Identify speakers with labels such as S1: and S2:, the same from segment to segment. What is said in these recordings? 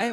S1: 哎，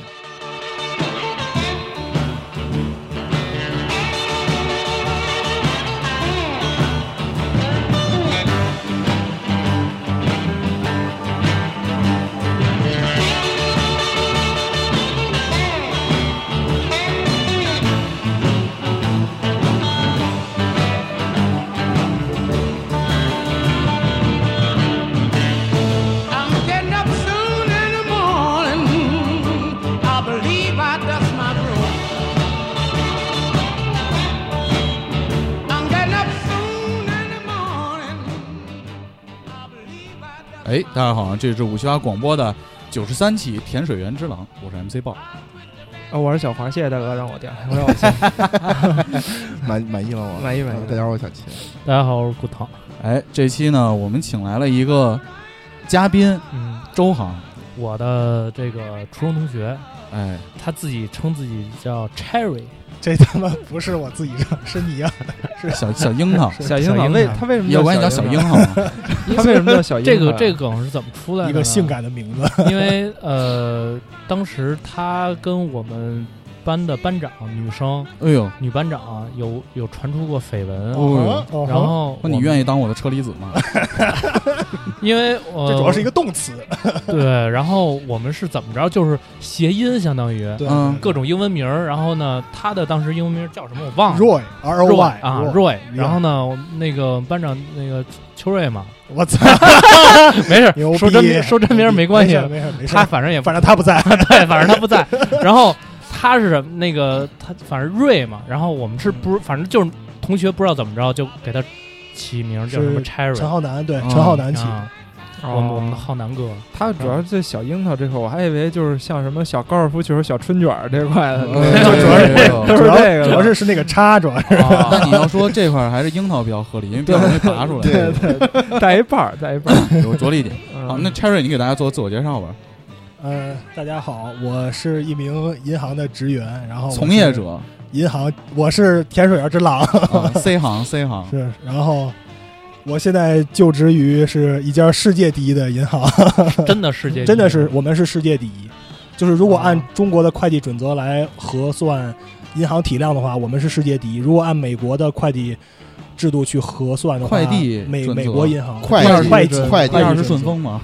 S2: 有。
S3: I'm getting up soon in the morning. I believe I dust my broom. I'm getting up soon in the morning. I believe I dust
S4: 哎，大家好，这是五七八广播的九十三期《甜水园之狼》，我是 MC 豹。
S5: 啊，我是小黄，谢谢大哥让我调，我让我先
S6: 满满意了吗？
S5: 满意 满意
S6: 啊大家好，我是小秦。
S7: 大家好，我是顾涛。
S4: 哎，这期呢，我们请来了一个嘉宾
S7: 嗯，
S4: 周航。
S7: 我的这个初中同学，
S4: 哎，
S7: 他自己称自己叫 Cherry，
S8: 这他妈不是我自己扔，是你呀、
S4: 小小樱桃，
S7: 小
S5: 小樱桃
S7: 樱
S5: 为
S7: 桃
S5: 他为什么
S4: 也有管你叫小樱桃吗？
S5: 桃？他为什么叫小樱桃啊
S7: 这
S5: 呀？
S7: 个这个梗是怎么出来的？
S8: 一个性，感的名字。
S7: 因为呃，当时他跟我们班的班长女生
S4: 哎呦，
S7: 女班长有有传出过绯闻，啊
S4: 哦，
S8: 哦
S7: 然后
S4: 那你
S7: 意？
S4: 愿意当我的车厘子吗？
S7: 因为我
S8: 这主要是一个动词，
S7: 对，然后我们是怎么着？就是谐音，相当于
S8: 对
S4: 嗯
S7: 各种英文名儿。然后呢，他的当时英文名儿叫什么我忘了。
S8: ，Roy R O Y
S7: 啊
S8: Roy
S7: ，Roy。
S8: 厉害
S7: 然后呢，我们那个班长那个秋瑞嘛，
S8: 我操，
S7: 没事
S8: 牛，逼！
S7: 说真名说真名儿没关系
S8: 没事，没事没事
S7: 他，反正也不
S8: 反正他不在。
S7: 对，反正他不 在。然后他是什么那个他反正瑞嘛，然后我们
S8: 嗯
S7: 是不是反正就是同学不知道怎么着就给他起名叫什么
S8: 是陈
S7: Cherry
S8: 浩南对，
S4: 嗯
S8: 陈浩南起的，
S7: 啊，我们我们的浩南哥，
S5: 他主要是这小樱桃这块，我还以为就是像什么小高尔夫球、小春卷儿这块的，
S4: 哎
S8: 主要是
S4: 哎呦
S5: 都是
S8: 主要
S5: 这个，
S8: 主要是是那个叉，主要是
S4: 那你要说这块儿还是樱桃比较合理，因为比较容易拔出来。
S6: 对，
S5: 带一半儿，带一半儿。
S4: 我着力一点。好，
S5: 嗯
S4: 那 Cherry，你给大家做自我介绍吧。
S8: 呃，大家好，我是一名银行的职员，然哦后我是
S4: 从业，者
S8: 银行，我是甜水园之狼，
S4: 啊，C 行 C 行，
S8: 是，然后我现在就职于是一家世界第一的银行，
S7: 真的世界
S8: 真的哦是我们是世界第一。就是如果按中国的会计准则来核算银行体量的话，我们是世界第一；如果按美国的会计制度去核算的话，
S4: 快递
S8: 美
S4: 准则
S8: 美国银行
S6: 会
S8: 计
S6: 计
S8: 会计
S6: 会
S4: 第
S6: 计
S4: 二是顺，丰嘛？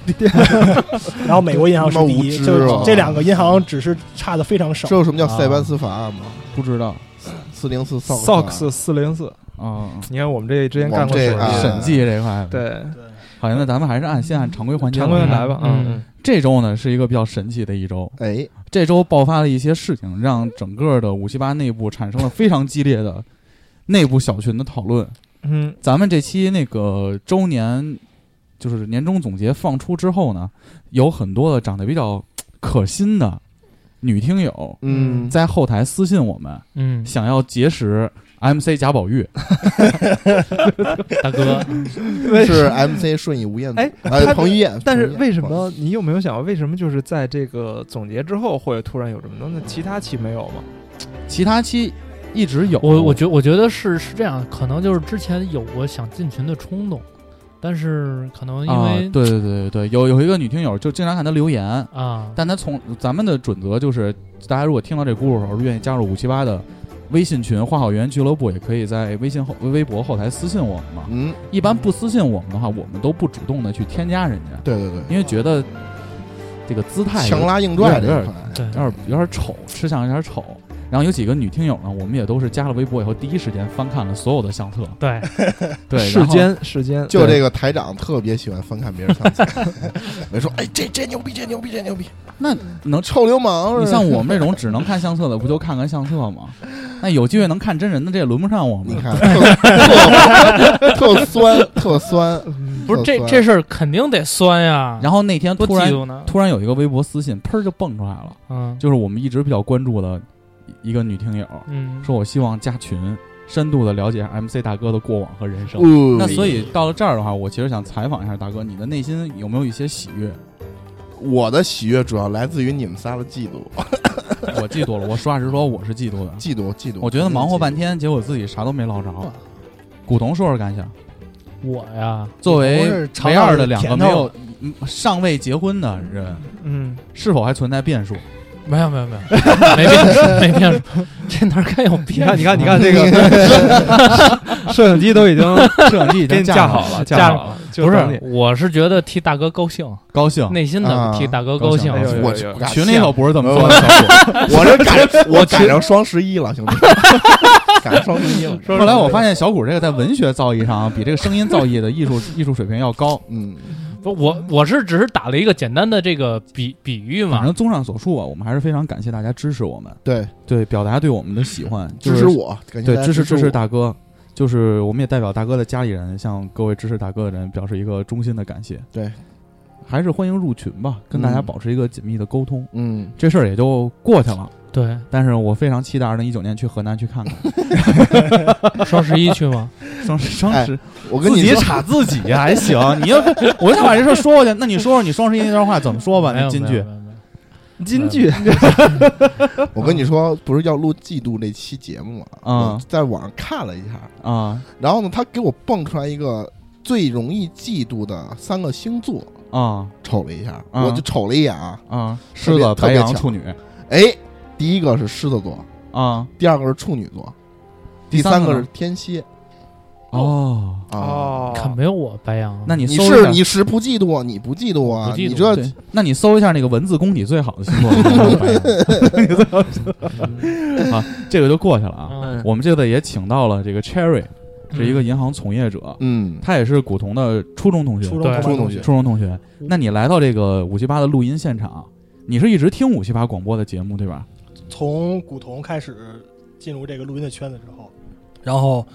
S8: 然后美国银行是第一，
S6: 他妈无知啊
S8: 就这两个银行只是差的非常少
S6: 知。道什么叫塞班斯法案吗？
S4: 不知道
S6: 四零四
S5: Sox 四零四，
S4: 啊，
S5: 你看我们这之前
S6: 我
S5: 干
S6: 们
S5: 过
S6: 这
S5: 手
S6: 啊
S5: 续
S4: 审计这块。，
S5: 对，
S4: 好，那咱们还是按先按常规环节
S5: 常规
S4: 来
S5: 来吧，嗯，
S4: 这周呢是一个比较神奇的一周，
S6: 哎，
S4: 这周爆发了一些事情，让整个的五七八内部产生了非常激烈的内部小群的讨论。
S5: 嗯，
S4: 咱们这期那个周年，就是年终总结放出之后呢，有很多的长得比较可心的女听友
S6: 嗯，
S4: 在后台私信我们，
S7: 嗯，
S4: 想要结识 MC 贾宝玉。
S7: 嗯大哥，
S6: 是 MC 顺义吴彦祖，
S5: 哎
S6: 呃，
S5: 他
S6: 彭于晏。
S5: 但是
S6: 彭于晏
S5: 为什？么你有没有想过，为什么就是在这个总结之后会突然有这么多？那其他期没有吗？
S4: 其他期一直有，
S7: 我我觉我觉得是是这样，可能就是之前有过想进群的冲动，但是可能因
S4: 啊，
S7: 为
S4: 对对对对对，有有一个女听友就经常看她留言，
S7: 啊，
S4: 但她从咱们的准则就是，大家如果听到这故事的时候，愿意加入五七八的微信群“花好园俱乐部”，也可以在微信后微博后台私信我们嘛。
S6: 嗯，
S4: 一般不私信我们的话，我们都不主动的去添加人家，
S6: 对对对，
S4: 因为觉得这个姿态有
S6: 强
S4: 点
S6: 拉硬拽
S4: 有
S6: 这
S4: 点
S6: 一块，
S7: 对
S4: 有点有点丑，吃相有点丑。然后有几个女听友呢，我们也都是加了微博以后，第一时间翻看了所有的相册。
S7: 对，
S4: 对，
S5: 世
S4: 然后
S5: 间世间，
S6: 就这个台长特别喜欢翻看别人相册， 没说哎，这这牛逼，这牛逼，这牛逼，
S4: 那能
S6: 臭流氓！
S4: 你像我们这种只能看相册的，不就看看相册吗？那有机会能看真人的，这也轮不上我
S6: 你
S4: 们。
S6: 看，特特酸，特 酸，
S7: 嗯不是这
S6: 特酸
S7: 这事儿肯定得酸呀，
S4: 然后那天
S7: 多
S4: 突
S7: 嫉
S4: 然
S7: 妒呢，
S4: 突然有一个微博私信，砰儿就蹦出来了，
S7: 嗯
S4: 就是我们一直比较关注的一个女听友，
S7: 嗯，
S4: 说我希望加群，深度的了解 MC 大哥的过往和人生。
S6: 哦
S4: 那所以到了这儿的话，我其实想采访一下大哥，你的内心有没有一些喜悦？
S6: 我的喜悦主要来自于你们仨的嫉妒，哦
S4: 我嫉妒了，我实话实说，我是嫉妒的。
S6: 嫉妒，嫉妒。
S4: 我觉得忙活半
S6: 天。
S4: 天，结果自己啥都没捞着。古潼说说感想，
S7: 我呀，
S4: 作
S8: 古潼
S4: 为
S8: 是尝
S4: 唯
S8: 到
S4: 二
S8: 了
S4: 的两个
S8: 甜
S4: 没
S8: 头
S4: 有嗯尚未结婚的人，
S5: 嗯，
S4: 是否还存在变数？
S7: 没有没 有没有，没变数没变数，这哪儿敢有
S5: 你
S7: 变数？
S5: 看，你看，你 看，这个摄影机 都已经
S4: 摄影机已
S5: 给
S4: 经
S5: 你
S4: 架
S5: 架好
S4: 了，
S5: 了，
S7: 架
S5: 架好了，就
S7: 不
S5: 等你
S7: 是，我是觉得替大哥高兴，
S4: 高兴。
S7: 内心的
S6: 啊
S7: 替大哥
S4: 啊高
S7: 高
S4: 兴
S7: 兴
S4: 哎。呦
S6: 我
S5: 有有有
S6: 敢
S4: 群里头不是这么做
S6: 我
S4: 的。
S6: 我这赶我赶上双十一了，兄弟，赶上双十一了。
S4: 后来我发现小谷这个在文学造诣上比这个声音造诣的艺术 艺术水平要高。
S6: 嗯，
S7: 不，我我是只是打了一个简单的这个比比喻
S4: 反
S7: 嘛
S4: 正。综上所述啊，我们还是非常感谢大家支持我们，
S6: 对，
S4: 对表达对我们的喜欢，就
S6: 支
S4: 是
S6: 持我，感谢
S4: 对
S6: 大家
S4: 支持支持
S6: 我
S4: 大哥，就是我们也代表大哥的家里人向各位支持大哥的人表示一个衷心的感谢。
S6: 对，
S4: 还是欢迎入群吧，跟大家
S6: 嗯
S4: 保持一个紧密的沟通，
S6: 嗯，
S4: 这事儿也就过去了。
S7: 对，
S4: 但是我非常期待二零一九年去河南去看看，
S7: 双十一去吗？
S4: 双十双十
S6: 我跟
S4: 自
S6: 你
S4: 己
S6: 说，
S4: 插自己还行，你要我就想把这事儿说过去，那你说说你双十一那段话怎么说吧？
S7: 没
S4: 那
S7: 有
S4: 金
S7: 没
S4: 句
S7: 有没有没有
S5: 金句，
S6: 我跟你说，不是要录季度那期节目啊，
S4: 嗯
S6: 我在网上看了一下，
S4: 啊
S6: 然后呢，他给我蹦出来一个最容易嫉妒的三个星座，
S4: 啊
S6: 瞅了一下，
S4: 嗯
S6: 我就瞅了一眼啊，
S4: 啊！
S6: 特
S4: 狮
S6: 别
S4: 子、
S6: 特
S4: 白
S6: 别
S4: 羊、
S6: 巧
S4: 处女
S6: 哎，第一个是狮子座，
S4: 啊，
S6: 第二个是处女座，
S4: 第
S6: 第
S4: 三
S6: 三
S4: 个
S6: 个
S4: 呢
S6: 是天蝎
S4: 哦，
S6: 啊。
S5: 哦
S7: 看没有我白啊羊，
S4: 那你
S6: 你
S4: 搜一
S6: 是
S4: 下
S6: 你是不嫉妒啊？你不嫉妒啊
S7: 不？嫉
S6: 你
S7: 妒
S6: 这
S4: 对，那你搜一下那个文字功底最好的星座，白羊啊，这个就过去了啊。
S7: 嗯
S4: 我们这次也请到了这个 Cherry，是一个银行从业者，
S6: 嗯，
S4: 他也是古潼的初中同学，
S8: 初
S4: 初
S8: 中
S7: 对
S8: 同班
S6: 中
S8: 同
S6: 学
S8: 学，
S4: 中同学。
S7: 嗯
S4: 那你来到这个五七八的录音现场，你是一直听五七八广播的节目对吧？
S8: 从古潼开始进入这个录音的圈子之后，然后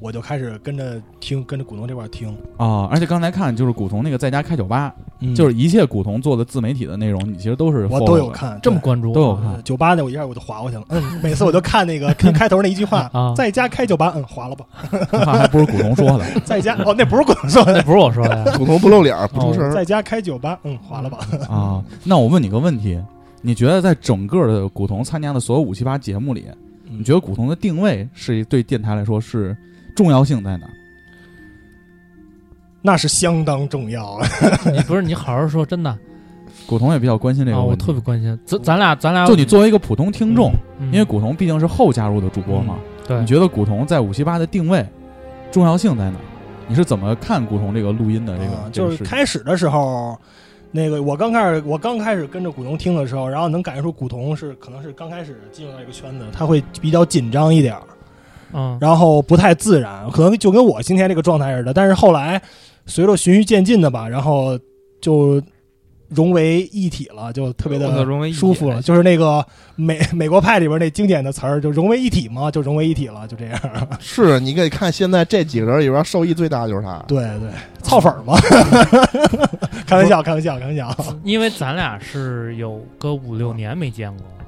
S8: 我就开始跟着听，跟着古潼这块儿听，
S4: 啊，而且刚才看就是古潼那个在家开酒吧，
S8: 嗯
S4: 就是一切古潼做的自媒体的内容，你其实都是
S8: 我
S4: follow
S8: 都有
S4: 的
S8: 看，
S7: 这么
S8: 对。
S7: 关注我，啊
S4: 都有啊看
S8: 酒吧那我一下我就划过去了，嗯，每次我就看那个开头那一 句话
S7: 啊，
S8: 在家开酒吧，嗯，划了吧，
S4: 话还不是古潼说的。
S8: 在家哦，那不是古潼说的，
S7: 那不是我说的呀。
S6: 普通不露脸儿，不出声儿。
S8: 在家开酒吧，嗯，划了吧，
S4: 啊，那我问你个问题，你觉得在整个的古潼参加的所有五七八节目里，你觉得古潼的定位是对电台来说是重要性在哪？
S8: 那是相当重要啊。
S7: 你不是你好好说，真的
S4: 古潼也比较关心这
S7: 啊，
S4: 个
S7: 我
S4: 问题。
S7: 特别关心。咱咱俩咱俩
S4: 就你作为一个普通听众，
S7: 嗯
S4: 因为古潼毕竟是后加入的主播嘛，
S7: 对
S4: 你觉得古潼在五七八的定位重要性在哪？你是怎么看古潼这个录音的这个？
S8: 啊
S4: 这
S8: 就
S4: 个
S8: 是
S4: 事情
S8: 开始的时候，那个我刚开始，我刚开始跟着古潼听的时候，然后能感觉出古潼是可能是刚开始进入到这个圈子，他会比较紧张一点儿，
S7: 嗯
S8: 然后不太自然，可能就跟我今天这个状态似的。但是后来随着循序渐进的吧，然后就融为一体了，就特别
S5: 我操
S8: 的
S5: 融为一体
S8: 舒服了。就是那个美 美国派里边那经典的词儿，就融为一体嘛，就融为一体了，就这样。
S6: 是啊你可以看现在这几个人里边受益最大的就是他。
S8: 对对，操粉儿嘛， 开玩笑，开玩笑，开玩笑。
S7: 因为咱俩是有个五六年没见过了，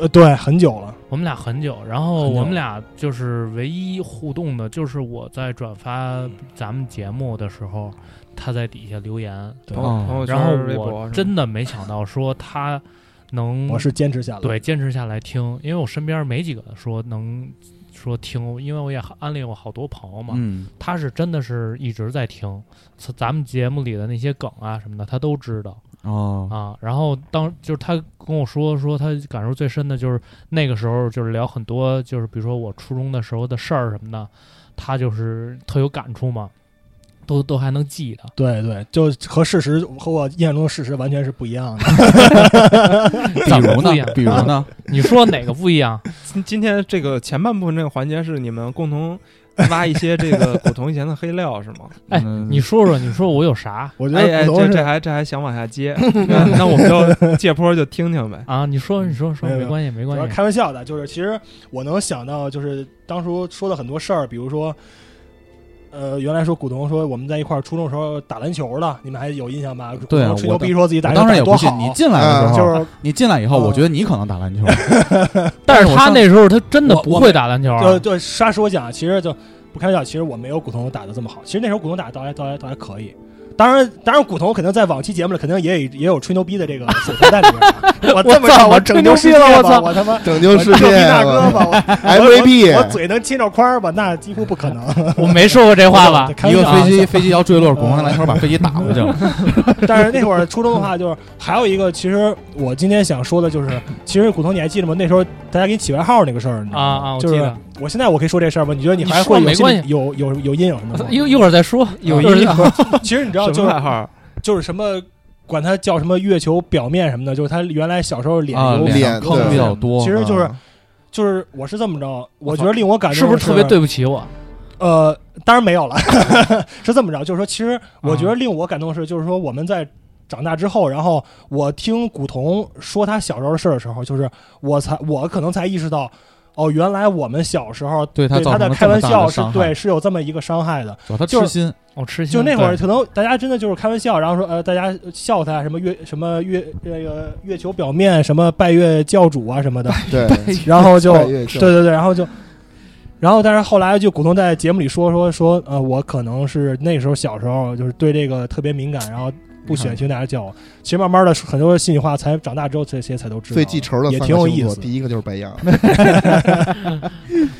S8: 呃，对，很久了。
S7: 我们俩很久，然后
S8: 很久
S7: 我们俩就是唯一互动的，就是我在转发咱们节目的时候，他在底下留言，
S8: 对
S5: 朋
S4: 哦
S5: 友朋友圈
S7: 然后
S5: 微博啊
S7: 我
S5: 什么
S7: 真的没想到说他能
S4: 嗯
S8: 我是坚持下来。，
S7: 对坚持下来听，因为我身边没几个说能说听，因为我也安利过好多朋友嘛，
S4: 嗯，
S7: 他是真的是一直在听，咱咱们节目里的那些梗啊什么的，他都知道。
S4: 哦，
S8: 嗯
S7: 啊，然后当就是他跟我说说他感受最深的就是那个时候就是聊很多就是比如说我初中的时候的事儿什么的，他就是特有感触嘛，都都还能记得。
S8: 对对，就和事实和我印象中的事实完全是不一样的。
S4: 比如
S7: 不一
S4: 呢
S7: 样？
S4: 比如 呢？
S7: 你说哪个不一样？
S5: 今今天这个前半部分这个环节是你们共同挖一些这个古潼以前的黑料是吗？
S7: 哎
S4: 嗯
S7: 你说说，你说我有啥
S8: 我觉
S5: 哎哎，
S8: 得古
S5: 这
S8: 潼
S5: 这
S8: 是
S5: 还这还想往下 接，那那我们就借坡就听听呗。
S7: 啊？你说你说说，
S8: 没有
S7: 没关系没
S8: 主要
S7: 关系。
S8: 开玩笑的，就是其实我能想到，就是当初说的很多事儿，比如说，呃，原来说古潼说我们在一块儿初中时候打篮球的，你们还有印象吧？古
S4: 对啊
S8: 潼吹牛
S4: 我当
S8: 逼说自己打
S4: 我
S8: 篮
S4: 当时也
S8: 球打得多
S4: 不信
S8: 好，
S4: 你进来的
S5: 啊
S6: 啊
S4: 时
S8: 就
S4: 候，啊
S8: 是
S4: 你进来以后，
S8: 嗯
S4: 我觉得你可能打篮球，
S7: 但是
S4: 我
S7: 他
S4: 上
S7: 那时候他真的
S8: 我
S7: 不
S8: 我
S7: 会
S8: 没
S7: 打篮球啊，
S8: 就就实话实我讲，其实就不开玩笑，其实我没有古潼打的这么好。其实那时候古潼打的倒还倒还倒还可以，当然，当然，古潼肯定在往期节目里肯定也有也有吹牛逼的这个水分在里面 啊。我这么着，我拯救世界
S7: 我
S8: 吧，
S7: 操
S8: 啊我 他妈
S6: 拯救世
S8: 我
S6: 界
S8: 逼大哥 吧，我我我我
S6: MVP，
S8: 嘴能亲着框儿吧？那几乎不 可能。
S7: 我没说过这话吧？
S8: 开
S4: 一
S8: 玩
S4: 个
S8: 笑
S4: 飞机飞机要坠
S8: 嗯
S4: 落，滚上来一会儿把飞机打回去了。
S8: 但是那会儿初中的话，就是还有一个，其实我今天想说的就是，其实古潼你还记得吗？那时候大家给你起外号那个事儿，你
S7: 啊
S8: 知道吗
S7: 啊，我
S8: 就
S7: 记
S8: 是
S7: 得，
S8: 我现在我可以说这事儿吗？你觉得你还
S7: 你
S8: 会
S7: 说
S8: 有
S7: 没
S8: 心
S7: 关
S8: 理有有有阴影的吗？
S7: 一一会儿再说，啊
S5: 有
S7: 一会儿
S5: 阴
S7: 再
S5: 影
S7: 说
S8: 其实你知道，
S7: 啊
S5: 什
S8: 就
S5: 么
S8: 是
S5: 外号？
S8: 就是什么，管他叫什么月球表面什么的，就是他原来小时候嗯脸
S4: 啊，
S8: 有
S4: 脸上
S6: 脸
S4: 坑比较多
S8: 其。实就是
S6: 啊
S8: 就是我是这么着，我觉得令我感
S7: 是
S8: 动
S7: 不
S8: 的
S7: 是特别？对不起我？
S8: 呃，当然 没有了，是这么着，就是说，其实我觉得令我感动的是，就是说我们在长大之后，然后我听古潼说他小时候的事儿的时候，就是我才我可能才意识到。哦，原来我们小时候
S4: 对他造
S8: 他
S4: 成
S8: 的
S4: 了
S8: 开玩
S4: 这么大的
S8: 笑是
S4: 伤害
S8: 对是有这么一个伤害的，
S4: 主要他
S8: 就
S4: 痴
S8: 是
S4: 心，
S7: 我吃
S8: 就
S7: 香
S8: 那会儿，
S7: 对
S8: 可能大家真的就是开玩笑，然后说呃，大家笑他什么月什么月那个月球表面什么拜月教主啊什么 的，
S6: 对，
S8: 然后就
S6: 拜
S8: 对
S6: 月教主
S8: 对对，然后就，然后但是后来就古潼在节目里说说说呃，我可能是那时候小时候就是对这个特别敏感，然后
S6: 嗯
S8: 不喜欢听大家叫我。其实慢慢的很多心里话才长大之后这些才都知道，
S6: 最记仇的
S8: 也
S6: 三
S8: 挺
S6: 个
S8: 有
S6: 星
S8: 意
S6: 座，
S8: 思的。
S6: 第一个就是白羊，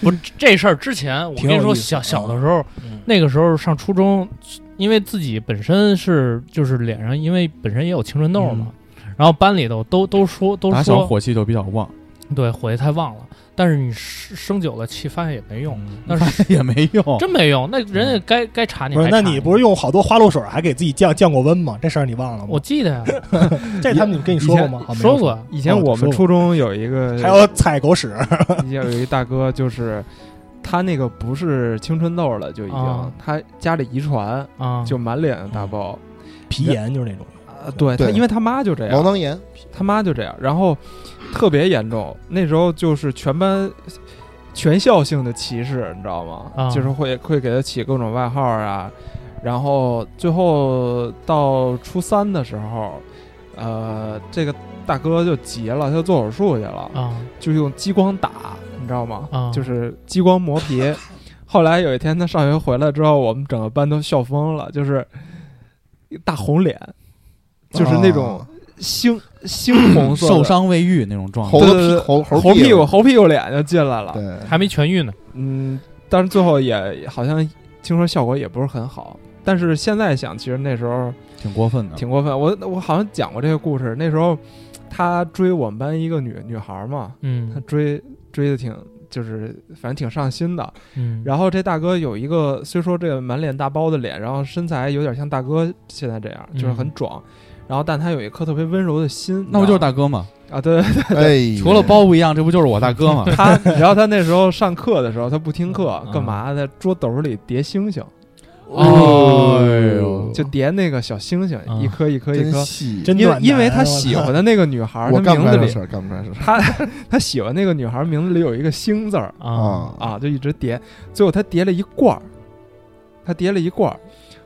S7: 不是这事儿之前，我
S8: 挺
S7: 跟你
S8: 有
S7: 说，
S8: 意思
S7: 小
S8: 的
S7: 小
S8: 啊
S7: 的时候，
S8: 嗯
S7: 那个时候上初中，因为自己本身是就是脸上，因为本身也有青春痘嘛，
S8: 嗯
S7: 然后班里头都都说都
S4: 打小
S7: 说
S4: 火气就比较旺，
S7: 对火气太旺了，但是你生生久了气发现也没用，
S8: 嗯
S7: 但是
S4: 也没用。
S7: 真没用，那人家该该查你
S8: 不是，
S7: 还
S8: 那
S7: 查你
S8: 你不是用好多花露水还给自己降降过温吗？这事儿你忘了
S7: 我
S8: 吗？
S7: 记得呀，
S8: 这他们跟你说过 吗？好没有
S7: 说过啊，
S5: 以前
S8: 哦
S5: 我
S8: 说过
S5: 们初 中有一个，
S8: 还有踩狗屎，
S5: 以前有一大哥，就是他那个不是青春痘了，就已
S7: 啊
S5: 经他家里遗传，
S7: 啊，
S5: 就满脸的大包。
S8: 皮炎就是那种。
S5: 啊，哦对哦他，
S6: 对
S5: 因为他妈就这
S6: 王
S5: 样，
S6: 当言，
S5: 他妈就这样，然后特别严重。那时候就是全班全校性的歧视，你知道吗？
S7: 啊
S5: 就是会会给他起各种外号啊。然后最后到初三的时候，呃，这个大哥就急了，他就做手术去了，
S7: 啊
S5: 就用激光打，你知道吗？
S7: 啊
S5: 就是激光磨皮。后来有一天他上学回来之后，我们整个班都笑疯了，就是一大红脸，就是那种
S6: 啊
S5: 猩猩红色的
S4: 受伤未愈那种状态
S6: 猴，子
S5: 对对对
S6: 屁猴
S5: 猴
S6: 猴
S5: 屁股，猴屁股脸就进来了。
S6: 对，
S7: 还没痊愈呢，
S5: 嗯，但是最后也好像听说效果也不是很好。但是现在想，其实那时候
S4: 挺过分的。
S5: 挺过分。我我好像讲过这个故事，那时候他追我们班一个女女孩嘛，他
S7: 嗯
S5: 追追的挺就是反正挺上心的。
S7: 嗯，
S5: 然后这大哥有一个，虽说这个满脸大包的脸，然后身材有点像大哥现在这样，就是很
S7: 嗯
S5: 壮。然后，但他有一颗特别温柔的心，
S4: 那不就是
S5: 大
S4: 大哥吗？
S5: 啊？对，
S6: 哎，
S4: 除了包不一样，这不就是我大哥吗？
S5: 他，然后他那时候上课的时候，他不听课
S4: 啊，
S5: 干嘛在桌斗里叠星星，
S7: 哦
S4: 哎呦，
S5: 就叠那个小星星，
S7: 啊
S5: 一颗一颗一
S6: 真
S5: 颗。
S6: 细，
S8: 真
S5: 因为
S8: 暖男啊
S5: 因为
S8: 我
S5: 他喜
S8: 操
S5: 欢的那个女孩儿，
S6: 我
S5: 她
S6: 干不
S5: 名
S6: 出
S5: 字
S6: 来这
S5: 里
S6: 事儿，干不出来这事儿
S5: 他他喜欢那个女孩儿名字里有一个星字儿
S7: 啊，
S5: 啊，就一直叠，最后他叠了一罐儿，他叠了一罐儿。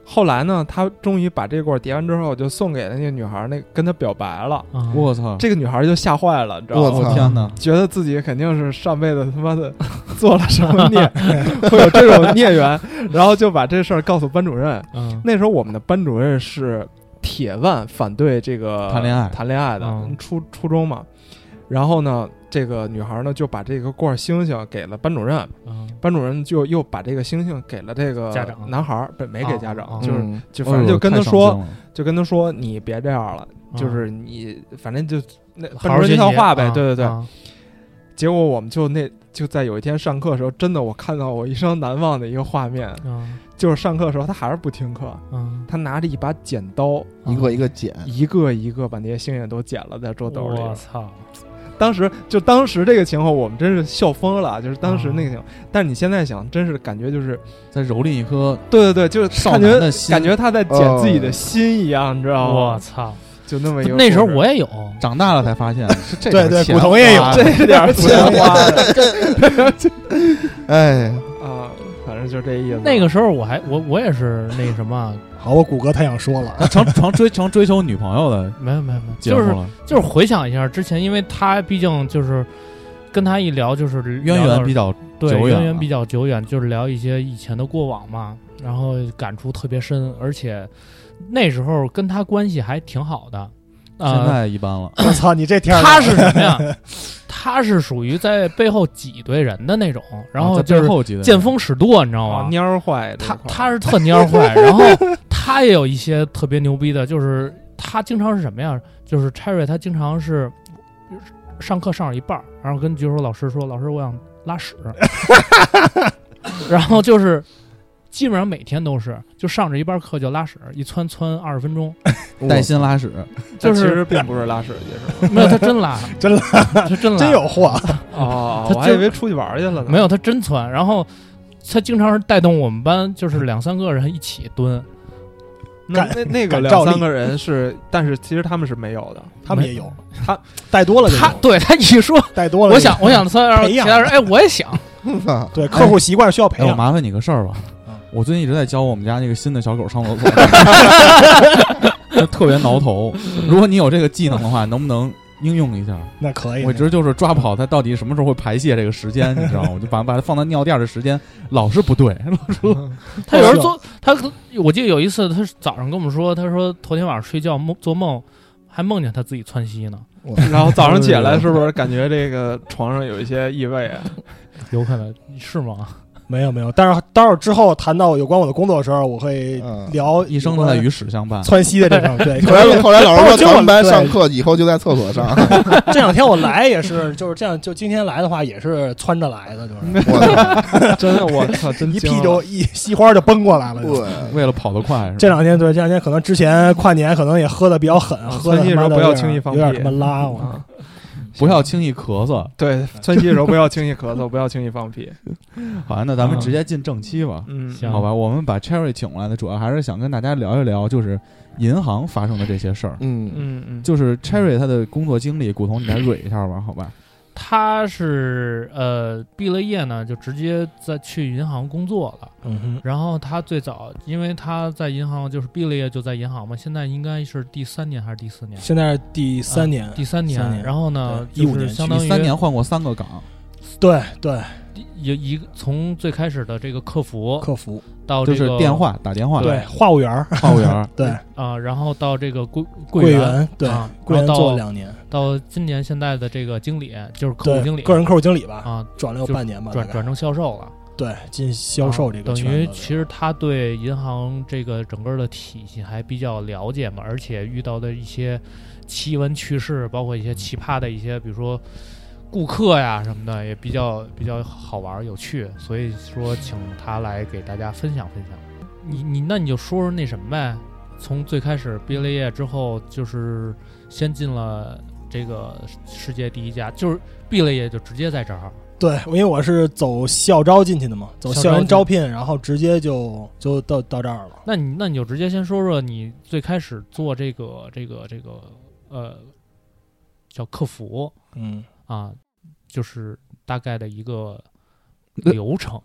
S5: 后来呢，他终于把这罐儿叠完之后，就送给了那个女孩儿，那跟他表白了。
S7: 啊
S4: 我操！
S5: 这个女孩儿就吓坏了，你知道吗？
S6: 我操
S4: 天哪！
S5: 觉得自己肯定是上辈子他妈 的做了什么孽，会有这种孽缘，然后就把这事儿告诉班主任。
S7: 嗯
S5: 那时候我们的班主任是铁腕反对这个
S4: 谈恋爱
S5: 谈恋爱的，
S7: 嗯
S5: 初初中嘛。然后呢，这个女孩呢就把这个罐星星给了班主任，
S7: 嗯
S5: 班主任就又把这个星星给了这个
S7: 家长
S5: 男孩儿，不没给
S7: 哦
S5: 家长，
S7: 哦
S5: 就是、
S6: 嗯
S5: 就反正就跟
S4: 哎
S5: 他
S4: 呦太
S5: 说，
S4: 伤心了
S5: 就跟他说你别这样了，
S7: 嗯
S5: 就是你反正就那
S7: 好
S5: 班
S7: 好
S5: 主任
S7: 学
S5: 那套
S7: 习
S5: 话呗，
S7: 啊
S5: 对对对。
S7: 啊
S5: 结果我们就那就在有一天上课的时候，真的我看到我一生难忘的一个画面，
S7: 啊
S5: 就是上课的时候他还是不听课，
S7: 啊，
S5: 他拿着一把剪刀，
S6: 一个一个剪，
S5: 一个一个把那些星星都剪了在桌兜里。
S7: 我操，
S5: 当时就当时这个情况，我们真是笑疯了，就是当时那
S7: 哦
S5: 个情况。但是你现在想，真是感觉就是，
S4: 在蹂躏一颗
S5: 对对对，就是
S4: 少
S5: 感
S4: 男
S5: 觉
S4: 的心
S5: 感觉他在剪自己的心一样，你知道
S7: 我
S5: 吗？
S7: 操，
S5: 就那么一个故事。
S7: 那时候我也有，
S4: 长大了才发现，是这
S8: 对
S4: 点
S8: 对，
S4: 钱
S8: 古潼也有
S6: 啊
S4: 花，
S5: 这点儿钱 花的
S6: 哎，
S5: 啊，反正就这意思。
S7: 那个时候我还我我也是那什么，
S8: 好，我谷歌太想说 了，
S4: 成成追成追求女朋友的
S7: 没有没有没有，
S4: 节
S7: 就
S4: 目
S7: 是
S4: 了，
S7: 就是回想一下之前，因为他毕竟就是跟他一聊就是
S4: 渊源比
S7: 较
S4: 较
S7: 对
S4: 久远
S7: 渊源
S4: 了
S7: 比较久远，就是聊一些以前的过往嘛，然后感触特别深，而且那时候跟他关系还挺好的。
S4: 现
S7: 呃，
S4: 在一般了。
S8: 我操，你这天儿
S7: 他是什么 呀？他是属于在背后挤兑人的那种，然后
S4: 在
S7: 就
S4: 啊背
S7: 是
S4: 后记得
S7: 见风使舵，你知道
S5: 啊
S7: 吗？
S5: 蔫儿坏这
S7: 他
S5: 块儿，
S7: 他是特蔫儿坏，然后他也有一些特别牛逼的，就是他经常是什么呀？就是 Cherry 他经常是上课上到一半儿，然后跟举手老师说：“老师，我想拉屎。” 然后就是基本上每天都是，就上着一半课就拉屎，一窜窜二十分钟，
S4: 带薪拉屎，
S5: 但
S7: 就
S5: 其
S7: 是
S5: 实并不是拉屎 去是吧？
S7: 没有他真拉，
S8: 真
S7: 拉，他真拉，
S8: 真有货，
S5: 哦，
S7: 他
S5: 我还
S7: 就
S5: 以为出去玩儿去了呢。
S7: 没有，他真窜。然后他经常是带动我们班就是两三个人一起蹲，
S5: 那
S8: 感
S5: 那那个
S8: 感召
S5: 两
S8: 力
S5: 三个人是，但是其实他们是没有的。
S8: 他们也有，
S5: 他
S8: 带多了就有
S7: 他对他一说，
S8: 带 多了就有，
S7: 我想我想窜，然后
S8: 哎培
S7: 其
S8: 养
S7: 他人哎我也想，
S6: 操
S8: 对客户习惯需要培
S4: 哎，我
S8: 养，
S4: 麻烦你个事儿吧
S8: 嗯。
S4: 我最近一直在教我们家那个新的小狗上厕 所，特别挠头。如果你有这个技能的话，能不能应用一下？
S8: 那
S7: 哎
S8: 可以
S4: 我一，直就是抓不好它到底什么时候会排泄这个时间，你知道吗？我就把把它放到尿垫儿的时间老是不对，
S7: 他有时候做他，我记得有一次他是早上跟我们说，他说头天晚上睡觉梦做梦，还梦见他自己窜稀呢，
S5: 然后早上起来是不是感觉这个床上有一些异味啊？
S7: 有可能是吗？
S8: 没有没有，但是待会儿之后谈到有关我的工作的时候，我会
S6: 嗯
S8: 聊
S4: 一生都在 与屎相伴。
S8: 窜稀的这种，对，
S6: 后来后来老师
S8: 我
S6: 说，
S8: 听
S6: 咱
S8: 我
S6: 们班
S8: 对
S6: 上课以后就在厕所上。
S8: 这两天我来也是，就是这样，就今天来的话也是窜着来的，就是
S6: 我的
S5: 真的， 我操，真
S8: 一
S5: 惊
S8: 屁
S5: 嗯了
S8: 就一西花就崩过来了。就
S6: 对，
S4: 为了跑得快，
S5: 嗯
S8: 这
S4: 是吧？
S8: 两天对，这两天可能之前跨年可能也喝的比较狠，喝的
S5: 窜稀
S8: 他妈
S5: 的时候
S8: 的
S5: 不要
S8: 有点
S5: 轻易放
S8: 有点
S5: 屁
S8: 他妈拉我。
S5: 啊！
S4: 不要轻易咳嗽。
S5: 对，窜稀的时候不要轻易咳嗽，不要轻易放屁。
S4: 好，那咱们直接进正期吧。
S5: 嗯，
S7: 行
S4: 好吧，我们把 Cherry 请过来的主要还是想跟大家聊一聊，就是银行发生的这些事儿。
S6: 嗯，
S5: 嗯嗯，
S4: 就是 Cherry 他的工作经历，古潼你来蕊一下吧，好吧？
S7: 他是呃毕了业呢，就直接在去银行工作了。
S8: 嗯哼，
S7: 然后他最早，因为他在银行就是毕了业就在银行嘛，现在应该是第三年还是第四年？
S8: 现在是第三年，
S7: 嗯啊第三年。
S8: 三年
S7: 然后呢，
S8: 对
S7: 就
S8: 15
S7: 是
S8: 年
S7: 相当
S4: 你
S7: 于
S4: 三年换过三个岗，
S8: 对对，
S7: 一一个从最开始的这个客服
S8: 客服，
S7: 到
S4: 就
S7: 这
S4: 是
S7: 个
S4: 电话打电话，
S8: 对，话务员儿，
S4: 话务员儿
S8: 对，
S7: 啊、然后到这个柜
S8: 柜
S7: 员。
S8: 员，对
S7: 啊，
S8: 柜员
S7: 然后
S8: 做了
S7: 到
S8: 两年，
S7: 到今年现在的这个经理，就是客
S8: 对
S7: 户经理，
S8: 个人客户经理吧，
S7: 啊，
S8: 转了有
S7: 就
S8: 半年吧，
S7: 转
S8: 大概
S7: 转成销售了。
S8: 对进销售这个
S7: 啊等
S8: 圈子
S7: 于
S8: 里
S7: 其实他对银行这个整个的体系还比较了解嘛，而且遇到的一些奇闻趣事，包括一些奇葩的一些，比如说顾客呀什么的，也比较比较好玩儿有趣。所以说，请他来给大家分享分享。你你那你就说说那什么呗，从最开始毕了业之后，就是先进了这个世界第一家，就是毕了业就直接在这儿。
S8: 对，因为我是走校招进去的嘛，走
S7: 校
S8: 校
S7: 招
S8: 园
S7: 进
S8: 招聘，然后直接就就到到这儿了。
S7: 那你那你就直接先说说你最开始做这个这个这个呃叫客服
S8: 嗯，
S7: 啊，就是大概的一个流程，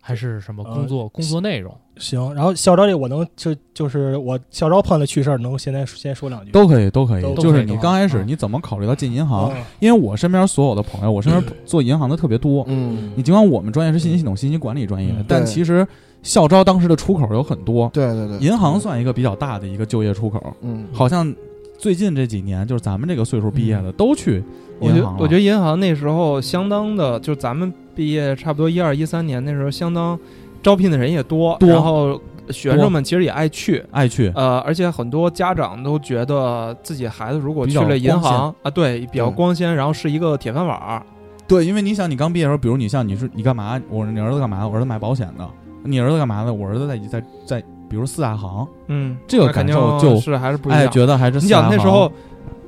S7: 还是什么工作、工作内容？
S8: 行。然后校招这我能就就是我校招碰的趣事儿，能现在先说两句。
S4: 都可以，都可以
S8: 都。
S7: 可以
S4: 就是你刚开始
S7: 啊
S4: 你怎么考虑到进银行？
S8: 嗯
S4: 因为我身边所有的朋友，我身边做银行的特别多。
S6: 嗯，
S4: 你尽管我们专业是信息系统、信息管理专业
S8: 嗯，
S4: 但
S6: 对
S4: 其实校招当时的出口有很多，
S6: 对对对，
S4: 银行算一个比较大的一个就业出口。
S6: 嗯，
S4: 好像最近这几年，就是咱们这个岁数毕业的都去
S5: 我
S4: 银
S5: 觉
S4: 行了。
S5: 我觉得银行那时候相当的，就咱们毕业差不多一二一三年那时候，相当招聘的人也多，
S4: 多
S5: 然后学生们其实也爱去。
S4: 爱去，
S5: 呃，而且很多家长都觉得自己孩子如果去了
S4: 比较光
S5: 银行啊，对，比较
S6: 对
S5: 光鲜，然后是一个铁饭碗儿。
S4: 对，因为你想，你刚毕业的时候，比如你像你是你干嘛？我说你儿子干嘛？我儿子买保险的。你儿子干嘛的？我儿子在在在，比如四大行，
S5: 嗯，
S4: 这个
S5: 那肯
S4: 感
S5: 定
S4: 受就是
S5: 还是不一样。
S4: 哎，觉得还是
S5: 你
S4: 四大
S5: 想
S4: 行
S5: 那时候，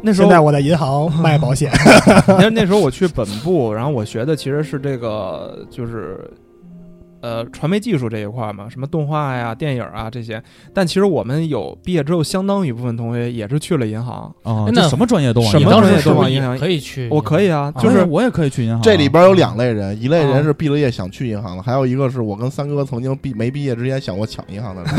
S5: 那时
S8: 现
S5: 候
S8: 在我在银行卖保险，
S5: 那那时候我去本部，然后我学的其实是这个，就是呃传媒技术这一块儿嘛，什么动画呀、电影啊这些。但其实我们有毕业之后，相当一部分同学也是去了银行。
S4: 啊，这
S7: 哎那
S4: 什么专业都往
S5: 什
S4: 银
S7: 你
S5: 么
S4: 行
S7: 当
S5: 专
S7: 时
S4: 去
S5: 业
S7: 是
S5: 都
S7: 不
S5: 往
S7: 是
S5: 银行
S7: 也可以去？
S5: 我可以啊，
S7: 啊
S5: 就
S4: 哎
S5: 是
S4: 我也可以去银行啊。
S6: 这里边有两类人，一类人
S7: 啊
S6: 是毕了业想去银行的，还有一个是我跟三哥曾经毕没毕业之前想过抢银行的人。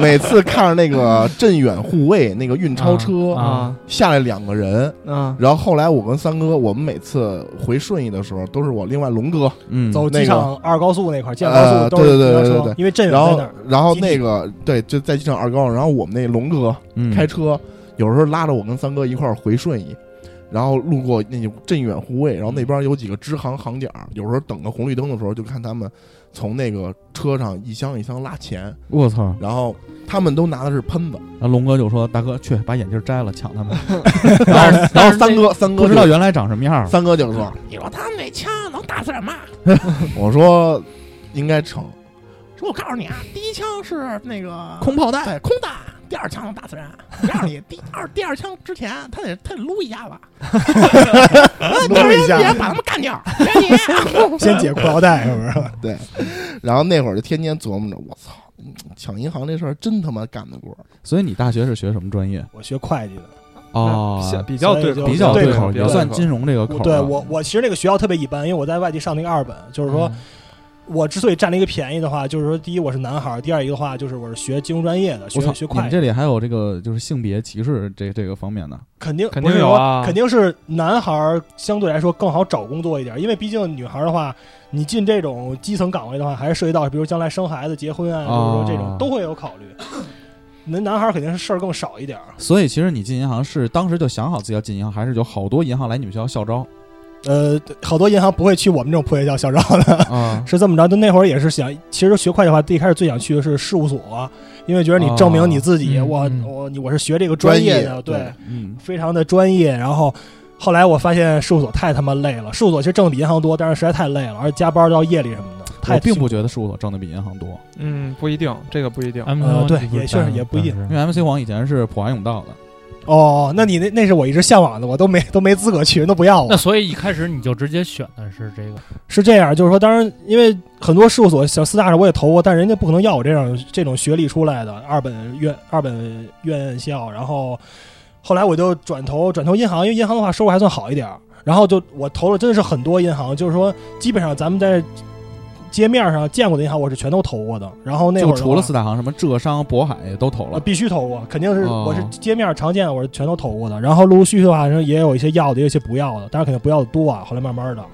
S6: 每次看着那个镇远护卫那个运钞车
S7: 啊
S5: 啊
S6: 下来两个人，
S5: 啊，
S6: 然后后来我跟三哥，我们每次回顺义的时候，都是我另外龙哥
S4: 嗯，
S8: 走机场二高速那块儿，建高速
S6: 呃
S8: 都是
S6: 对对对
S8: 公交车
S6: 对对对
S8: 因为镇远
S6: 然
S8: 哎在
S6: 后
S8: 那儿，
S6: 然后
S8: 基地
S6: 那个对，就在机场二高，然后我们那龙哥
S4: 嗯
S6: 开车，有时候拉着我跟三哥一块儿回顺义，然后路过那个镇远护卫，然后那边有几个支行行点儿，有时候等个红绿灯的时候，就看他们从那个车上一箱一箱拉钱，
S4: 我操！
S6: 然后他们都拿的是喷子，
S4: 然后龙哥就说：“大哥，去把眼镜摘了，抢他们。
S6: 然后然
S4: 但
S6: 后
S4: 是
S6: 三哥三哥
S4: 不知
S6: 就
S4: 道原来长什么样儿。
S6: 三哥就说：“你说他们那枪能打死人吗？”我说：“应该成。”说：“我告诉你啊，第一枪是那个
S1: 空炮弹，
S6: 对空的，第二枪能打死人。我告诉你，第二第二枪之前他得他得撸一下子，
S2: 撸一
S6: 别
S2: 下，
S6: 把他们干掉。别你。
S8: 先解裤腰带是不是？
S6: 然后那会儿就天天琢磨着，我操，抢银行这事儿真他妈干得过。
S4: 所以你大学是学什么专业
S8: 我学会计的，
S4: 啊？
S5: 比较比较对
S8: 所以就
S4: 比较对
S8: 对
S4: 口，
S8: 口
S4: 也算金融这个口儿
S8: 我
S4: 了。
S8: 对我我其实那个学校特别一般，因为我在外地上那个二本，就是说
S7: 嗯
S8: 我之所以占了一个便宜的话，就是说第一我是男孩儿，第二一个的话就是我是学金融专业的，学
S4: 我操，
S8: 学
S4: 你
S8: 会
S4: 们
S8: 计，
S4: 这里还有这个就是性别歧视这这个方面的，
S8: 肯定
S5: 肯
S8: 不
S5: 定
S8: 是
S5: 有
S8: 说
S5: 啊
S8: 肯定是男孩儿相对来说更好找工作一点，因为毕竟女孩儿的话，你进这种基层岗位的话，还是涉及到比如将来生孩子、结婚啊，
S4: 哦
S8: 就是说这种都会有考虑。那男孩儿肯定是事儿更少一点儿，
S4: 所以其实你进银行是当时就想好自己要进银行，还是有好多银行来你们学校校招
S8: 呃，好多银行不会去我们这种破学校校招的，
S4: 啊？
S8: 是这么着。就那会儿也是想，其实学会计的话，最开始最想去的是事务所，因为觉得你证明你自己，
S7: 哦嗯
S8: 我
S7: 嗯
S8: 我你我是学这个
S6: 专
S8: 业
S6: 业
S8: 的，
S6: 对
S4: 嗯，
S8: 非常的专业。然后后来我发现事务所太他妈累了，事务所其实挣的比银行多，但是实在太累了，而且加班到夜里什么的，太
S4: 我并不觉得事务所挣的比银行多，
S5: 嗯，不一定，这个不一定。
S7: M
S8: 呃对
S7: 就是
S8: 也确实也不一定
S4: 因
S7: 但是
S4: 为 MC 王以前是普华永道的，
S8: 哦。那你那那是我一直向往的，我都没都没资格去，那不要我
S7: 那。所以一开始你就直接选的是这个，
S8: 是这样，就是说，当然，因为很多事务所小四大上我也投过，但人家不可能要我这样这种学历出来的二本院二本院校。然后后来我就转投转投银行，因为银行的话收入还算好一点儿。然后就我投了真的是很多银行，就是说基本上咱们在街面上见过的银行，我是全都投过的。然后那会
S4: 就
S8: 儿的
S4: 除了
S8: 话
S4: 四大行，什么浙商、渤海都投
S8: 呃，
S4: 了。
S8: 必须投过，肯定是、
S4: 哦
S8: 我是街面常见的，我是全都投过的。然后陆陆续续的话，也有一些要的，也有一些不要的，当然肯定不要的多啊。后来慢慢的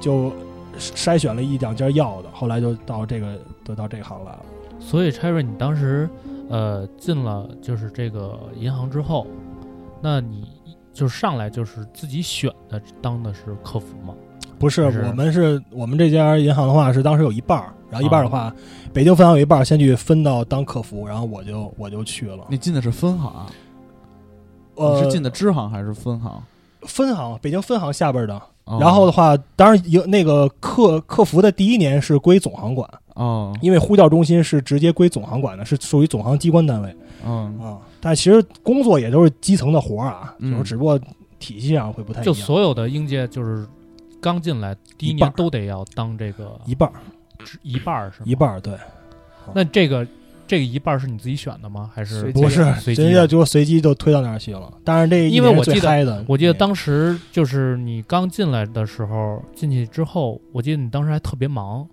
S8: 就筛选了一两家要的，后来就到这个就到这个行来了。
S7: 所以 Cherry 你当时呃进了就是这个银行之后，那你就是上来就是自己选的当的是客服吗？
S8: 不是，
S7: 是
S8: 我们是我们这家银行的话是当时有一半儿，然后一半儿的
S7: 哦
S8: 话，北京分行有一半儿先去分到当客服，然后我就我就去了。
S4: 你进的是分行，啊
S8: 呃，
S4: 你是进的支行还是分行？
S8: 分行，北京分行下边儿的。
S4: 哦
S8: 然后的话，当然有那个客客服的第一年是归总行管。
S4: 哦，
S8: 因为呼叫中心是直接归总行管的，是属于总行机关单位
S4: 嗯，
S8: 啊、但其实工作也都是基层的活儿啊，
S4: 嗯
S8: 就是只不过体系上会不太一
S7: 就
S8: 样，
S7: 所有的应届就是刚进来第一
S8: 哎一
S7: 年
S8: 半儿
S7: 都得要当这个
S8: 一半儿
S7: 一半儿是吗？
S8: 一半儿对，
S7: 那这个这个一半儿是你自己选的吗？还是
S5: 随机
S8: 不是
S7: 随机
S8: 人家
S7: 的？
S8: 就随机就推到那儿去了。当然这一
S7: 因为
S8: 年
S7: 我
S8: 是最
S7: 记得
S8: 嗨的，
S7: 我记得当时就是你刚进来的时候，进去之后，我记得你当时还特别忙，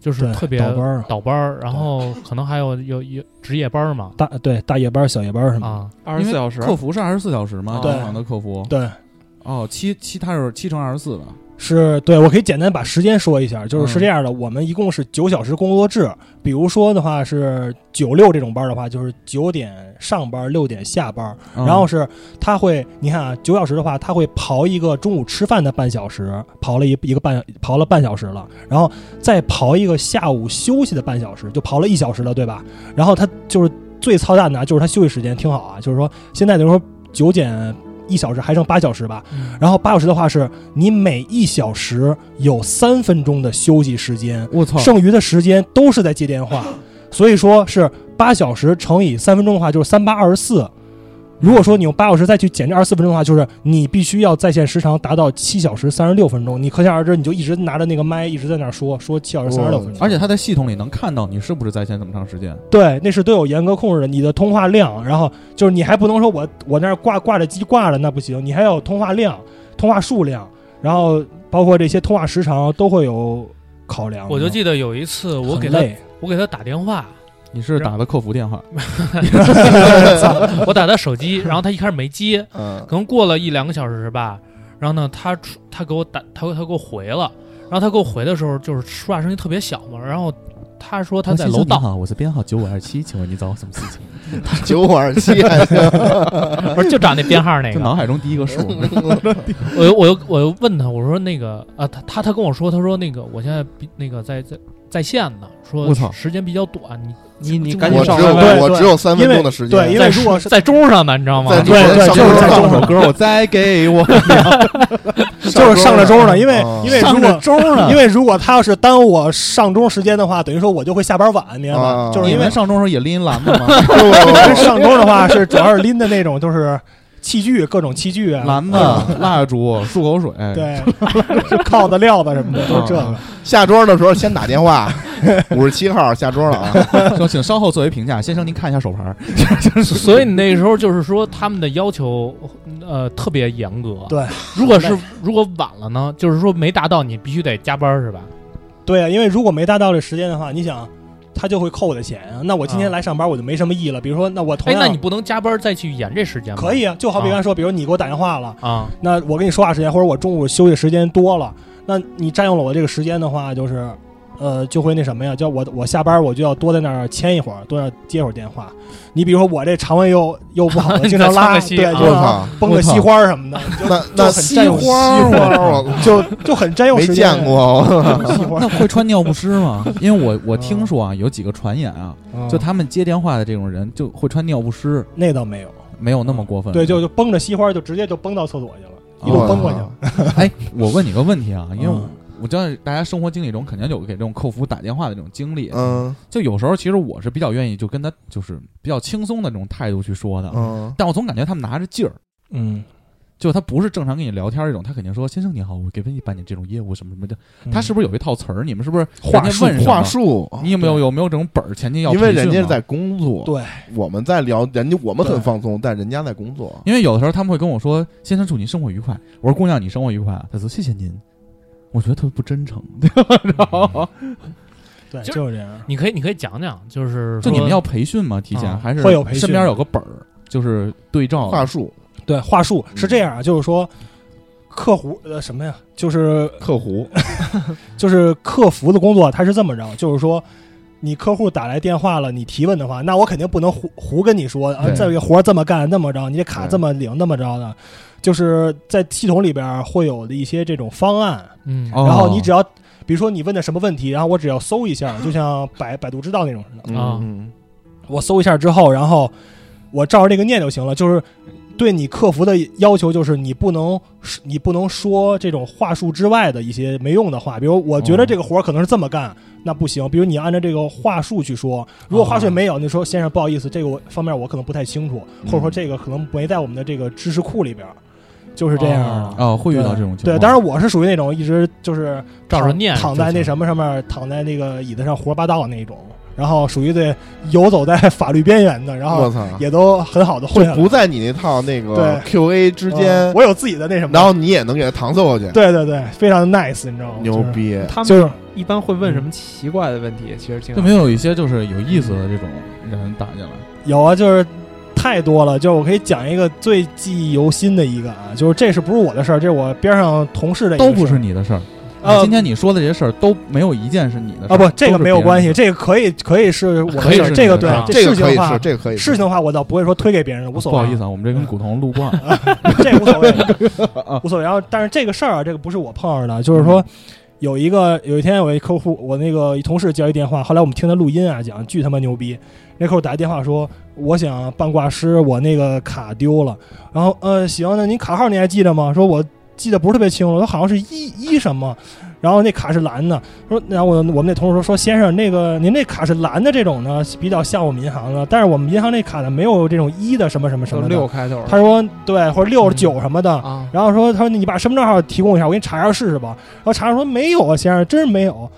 S7: 就是
S8: 对
S7: 特别
S8: 倒班儿啊
S7: 倒班儿，然后可能还有有有值夜班儿嘛
S8: 大对大夜班儿小夜班儿什么的，
S7: 啊，
S5: 二十四小时，
S4: 客服是二十四小时吗？
S8: 对
S4: 银行的客服
S8: 对。
S4: 哦，七七他是七乘二十四的，
S8: 是对，我可以简单把时间说一下，就
S4: 嗯
S8: 是是这样的，我们一共是九小时工作制。比如说的话是九六这种班儿的话，就是九点上班，六点下班，
S4: 嗯
S8: 然后是他会，你看啊，九小时的话，他会刨一个中午吃饭的半小时，刨了一一个半，刨了半小时了，然后再刨一个下午休息的半小时，就刨了一小时了，对吧？然后他就是最操蛋的啊，就是他休息时间，听好啊，就是说现在等于说九点一小时还剩八小时吧，然后八小时的话是你每一小时有三分钟的休息时间，
S4: 我操，
S8: 剩余的时间都是在接电话，所以说是八小时乘以三分钟的话就是三八二十四。如果说你用八小时再去减这二十四分钟的话，就是你必须要在线时长达到七小时三十六分钟。你可想而知，你就一直拿着那个麦一直在那儿说说七小时三十六分钟，
S4: 而且他在系统里能看到你是不是在线这么长时间。
S8: 对，那是都有严格控制的。你的通话量，然后就是你还不能说我我那儿挂挂着机挂了那不行，你还要有通话量、通话数量，然后包括这些通话时长都会有考量的。
S7: 我就记得有一次我给
S8: 很
S7: 他
S8: 累
S7: 我给他打电话，
S4: 你是
S2: 啊
S4: 打的客服电话，
S7: 我打他手机，然后他一开始没接，
S6: 嗯，
S7: 可能过了一两个小时吧，然后呢，他出他给我打，他他给我回了，然然后他给我回的时候，就是说话声音特别小嘛。然后他说他
S2: 哦
S7: 在
S2: 先生
S7: 楼
S2: 您
S7: 道，
S2: 好，我是编号九五二七，请问你找我什么事情？
S6: 九五二七还行，
S7: 不是就找那编号 那
S4: 就
S7: 个。
S4: 脑海中第一个数，
S2: 哎
S7: 我又我又我又问他，我说那个啊，他他他跟我说，他说那个我现在比那个在在在线呢，说
S4: 我操
S7: 时间比较短，你
S1: 你你
S7: 我
S1: 赶紧
S6: 我
S1: 上
S6: 只有
S1: 来吧。
S8: 对
S6: 我
S8: 对
S6: 只有三分
S8: 因为
S6: 钟的时间，
S8: 对因为
S7: 在
S8: 如果是
S7: 在中上呢，你知道吗？
S6: 在
S8: 对对
S6: 上
S8: 就是在中
S6: 上
S8: 上
S6: 上上
S4: 歌我再给我，
S8: 就是上着周呢，因为
S6: 啊
S8: 因为
S2: 上
S8: 如
S2: 着
S8: 果
S2: 钟呢，
S8: 因为如果他要是耽误我上钟时间的话，等于说我就会下班晚，你知道
S6: 啊
S8: 吗？就是
S4: 你
S8: 因为
S4: 们上钟时候也拎篮 子吗？
S8: 因为上周的话是主要是拎的那种就是器具，各种器具啊，
S4: 篮子、蜡烛、漱口水，
S8: 对，铐子、料子什么的都是这个。
S6: 下桌的时候先打电 话，五十七号下桌了啊，
S4: 说请稍后作为评价。先生，您看一下手牌儿，
S7: 所以你那时候就是说他们的要求，呃，特别严格。
S8: 对，
S7: 如果是如果晚了呢，就是说没达到，你必须得加班是吧？
S8: 对啊，因为如果没达到这时间的话，你想他就会扣我的钱啊。那我今天来上班我就没什么意义了。比如说，那我同
S7: 哎，那你
S8: 样
S7: 不能加班再去延这时间吗？
S8: 可以啊，就好比刚才说，比如你给我打电话了，
S7: 啊，
S8: 那我跟你说话时间，或者我中午休息时间多了，那你占用了我这个时间的话，就是。呃，就会那什么呀？叫我我下班我就要多在那儿签一会儿，多在那儿接会儿电话。你比如说我这肠胃又又不 好，经常
S7: 你再窜
S8: 拉，
S7: 个稀
S8: 对，
S7: 啊
S8: 经
S6: 我
S8: 常
S6: 操，
S8: 崩个西花儿什么的，
S6: 那那
S8: 就很
S6: 西
S8: 占用
S6: 花儿
S8: 西花
S6: 我操
S8: 就就很占用
S6: 没
S8: 时间。
S6: 见过，
S8: 西花
S4: 那
S8: 儿，
S4: 会穿尿不湿吗？ 因为我我听说啊，有几个传言啊，
S2: 哦
S4: 就他们接电话的这种人就会穿尿不湿，
S8: 那倒没有，
S4: 没有那么过分。
S8: 对，就就崩着西花儿就直接就崩到厕所去了，一路崩过去了。
S4: 哎，我问你个问题啊，因为我
S8: 嗯
S4: 我知道大家生活经历中肯定有给这种客服打电话的这种经历，
S6: 嗯
S4: 就有时候其实我是比较愿意就跟他就是比较轻松的这种态度去说的，
S6: 嗯，
S4: 但我总感觉他们拿着劲儿。
S8: 嗯，
S4: 就他不是正常跟你聊天这种，他肯定说：“先生你好，我给问一办你这种业务什么什么的。”他是不是有一套词儿？你们是不是
S6: 话术
S4: 人家问什么
S6: 话术，
S4: 你有没有有没有这种本儿前期要？
S6: 啊因为人家是，在工作，
S8: 对，
S6: 我们在聊，人家我们很放松，但人家在工作，
S4: 因为有的时候他们会跟我说：“先生，祝您生活愉快。”我说：“姑娘，你生活愉快。”啊。”他说：“谢谢您。”我觉得特别不真诚， 对吧？然后
S8: 对，
S7: 就
S8: 就是这样。
S7: 你可以你可以讲讲，就是
S4: 就
S7: 说
S4: 你们要培训吗？提前
S7: 啊
S4: 还是
S8: 会有培训
S4: 身边有个本儿，就是对
S8: 哦
S4: 照
S6: 话术
S8: 对，话术是
S4: 嗯
S8: 这样啊，就是说，客户呃什么呀，就是
S6: 客服，
S8: 就是客服的工作，他是这么着，就是说。你客户打来电话了，你提问的话，那我肯定不能胡胡跟你说啊，
S6: 对
S8: 这个活儿这么干，那么着，你这卡
S6: 对
S8: 这么领，那么着的，就是在系统里边儿会有的一些这种方案，
S7: 嗯
S4: 哦
S8: 然后你只要，比如说你问的什么问题，然后我只要搜一下，就像百百度知道那种似的，
S7: 啊
S6: 嗯，
S8: 我搜一下之后，然后我照着这个念就行了。就是对你客服的要求，就是你不能你不能说这种话术之外的一些没用的话，比如我觉得这嗯个活儿可能是这么干，那不行。比如你按照这个话术去说，如果话术也没有，你说先生不好意思，这个我方面我可能不太清楚，或者说这个可能没在我们的这个知识库里边儿，就是这样的。
S4: 啊、
S7: 哦
S4: 会遇到这种情况。
S8: 对，当然我是属于那种一直就是
S7: 照着
S8: 躺
S7: 念
S8: 躺
S7: 就
S8: 在那
S7: 行
S8: 什么上面，躺在那个椅子上胡说八道那一种，然后属于对游走在 法律边缘的，然
S6: 我
S8: 后
S6: 操，
S8: 啊也都很好的混
S6: 就
S8: 下来
S6: 不在你那套那个
S8: 对
S6: QA 之间
S8: 嗯，我有自己的那什么，
S6: 然后你也能给他搪塞过去，
S8: 对对对，非常 nice，你知道吗？
S6: 牛逼，
S5: 他
S8: 就是，就啊
S5: 们
S8: 是
S5: 一般会问什么奇怪的问题？其实经
S4: 就
S5: 常
S4: 没有一些就是有意思的这种人打进来，
S8: 有啊，就是。太多了，就是我可以讲一个最记忆犹新的一个啊，就是这是不是我的事儿，这是我边上同事的一个
S4: 都不
S8: 事儿
S4: 是你的事儿。
S8: 呃
S4: 今天你说的这些事儿都没有一件是你的事儿
S8: 啊，不，这个没有关系，
S4: 都是
S8: 这个可以可以是我的
S4: 可以
S8: 事
S4: 是
S8: 儿
S4: 你
S8: 这个
S4: 的
S8: 对
S7: 事儿啊
S6: 这个
S8: 事情
S6: 可以
S8: 的话
S6: 是，这个可以
S8: 事情的话，我倒不会说推给别人，无
S4: 别人的事儿。
S8: 所
S4: 不
S8: 谓啊。
S4: 好意思啊，我们这跟古潼录 惯了。
S8: 这无所谓，无所谓。然后，但是这个事儿啊，这个不是我碰上的，就是说有一个有一天有一客户，我那个一同事接一电话，后来我们听他录音啊，讲巨他妈牛逼。那客户打一电话说，我想办挂失，我那个卡丢了。然后，呃，行，那您卡号你还记得吗？说我记得不是特别清楚，我说好像是一一什么。然后那卡是蓝的，说，然后我我们那同事说说先生，那个您那卡是蓝的这种呢，比较像我们银行的，但是我们银行那卡呢没有这种一的什么什么什
S5: 都
S8: 么的
S5: 哦六开头
S8: 他说对，或者六十九什么的。
S5: 啊，
S8: 然后说他说你把身份证号提供一下，我给你查一下试试吧。然后查查说没有啊，先生，真是没有。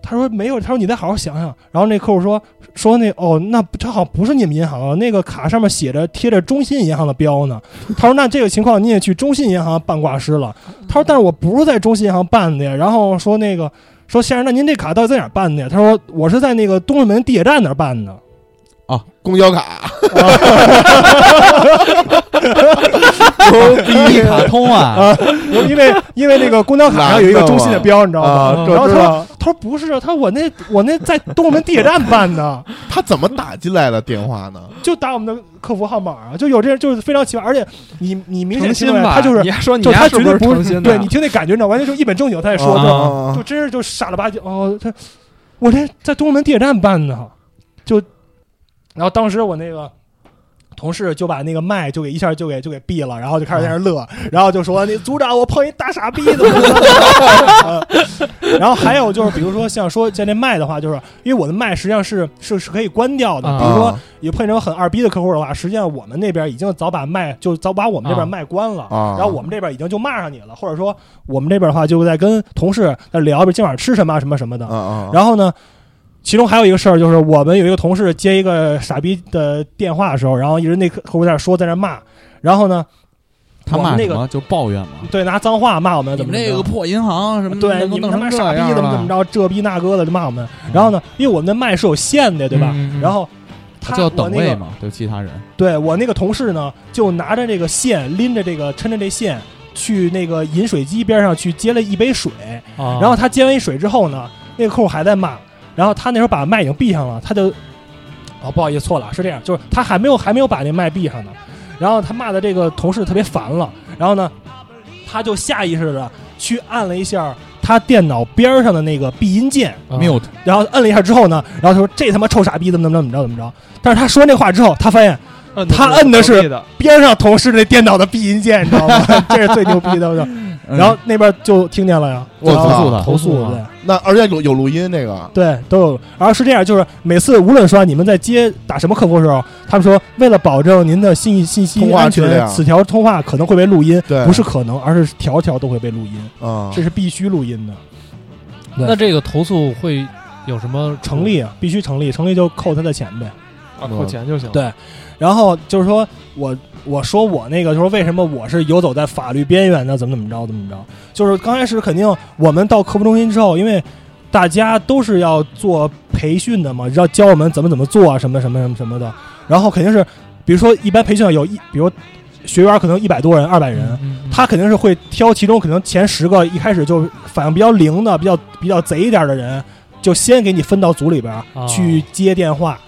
S8: 他说没有，他说你再好好想想。然后那客户说说那哦，那不这好像不是你们银行啊，那个卡上面写着贴着中信银行的标呢。他说那这个情况你也去中信银行办挂失了。他说但是我不是在中信银行办的呀。然后说那个说先生，那您这卡到底在哪儿办的呀？他说我是在那个东直门地铁站那儿办的。
S6: 公交卡，牛逼，
S8: 哎
S4: 卡通啊，
S8: 我因为因为那个公交卡上有一个中信的标，你知道
S6: 啊
S8: 吗？
S6: 这
S8: 然后他
S6: 知
S8: 说
S6: 道
S8: 他说不是，他说我那我那在东门地铁站办 的，
S6: 他怎么打进来的电话呢？
S8: 就打我们的客服号码啊，就有这就是非常奇怪，而且你你明显听
S5: 诚心
S8: 出来
S5: 吧？
S8: 他就是
S5: 你还说你
S8: 就
S5: 丫
S8: 他
S5: 是
S8: 绝对
S5: 是
S8: 不
S5: 诚心的？嗯
S8: 对你听那感觉，你知道吗？那就一本正经在说，就
S6: 啊
S8: 就真是就傻了吧唧哦，他我这在东门地铁站办的，就然后当时我那个。同事就把那个麦就给一下就给就给闭了，然后就开始在那儿乐，然后就说：“那组长，我碰一大傻逼怎么怎么样呃然后还有就是，比如说像说像那麦的话，就是因为我的麦实际上是是是可以关掉的，
S7: 啊
S8: 比如说也碰见那种很二逼的客户的话，实际上我们那边已经早把麦就早把我们这
S7: 啊
S8: 边麦关了，
S6: 啊
S8: 然后我们这边已经就骂上你了，或者说我们这边的话就在跟同事在聊，比如今晚吃什么啊什么什么的。
S6: 啊啊，
S8: 然后呢，其中还有一个事儿就是我们有一个同事接一个傻逼的电话的时候，然后一直那客户在那说在那骂，然后呢，
S4: 他
S8: 我们
S4: 骂
S8: 那
S4: 什
S8: 个
S4: 么就抱怨嘛，
S8: 对拿脏话骂我们
S4: 你
S8: 怎么
S4: 们
S8: 怎
S4: 这
S8: 么
S4: 个
S8: 着
S4: 破银行什么
S8: 对，
S4: 能
S8: 你们
S4: 弄
S8: 他
S4: 成
S8: 妈
S4: 这
S8: 傻逼
S4: 样啊
S8: 怎么
S4: 了
S8: 怎么着，这逼那哥的就骂我们。然后呢，因为我们的麦是有限的，对吧？
S7: 嗯嗯嗯
S8: 然后他
S4: 叫
S8: 我
S4: 等
S8: 那
S4: 位
S8: 个
S4: 嘛，对其他人
S8: 对我那个同事呢，就拿着这个线，拎着这个，抻着这线，去那个饮水机边上去接了一杯水。
S7: 啊，
S8: 然后他接完一水之后呢，那个客户还在骂，然后他那时候把麦已经闭上了，他就，哦，不好意思，错了，是这样，就是他还没有还没有把那麦闭上呢。然后他骂的这个同事特别烦了，然后呢，他就下意识的去按了一下他电脑边儿上的那个闭音键，
S7: 啊
S4: mute
S8: 然后摁了一下之后呢，然后他说这他妈臭傻逼怎么怎么怎么着怎么着。但是他说完这话之后，他发现
S5: 嗯
S8: 他摁的是
S5: 隔壁的
S8: 边上同事那电脑的闭音键，你知道吗？ 这是最牛逼的，我就
S4: 嗯
S8: 然后那边就听见了呀，
S6: 我
S8: 然后
S6: 操
S8: 投
S7: 投
S8: 诉
S7: 诉
S8: 对
S7: 啊
S6: 那而且有有录音这个，
S8: 对都有。然后是这样，就是每次无论说你们在接打什么客服的时候，他们说为了保证您的信信
S6: 通
S8: 息
S6: 话
S8: 安
S6: 质量
S8: 全，此条通话可能会被录音，
S6: 对
S8: 不是可能，而是条条都会被录音，
S6: 啊
S8: 这是必须录音的，
S7: 那这个投诉会有什么
S8: 成？立啊，必须成立，成立就扣他的钱呗。
S5: 啊扣钱就行了。
S8: 对然后就是说我我说我那个就是为什么我是游走在法律边缘呢？怎么怎么着怎么着？就是刚开始肯定我们到客服中心之后，因为大家都是要做培训的嘛，要教我们怎么怎么做啊，什么什么什么什么的。然后肯定是，比如说一般培训要有一，比如学员可能一百多人、二百人，
S7: 嗯
S8: 他肯定是会挑其中可能前十个一开始就反应比较灵的、比较比较贼一点的人，就先给你分到组里边儿
S7: 哦
S8: 去接电话。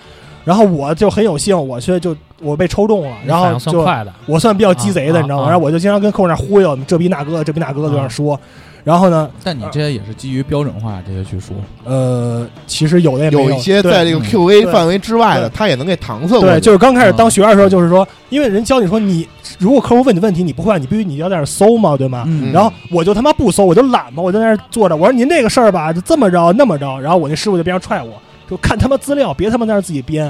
S8: 然后我就很有幸，我却就我被抽中了，然
S7: 反
S8: 后
S7: 应算
S8: 就
S7: 快的，
S8: 我算比较鸡贼的，
S7: 啊
S8: 你知道吗？
S7: 啊啊
S8: 然后我就经常跟客户那儿忽悠，这逼那哥，这逼那哥在那
S7: 啊
S8: 说。然后呢，
S4: 但你这些也是基于标准化这些去说，
S8: 呃，其实有的也没
S6: 有一些
S8: 对
S6: 在这个
S4: 嗯
S6: QA
S8: 对
S6: 范围之外的，
S8: 对
S6: 他也能给搪塞过
S8: 对，
S6: 去
S8: 就是刚开始
S4: 嗯
S8: 当学员的时候，就是说，因为人教你说你，如果客户问你问题，你不会，你必须你要在那儿搜嘛，对吗？
S4: 嗯
S8: 啊然后我就他妈不搜，我就懒嘛，我就在那儿坐着。我说您这个事儿吧，就这么着那么着。然后我那师傅就边上踹我，说看他妈资料，别他妈在那儿自己编。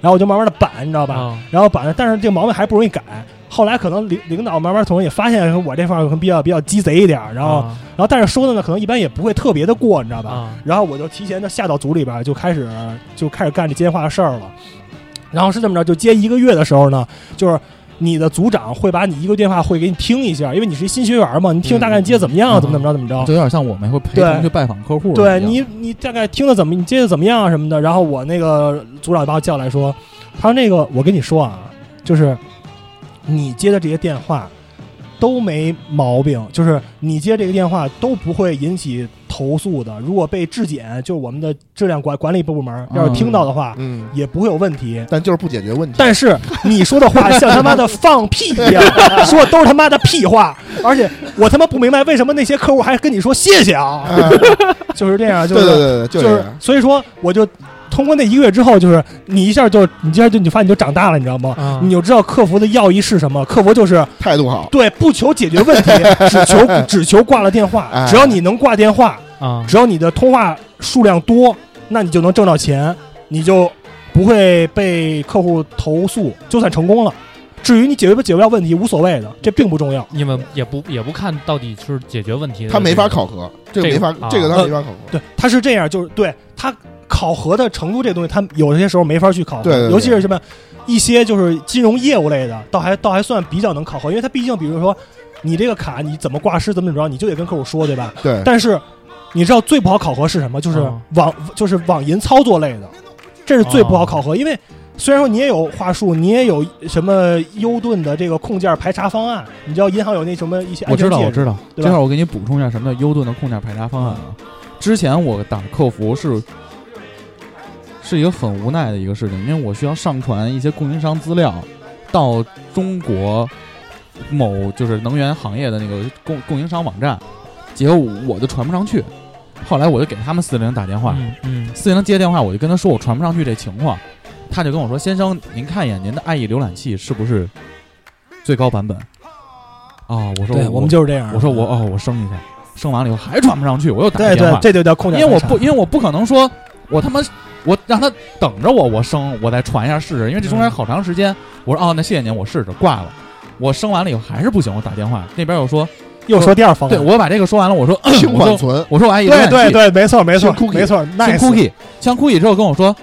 S8: 然后我就慢慢的板，你知道吧？
S7: 啊
S8: 然后板，但是这个毛病还不容易改。后来可能领领导慢慢从也发现我这方面可能比较比较鸡贼一点儿，然后、
S7: 啊
S8: 然后但是说的呢，可能一般也不会特别的过，你知道吧？
S7: 啊
S8: 然后我就提前就下到组里边儿，就开始就开始干这接电话的事儿了。然后是这么着，就接一个月的时候呢，就是你的组长会把你一个电话会给你听一下，因为你是一新学员嘛，你听大概接怎么样，啊
S7: 嗯
S8: 怎么怎么着怎么着。
S4: 就有点像我们会陪
S8: 对
S4: 同去拜访客户一样，
S8: 对你，你大概听的怎么，你接的怎么样啊什么的。然后我那个组长就把我叫来说，他说那个我跟你说啊，就是你接的这些电话都没毛病，就是你接这个电话都不会引起投诉的。如果被质检，就是我们的质量管管理部门要是听到的话，
S6: 嗯，
S8: 也不会有问题。
S6: 但就是不解决问题。
S8: 但是你说的话像他妈的放屁一 样，说的都是他妈的屁话，而且我他妈不明白为什么那些客户还跟你说谢谢啊，
S6: 哎
S8: 就是这样，就
S6: 对对
S8: 是
S6: 对，对就
S8: 就
S6: 这
S8: 是
S6: 样，
S8: 所以说我就通过那一个月之后，就是你一下就你一下就你发现你就长大了，你知道吗？
S7: 啊
S6: 嗯
S8: 你就知道客服的要义是什么，客服就是
S6: 态度好。
S8: 对不求解决问 题，只求只求挂了电话
S6: 哎，
S8: 只要你能挂电话，
S7: 啊
S8: 只要你的通话数量多，那你就能挣到钱，你就不会被客户投诉，就算成功了。至于你解决不解决不了问题，无所谓的，这并不重要。
S7: 你们也不也不看到底是解决问题的这个，
S6: 他没法考核，这个
S7: 这个
S6: 没法，
S7: 啊
S6: 这个他
S8: 呃
S6: 没法考核。
S8: 对，他是这样，就是对他考核的程度这东西，他有些时候没法去考核，
S6: 对对对
S8: 尤其是什么一些就是金融业务类的，倒还倒还算比较能考核，因为他毕竟比如说你这个卡你怎么挂失怎么怎么着，你就得跟客户说，对吧？
S4: 哎
S6: 对，
S8: 但是你知道最不好考核是什么？就是
S7: 嗯
S4: 嗯
S8: 网、就是网银操作类的，这是最不好考核，因为虽然说你也有话术，你也有什么优盾的这个控件排查方案，你知道银行有那什么一些
S4: 我
S8: 安
S4: 知
S8: 全
S4: 道，
S8: 介
S4: 我
S8: 质，
S4: 知道。
S8: 对
S4: 这
S8: 吧嗯
S4: 块儿我给你补充一下什么叫优盾的控价排查方案啊。之前我打客服是是一个很无奈的一个事情，因为我需要上传一些供应商资料到中国某就是能源行业的那个供供应商网站，结果我就传不上去。后来我就给他们四零打电话，
S7: 嗯嗯
S4: 四零接电话，我就跟他说我传不上去这情况，他就跟我说：“先生，您看一眼您的爱意浏览器是不是最高版本？”啊，我说
S8: 对我们就是这样。
S4: 我说我哦，我升一下，升完了以后还传不上去，我又打
S8: 对
S4: 电
S8: 对
S4: 话，，
S8: 这就叫控件
S4: 因为
S8: 排
S4: 我
S8: 查，
S4: 不因为我不可能说，我他妈我让他等着我，我升我再传一下试试，因为这中间好长时间，我说哦，那谢谢您，我试试挂了。我升完了以后还是不行，我打电话那边又说，
S8: 又说第二方
S4: 对
S8: 案，
S4: 我把这个说完了，我说
S6: 轻
S4: 我
S6: 缓
S4: 说
S6: 存，
S4: 我说我哎阿姨
S8: 对哦对对，没错没错
S6: 清 cookie
S8: 没错
S4: 先
S8: ，nice，嗯
S4: cookie，先 cookie 之后跟我说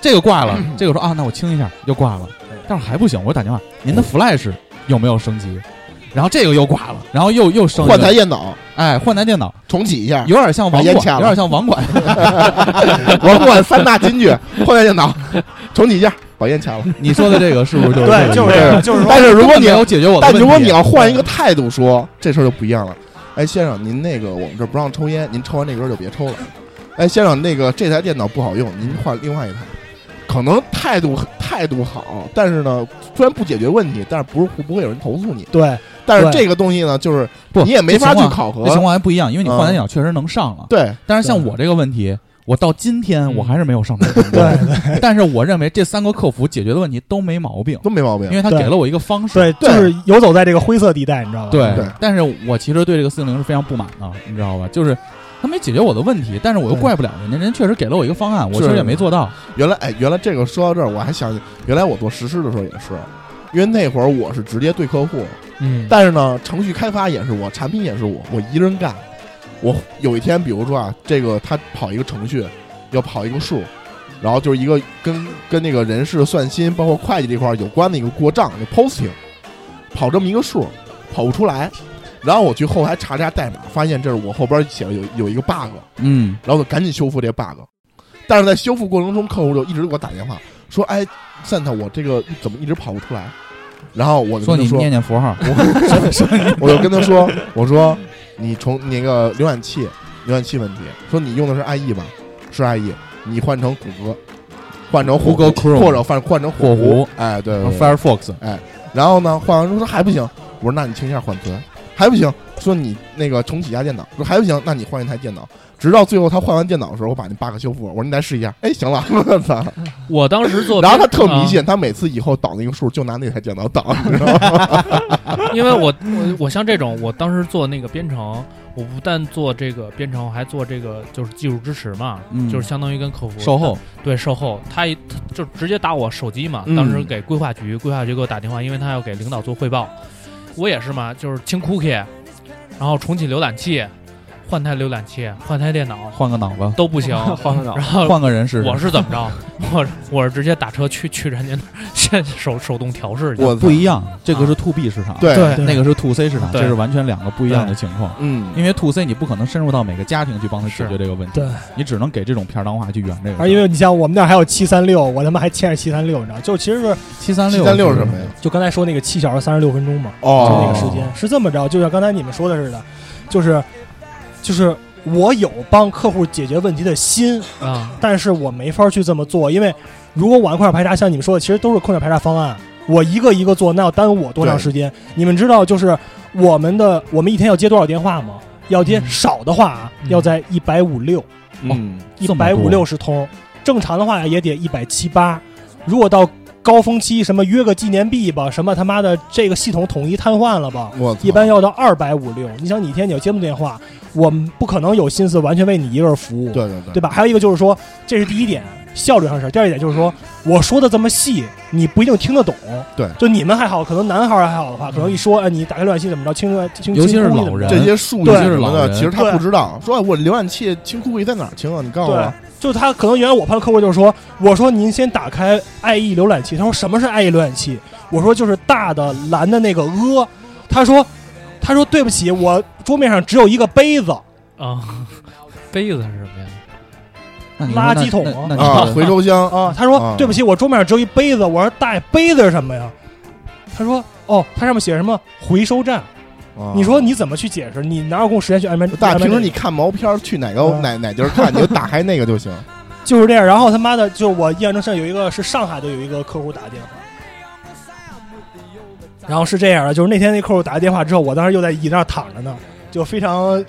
S4: 这个挂了，这个说啊，那我清一下又挂了，但是还不行，我打电话，您
S8: 哦
S4: 的 Flash 有没有升级？然后这个又挂了，然后又又升一个
S6: 换台电脑，
S4: 哎换台电脑。
S6: 重启一下，
S4: 有点像网
S6: 把
S4: 管，
S6: 烟啊掐了
S4: 有点像网管。
S6: 我管三大金句，换台电脑，重启一下，把烟掐了。
S4: 你说的这个是不是就是
S8: 对，就是这样，就是说
S6: 但是如果你
S4: 没有解决我的
S6: 但
S4: 问题，啊
S6: 如果你要换一个态度说，这事儿就不一样了。哎，先生，您那个我们这不让抽烟，您抽完这根就别抽了。哎，先生，那个这台电脑不好用，您换另外一台。可能态度态度好，但是呢，虽然不解决问题，但是不是不会有人投诉你。
S8: 对
S6: 但是
S8: 对
S6: 这个东西呢，就是
S4: 不
S6: 你也没法去考
S4: 这情
S6: 核。
S4: 况还不一样，因为你换
S6: 嗯
S4: 台电脑确实能上了。
S6: 对，
S4: 但是像我这个问题，我到今天
S7: 嗯
S4: 我还是没有上台。
S8: 对，
S4: 但是我认为这三个客服解决的问题都没毛病，
S6: 都没毛
S4: 因
S6: 病。
S4: 为他
S8: 对
S4: 给了我一个方式。
S8: 对，就是游走在这个灰色地带，你知道吧？
S4: 对
S6: 对
S4: 但是我其实对这个四零零是非常不满的，你知道吧？就是他没解决我的问题，但是我又
S8: 对
S4: 怪不了人家，人家确实给了我一个方案，我
S6: 嗯是
S4: 确实也没做到。
S6: 原来哎，原来这个说到这儿，我还想起，原来我做实施的时候也是，因为那会儿我是直接对客户，
S7: 嗯，
S6: 但是呢，程序开发也是我，产品也是我，我一人干。我有一天，比如说啊，这个他跑一个程序，要跑一个数，然后就是一个跟跟那个人事算薪，包括会计这块儿有关的一个过账，就 posting，跑这么一个数，跑不出来。然后我去后台查查代码，发现这是我后边写的有有一个 bug，
S4: 嗯，
S6: 然后我就赶紧修复这 bug。但是在修复过程中，客户就一直给我打电话说：“哎，Santa，我这个怎么一直跑不出来？”然后我就
S4: 说
S6: 跟他
S4: 你
S6: 说
S4: 念念符号，
S6: 我就跟他说，我说你从那个浏览器，浏览器问题，说你用的是 IE 吧？是 IE，你换成谷歌，换成火
S4: Google Chrome
S6: 或者换换成火
S4: 火狐
S6: 哎，对对对。
S4: Firefox
S6: 然后呢，换完之后说还不行，我说那你清一下缓存，还不行，说你那个重启一下电脑，说还不行，那你换一台电脑。直到最后他换完电脑的时候，我把那 bug 修复了，我说你再试一下，哎，行了， 我操！
S7: 我当时 做，啊
S6: 然后他特迷信，他每次以后导那个数就拿那台电脑导，你知道吗？
S7: 啊，因为我我我像这种，我当时做那个编程，我不但做这个编程，我还做这个就是技术支持嘛，
S4: 嗯
S7: 就是相当于跟客服
S4: 售后，
S7: 对售后，他一他就直接打我手机嘛，
S4: 嗯
S7: 当时给规划局，规划局给我打电话，因为他要给领导做汇报，我也是嘛，就是清 cookie，然后重启浏览器，换台浏览器，换台电 脑
S4: 换个脑子，
S7: 都不行，
S5: 换个脑
S7: 然后
S4: 换个人是
S7: 呃我是怎么着？我我是直接打车去去人家那儿，先手手动调试去。
S6: 我操
S4: 不一样，这个是 to B 市场，
S6: 对
S8: 对
S4: 那个是 to C 市场，
S7: 啊对
S4: 这是完全两个不一样的情况。
S6: 嗯，
S4: 因为 to C 你不可能深入到每个家庭去帮他解
S7: 是
S4: 决这个问题
S8: 对，啊
S4: 你只能给这种片儿当话去圆这个事儿。
S8: 而因为你像我们那儿还有七三六，我他妈还欠着七三六，你知道？就其实是
S4: 七三六
S6: 七三六是什么呀？
S8: 就刚才说那个七小时三十六分钟嘛，就
S6: 哦，
S8: 那个时间、是这么着，就像刚才你们说的似的，就是就是我有帮客户解决问题的心，
S7: 啊，
S8: 但是我没法去这么做，因为如果我按控制排查，像你们说的，其实都是控制排查方案，我一个一个做，那要耽误我多长时间？你们知道，就是我们的我们一天要接多少电话吗？要接
S7: 嗯
S8: 少的话啊，
S7: 嗯
S8: 要在一百五六、
S6: 嗯，
S8: 一
S4: 这么
S8: 百五
S4: 多
S8: 六十通，正常的话也得一百七八。如果到高峰期，什么约个纪念币吧，什么他妈的这个系统统一瘫痪了吧，
S6: 我操
S8: 一般要到二百五六。你想，你一天你要接那么多电话，我们不可能有心思完全为你一个人服务。
S6: 对对对
S8: 对吧？还有一个就是说，这是第一点，效率上的事儿。第二点就是说，我说的这么细，你不一定听得懂。
S6: 对嗯
S8: 就你们还好，可能男孩儿还好的话，可能一说，哎，你打开浏览器怎么着，清楚清，
S4: 尤其是
S8: 清楚
S4: 老人
S6: 这些数据
S8: 对
S6: 什么
S4: 老
S6: 的，
S4: 人
S6: 其实他
S8: 对
S6: 不知道。说哎我浏览器清库位在哪儿清啊？你告诉
S8: 对
S6: 我。，
S8: 就他可能原来我判客户就是说，我说您先打开 IE 浏览器，他说什么是 IE 浏览器？我说就是大的蓝的那个呃，他说他说对不起， 我桌面上只有一个杯子，
S7: 啊，杯子是什么呀？
S4: 那你说
S8: 垃
S4: 那
S8: 圾桶
S4: 那
S8: 啊
S4: 那你
S6: 啊，
S4: 说
S6: 回收箱
S8: 啊，他说、
S6: 啊
S8: 对不起，我桌面上只有一杯子。我说大爷，杯子是什么呀？他说哦，它上面写什么回收站？
S6: 啊
S8: 你说你怎么去解释？你哪有空时间去安排？
S6: 大
S8: 安排
S6: 平时
S8: 这
S6: 你
S8: 个
S6: 看毛片儿去哪个
S8: 啊
S6: 哪哪地儿看，你就打开那个就行。
S8: 就是这样。然后他妈的，就我印象中是有一个是上海的有一个客户打电话。然后是这样的，就是那天那客户打电话之后，我当时又在椅子上躺着呢，就非常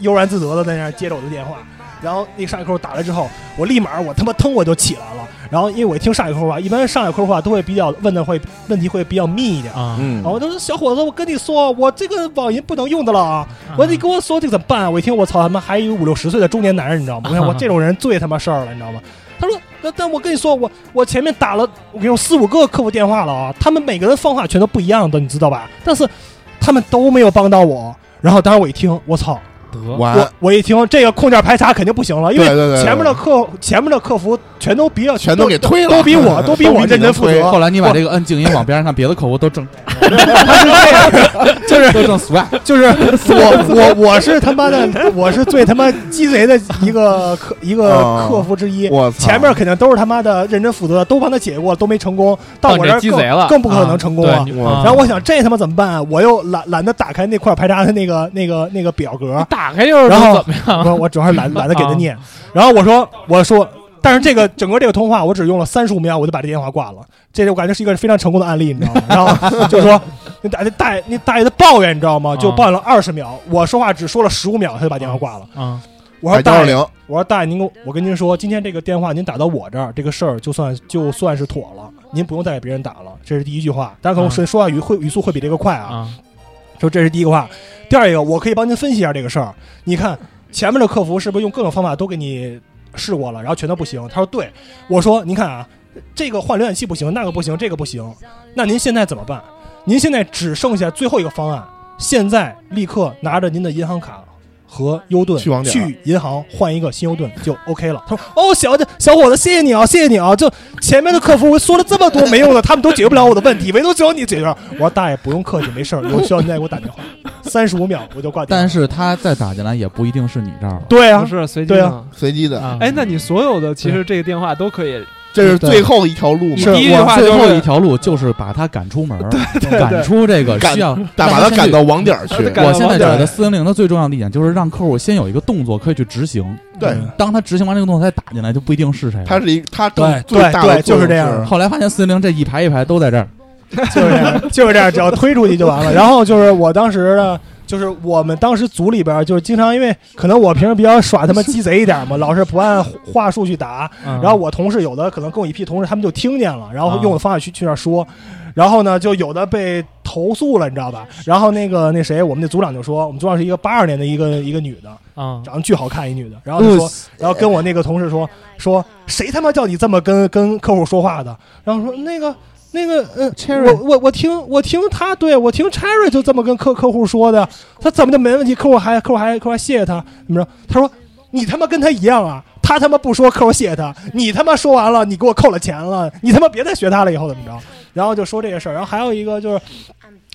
S8: 悠然自得的在那儿接着我的电话。然后那上海客户打来之后，我立马我他妈腾我就起来了。然后因为我一听上海客户话，一般上海客户话都会比较问的会问题会比较密一点。
S7: 啊，
S6: 嗯
S8: 然后我就说小伙子，我跟你说，我这个网银不能用的了啊！
S7: 嗯
S8: 我你跟我说这个怎么办、啊？我一听，我操他妈，还有一个五六十岁的中年男人，你知道吗？我看我这种人最他妈事儿了，你知道吗？他说，那但我跟你说，我我前面打了，我跟你说四五个客服电话了啊，他们每个人方法全都不一样的，你知道吧？但是他们都没有帮到我。然后当时我一听，我操，
S7: 得
S6: 完，
S8: 我我一听这个控件排查肯定不行了，因
S6: 对对
S8: 为
S6: 对，对
S8: 前面的客前面的客服全都比较
S6: 全都给推了，
S8: 都比 我都比我认真负责
S6: 都比你能推
S4: 后来你把这个摁静音往边上看，别的客户都正
S8: 就是
S4: 都正 swag，
S8: 就是我我 我是他妈的，我是最他妈鸡贼的一个客一个客服之一。
S6: 我操
S8: 前
S7: 啊
S8: 面肯定都是他妈的认真负责，都帮他解过，都没成功。到我这儿
S7: 哦鸡贼了，
S8: 更更不可能成功
S7: 啊
S8: 啊！
S7: 对你
S6: 我
S7: 啊
S8: 然后我想这他妈怎么办啊？我又懒懒得打开那块排查的那个那个那个表格
S7: 你，打开就是
S8: 然后
S7: 怎么样？啊
S8: 我我主要是 懒懒得给他念。然后我说我说，但是这个整个这个通话我只用了三十五秒，我就把这电话挂了。这我感觉是一个非常成功的案例，你知道吗？然 后就是说那大那大爷那大爷的抱怨，你知道吗？
S7: 啊
S8: 就抱怨了二十秒，我说话只说了十五秒，他就把电话挂了。
S7: 啊，
S8: 我说
S6: 打幺
S8: 大
S6: 二
S8: 爷，
S6: 零，
S8: 我说大爷，您跟我我跟您说，今天这个电话您打到我这儿，这个事儿就算就算是妥了，您不用再给别人打了。这是第一句话，当然可能
S7: 啊
S8: 说说话语会语速会比这个快啊。
S7: 啊，
S8: 说这是第一个话，第二一个，我可以帮您分析一下这个事儿。你看前面的客服是不是用各种方法都给你试过了，然后全都不行？他说对，我说您看啊，这个换浏览器不行，那个不行，这个不行，那您现在怎么办？您现在只剩下最后一个方案，现在立刻拿着您的银行卡。和优盾
S6: 去网点
S8: 去银行换一个新优盾就 OK 了。他说：“哦，小姐，小伙子，谢谢你啊，谢谢你啊！ 就前面的客服说了这么多没用的，他们都解决不了我的问题，唯独只有你解决了。”我说：“大爷，不用客气，没事儿，有需要您再给我打 电话。”三十五秒我就挂掉。
S4: 但是他再打进来也不一定是你这儿了。
S8: 对
S5: 不
S8: 啊，
S5: 是随机
S8: 对啊
S5: 的。
S6: 随机
S7: 嗯
S6: 的，
S5: 哎，那你所有的其实这个电话都可以，
S6: 这是最后一条路
S5: 你
S6: 嘛
S5: 第？一句话
S4: 最
S5: 就
S4: 后一
S5: 是
S4: 条路就是把他赶出门儿，赶出这个
S6: 赶
S4: 需要
S6: 打把他赶。
S4: 让
S6: 到网点儿去。
S5: 赶
S4: 先
S5: 到
S4: 我现在
S5: 网
S4: 觉
S5: 点
S4: 得四零零的最重要的一点就是让客户先有一个动作可以去执行，嗯
S6: 对，
S4: 当他执行完这个动作，他再打进来就不一定是谁了。
S6: 他是一他
S8: 对
S6: 最
S8: 对
S6: 大的
S8: 对就是
S6: 作用
S8: 这样
S4: 后来发现四零零这一排一排都在这儿，
S8: 就是这样， 就是这样，只要推出去就完了。然后就是我当时呢，就是我们当时组里边儿就是经常因为可能我平时比较耍他妈鸡贼一点嘛，老是不按话术去打。
S7: 然
S8: 然后我同事有的可能跟我一批同事，他们就听见了，然后用我的方法去去那儿说。然后呢，就有的被投诉了，你知道吧？然后那个那谁，我们的组长就说，我们组长是一个八二年的一个一个女的，
S7: 啊，
S8: 长得巨好看一女的，然后就说，然后跟我那个同事说说谁他妈叫你这么跟跟客户说话的？然后说那个那个嗯、呃，我我我听我听他对我听 Cherry 就这么跟客客户说的，他怎么就没问题？客户还客户还客户还谢谢他怎么着？他说你他妈跟他一样啊，他他妈不说客户谢谢他，你他妈说完了你给我扣了钱了，你他妈别再学他了以后怎么着？然后就说这些事儿，然后还有一个就是。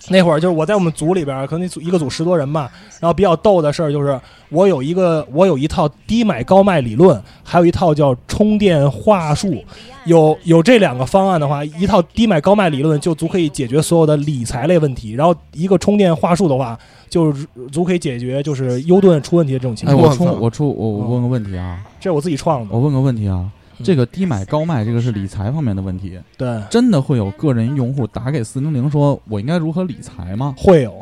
S8: 那会儿就是我在我们组里边儿，可能一组一个组十多人吧。然后比较逗的事儿就是，我有一个我有一套低买高卖理论，还有一套叫充电话术。有有这两个方案的话，一套低买高卖理论就足可以解决所有的理财类问题，然后一个充电话术的话，就是足可以解决就是优盾出问题的这种情
S4: 哎，
S8: 况。
S4: 我
S6: 我
S4: 出
S6: 操
S4: 我出我我问个问题啊，
S8: 这是我自己创的
S4: 我，问个问题啊，
S8: 嗯
S4: 这个低买高卖这个是理财方面的问题，
S8: 对，
S4: 真的会有个人用户打给四零零说，我应该如何理财吗？
S8: 会有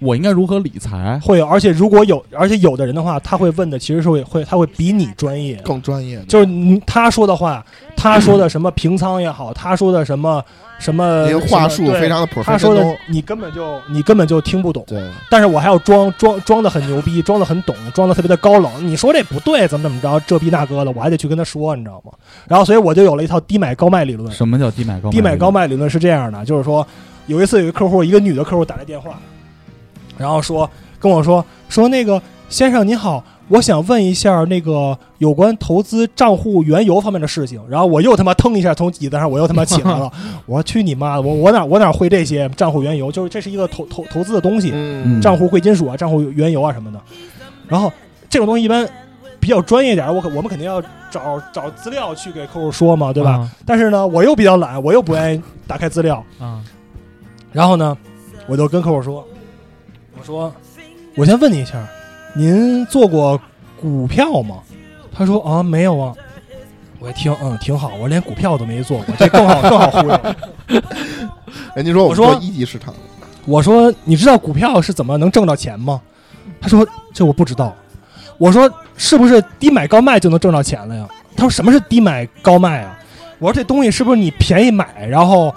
S4: 我应该如何理财？
S8: 会有，而且如果有，而且有的人的话，他会问的其实是会会他会比你专业，
S6: 更专业的。
S8: 就是你他说的话，他说的什么平仓也好，他说的什么什么
S6: 这些话
S8: 呃什
S6: 术
S8: 么对
S6: 非常的
S8: 他说的
S6: professional，
S8: 你根本就你根本就听不懂。
S6: 对，
S8: 但是我还要装装装的很牛逼，装的很懂，装的特别的高冷。你说这不对，怎么怎么着，这逼那哥的，我还得去跟他说，你知道吗？然后所以我就有了一套低买高卖理论。
S4: 什么叫低买高卖？
S8: 低买高卖理论是这样的，就是说有一次有一个客户，一个女的客户打来电话，然后说跟我说说那个先生您好，我想问一下那个有关投资账户原油方面的事情。然后我又他妈腾一下从椅子上，我又他妈起来了，我说去你妈的，我我哪我哪会这些账户原油？就是这是一个投投投资的东西，
S6: 嗯
S4: 嗯
S8: 账户贵金属啊、账户原油啊什么的。然后这种东西一般比较专业点儿，我可我们肯定要找找资料去给客户说嘛，对吧？
S7: 啊？
S8: 但是呢，我又比较懒，我又不愿意打开资料，
S7: 啊，
S8: 然后呢，我就跟客户说，我说我先问你一下，您做过股票吗？他说啊，没有啊。我一听，嗯，挺好，我连股票都没做过，这更好，更好忽悠。
S6: 人家说
S8: 我
S6: 们
S8: 说
S6: 做一级市场，
S8: 我说：“你知道股票是怎么能挣到钱吗？”他说：“这我不知道。”我说：“是不是低买高卖就能挣到钱了呀？”他说：“什么是低买高卖啊？”我说：“这东西是不是你便宜买，然后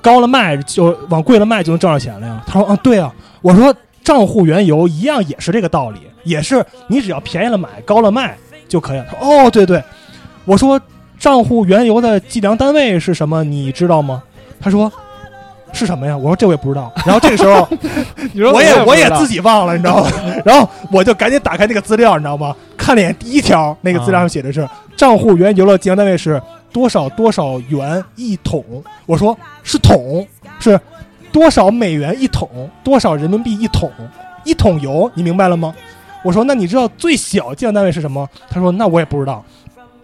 S8: 高了卖，就往贵了卖就能挣到钱了呀？”他说：“啊，对啊。”我说：“账户原油一样也是这个道理，也是你只要便宜了买，高了卖就可以了。”他说：“哦，对对。”我说：“账户原油的计量单位是什么？你知道吗？”他说。是什么呀？我说这我也不知道。然后这个时候，
S5: 你说
S8: 我也
S5: 我
S8: 我也自
S5: 己
S8: 己忘了，你知道吗？然后我就赶紧打开那个资料，你知道吗？看了一眼第一条，那个资料上写的是、账户原油的计量单位是多少多少元一桶。我说是桶，是多少美元一桶，多少人民币一桶，一桶油，你明白了吗？我说那你知道最小计量单位是什么？他说那我也不知道。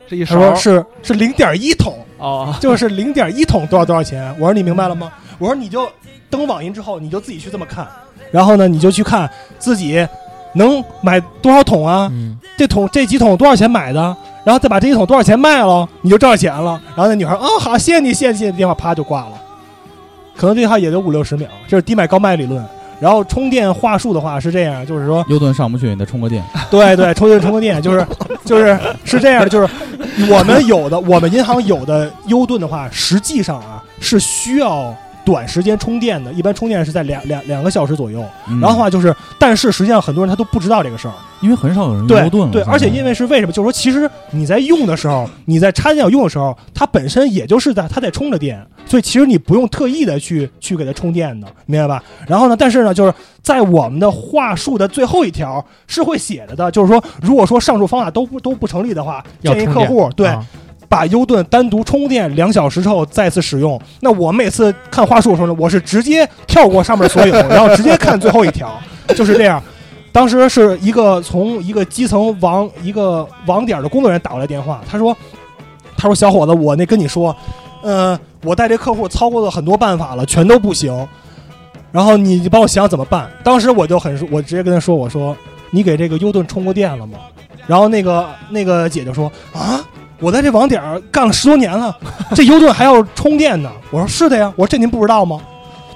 S5: 这一
S8: 他
S5: 勺
S8: 说是是零点一桶。
S5: 哦，
S8: 就是零点一桶多少多少钱。我说你明白了吗？我说你就登网银之后，你就自己去这么看，然后呢，你就去看自己能买多少桶啊，
S4: 嗯，
S8: 这桶这几桶多少钱买的，然后再把这一桶多少钱卖了，你就挣到钱了。然后那女孩啊、好，谢谢你，谢谢谢谢，电话啪就挂了。可能对她也就五六十秒，这是低买高卖理论。然后充电话术的话是这样，就是说
S4: 优盾上不去，你得充个电。
S8: 对对，充电充个电，就是就是是这样的，就是我们有的我们银行有的优盾的话，实际上啊是需要短时间充电的，一般充电是在两两两个小时左右。
S4: 嗯
S8: 然后的话就是，但是实际上很多人他都不知道这个事儿，
S4: 因为很少有人用
S8: 对
S4: 优盾了，
S8: 对，
S4: 现在
S8: 而且因为是为什么？就是说，其实你在用的时候，你在插电脚用的时候，它本身也就是在它在充着电，所以其实你不用特意的去去给它充电的，明白吧？然后呢，但是呢，就是在我们的话术的最后一条是会写着的，就是说，如果说上述方法都不都不成立的话，
S7: 要
S8: 建议
S7: 充
S8: 客
S7: 电
S8: 户对、
S7: 啊
S8: 把优盾单独充电两小时之后再次使用。那我每次看话术的时候呢，我是直接跳过上面所有，然后直接看最后一条， 就是这样。当时是一个从一个基层网一个网点的工作人员打过来电话，他说：“他说小伙子，我那跟你说，呃，我带这客户操过了很多办法了，全都不行。然后你帮我想想怎么办。”当时我就很，我直接跟他说：“我说你给这个优盾充过电了吗？”然后那个那个姐就说：“啊，我在这网点儿干了十多年了，这油盾还要充电呢。我说是的呀，我说这您不知道吗？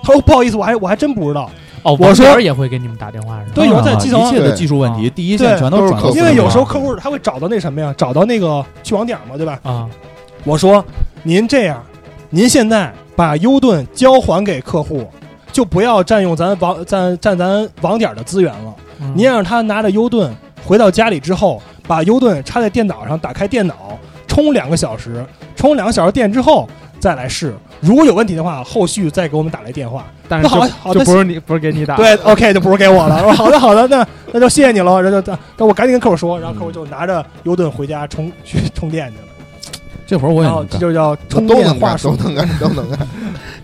S8: 他说不好意思，我还我还真不知道，
S7: 哦，
S8: 我
S7: 网
S8: 说
S7: 点儿也会给你们打电话是吧？
S8: 对有人在
S4: 啊
S8: 基层
S4: 一切的技术问题，第一线
S8: 对
S4: 全都
S6: 都是
S4: 转
S6: 客
S4: 到
S6: 服
S4: 互
S8: 因
S4: 联网
S8: 为有时候客户他会找到那什么呀，找到那个去网点儿嘛，对吧？
S7: 啊，
S8: 我说您这样，您现在把优盾交还给客户，就不要占用咱网占占咱网点儿的资源了。
S7: 嗯
S8: 您让他拿着优盾回到家里之后，把优盾插在电脑上，打开电脑充两个小时，充两个小时电之后再来试。如果有问题的话，后续再给我们打来电话。
S5: 但
S8: 那
S5: 是
S8: 好
S5: 就
S8: 好
S5: 就
S8: 的
S5: 不是你不是给你打，
S8: 对，OK，就不是给我了。我说好的好的，那那就谢谢你了。然后就那我赶紧跟客户说，然后客户就拿着优盾回家充去充电去了。
S4: 这活儿我也
S8: 然后
S4: 能
S8: 这
S4: 干，
S8: 就叫
S6: 都
S8: 充电
S6: 能
S8: 话
S6: 干，
S8: 术
S6: 都。能干，都 能干。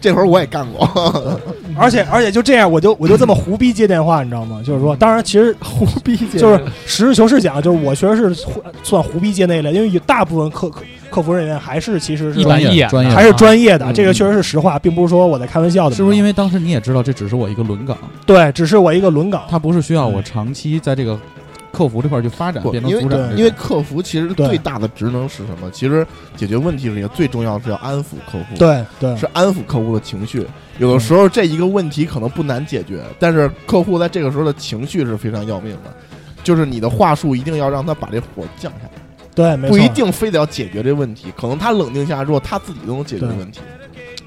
S6: 这会儿我也干过，
S8: 而且而且就这样，我就我就这么胡逼接电话，你知道吗？就是说，当然其实
S5: 胡逼姐
S8: 嗯就是实事求是讲，就是我确实是胡算胡逼接那一类，因为有大部分客客客服人员还是其实是
S7: 一板一眼的，啊
S4: 专业
S8: 还是专业的，
S6: 嗯
S8: 这个确实是实话，并不是说我在开玩笑的。
S4: 是不是因
S8: 为
S4: 为当时你也知道，这只是我一个轮岗，
S8: 对，只是我一个轮岗，
S4: 它不是需要我长期在这个客服这块儿去发展，
S6: 不
S4: 变成
S6: 因为
S4: 组长这种。
S6: 因为客服其实
S8: 对
S6: 最大的职能是什么？其实解决问题是也最重要的是要安抚客户，
S8: 对对
S6: 是安抚客户的情绪。有的时候这一个问题可能不难解决，但是客户在这个时候的情绪是非常要命的。就是你的话术一定要让他把这火降下来，
S8: 对，没错
S6: 不一。定非得要解决这问题，可能他冷静下来之后，他自己都能解决
S8: 对
S6: 问题。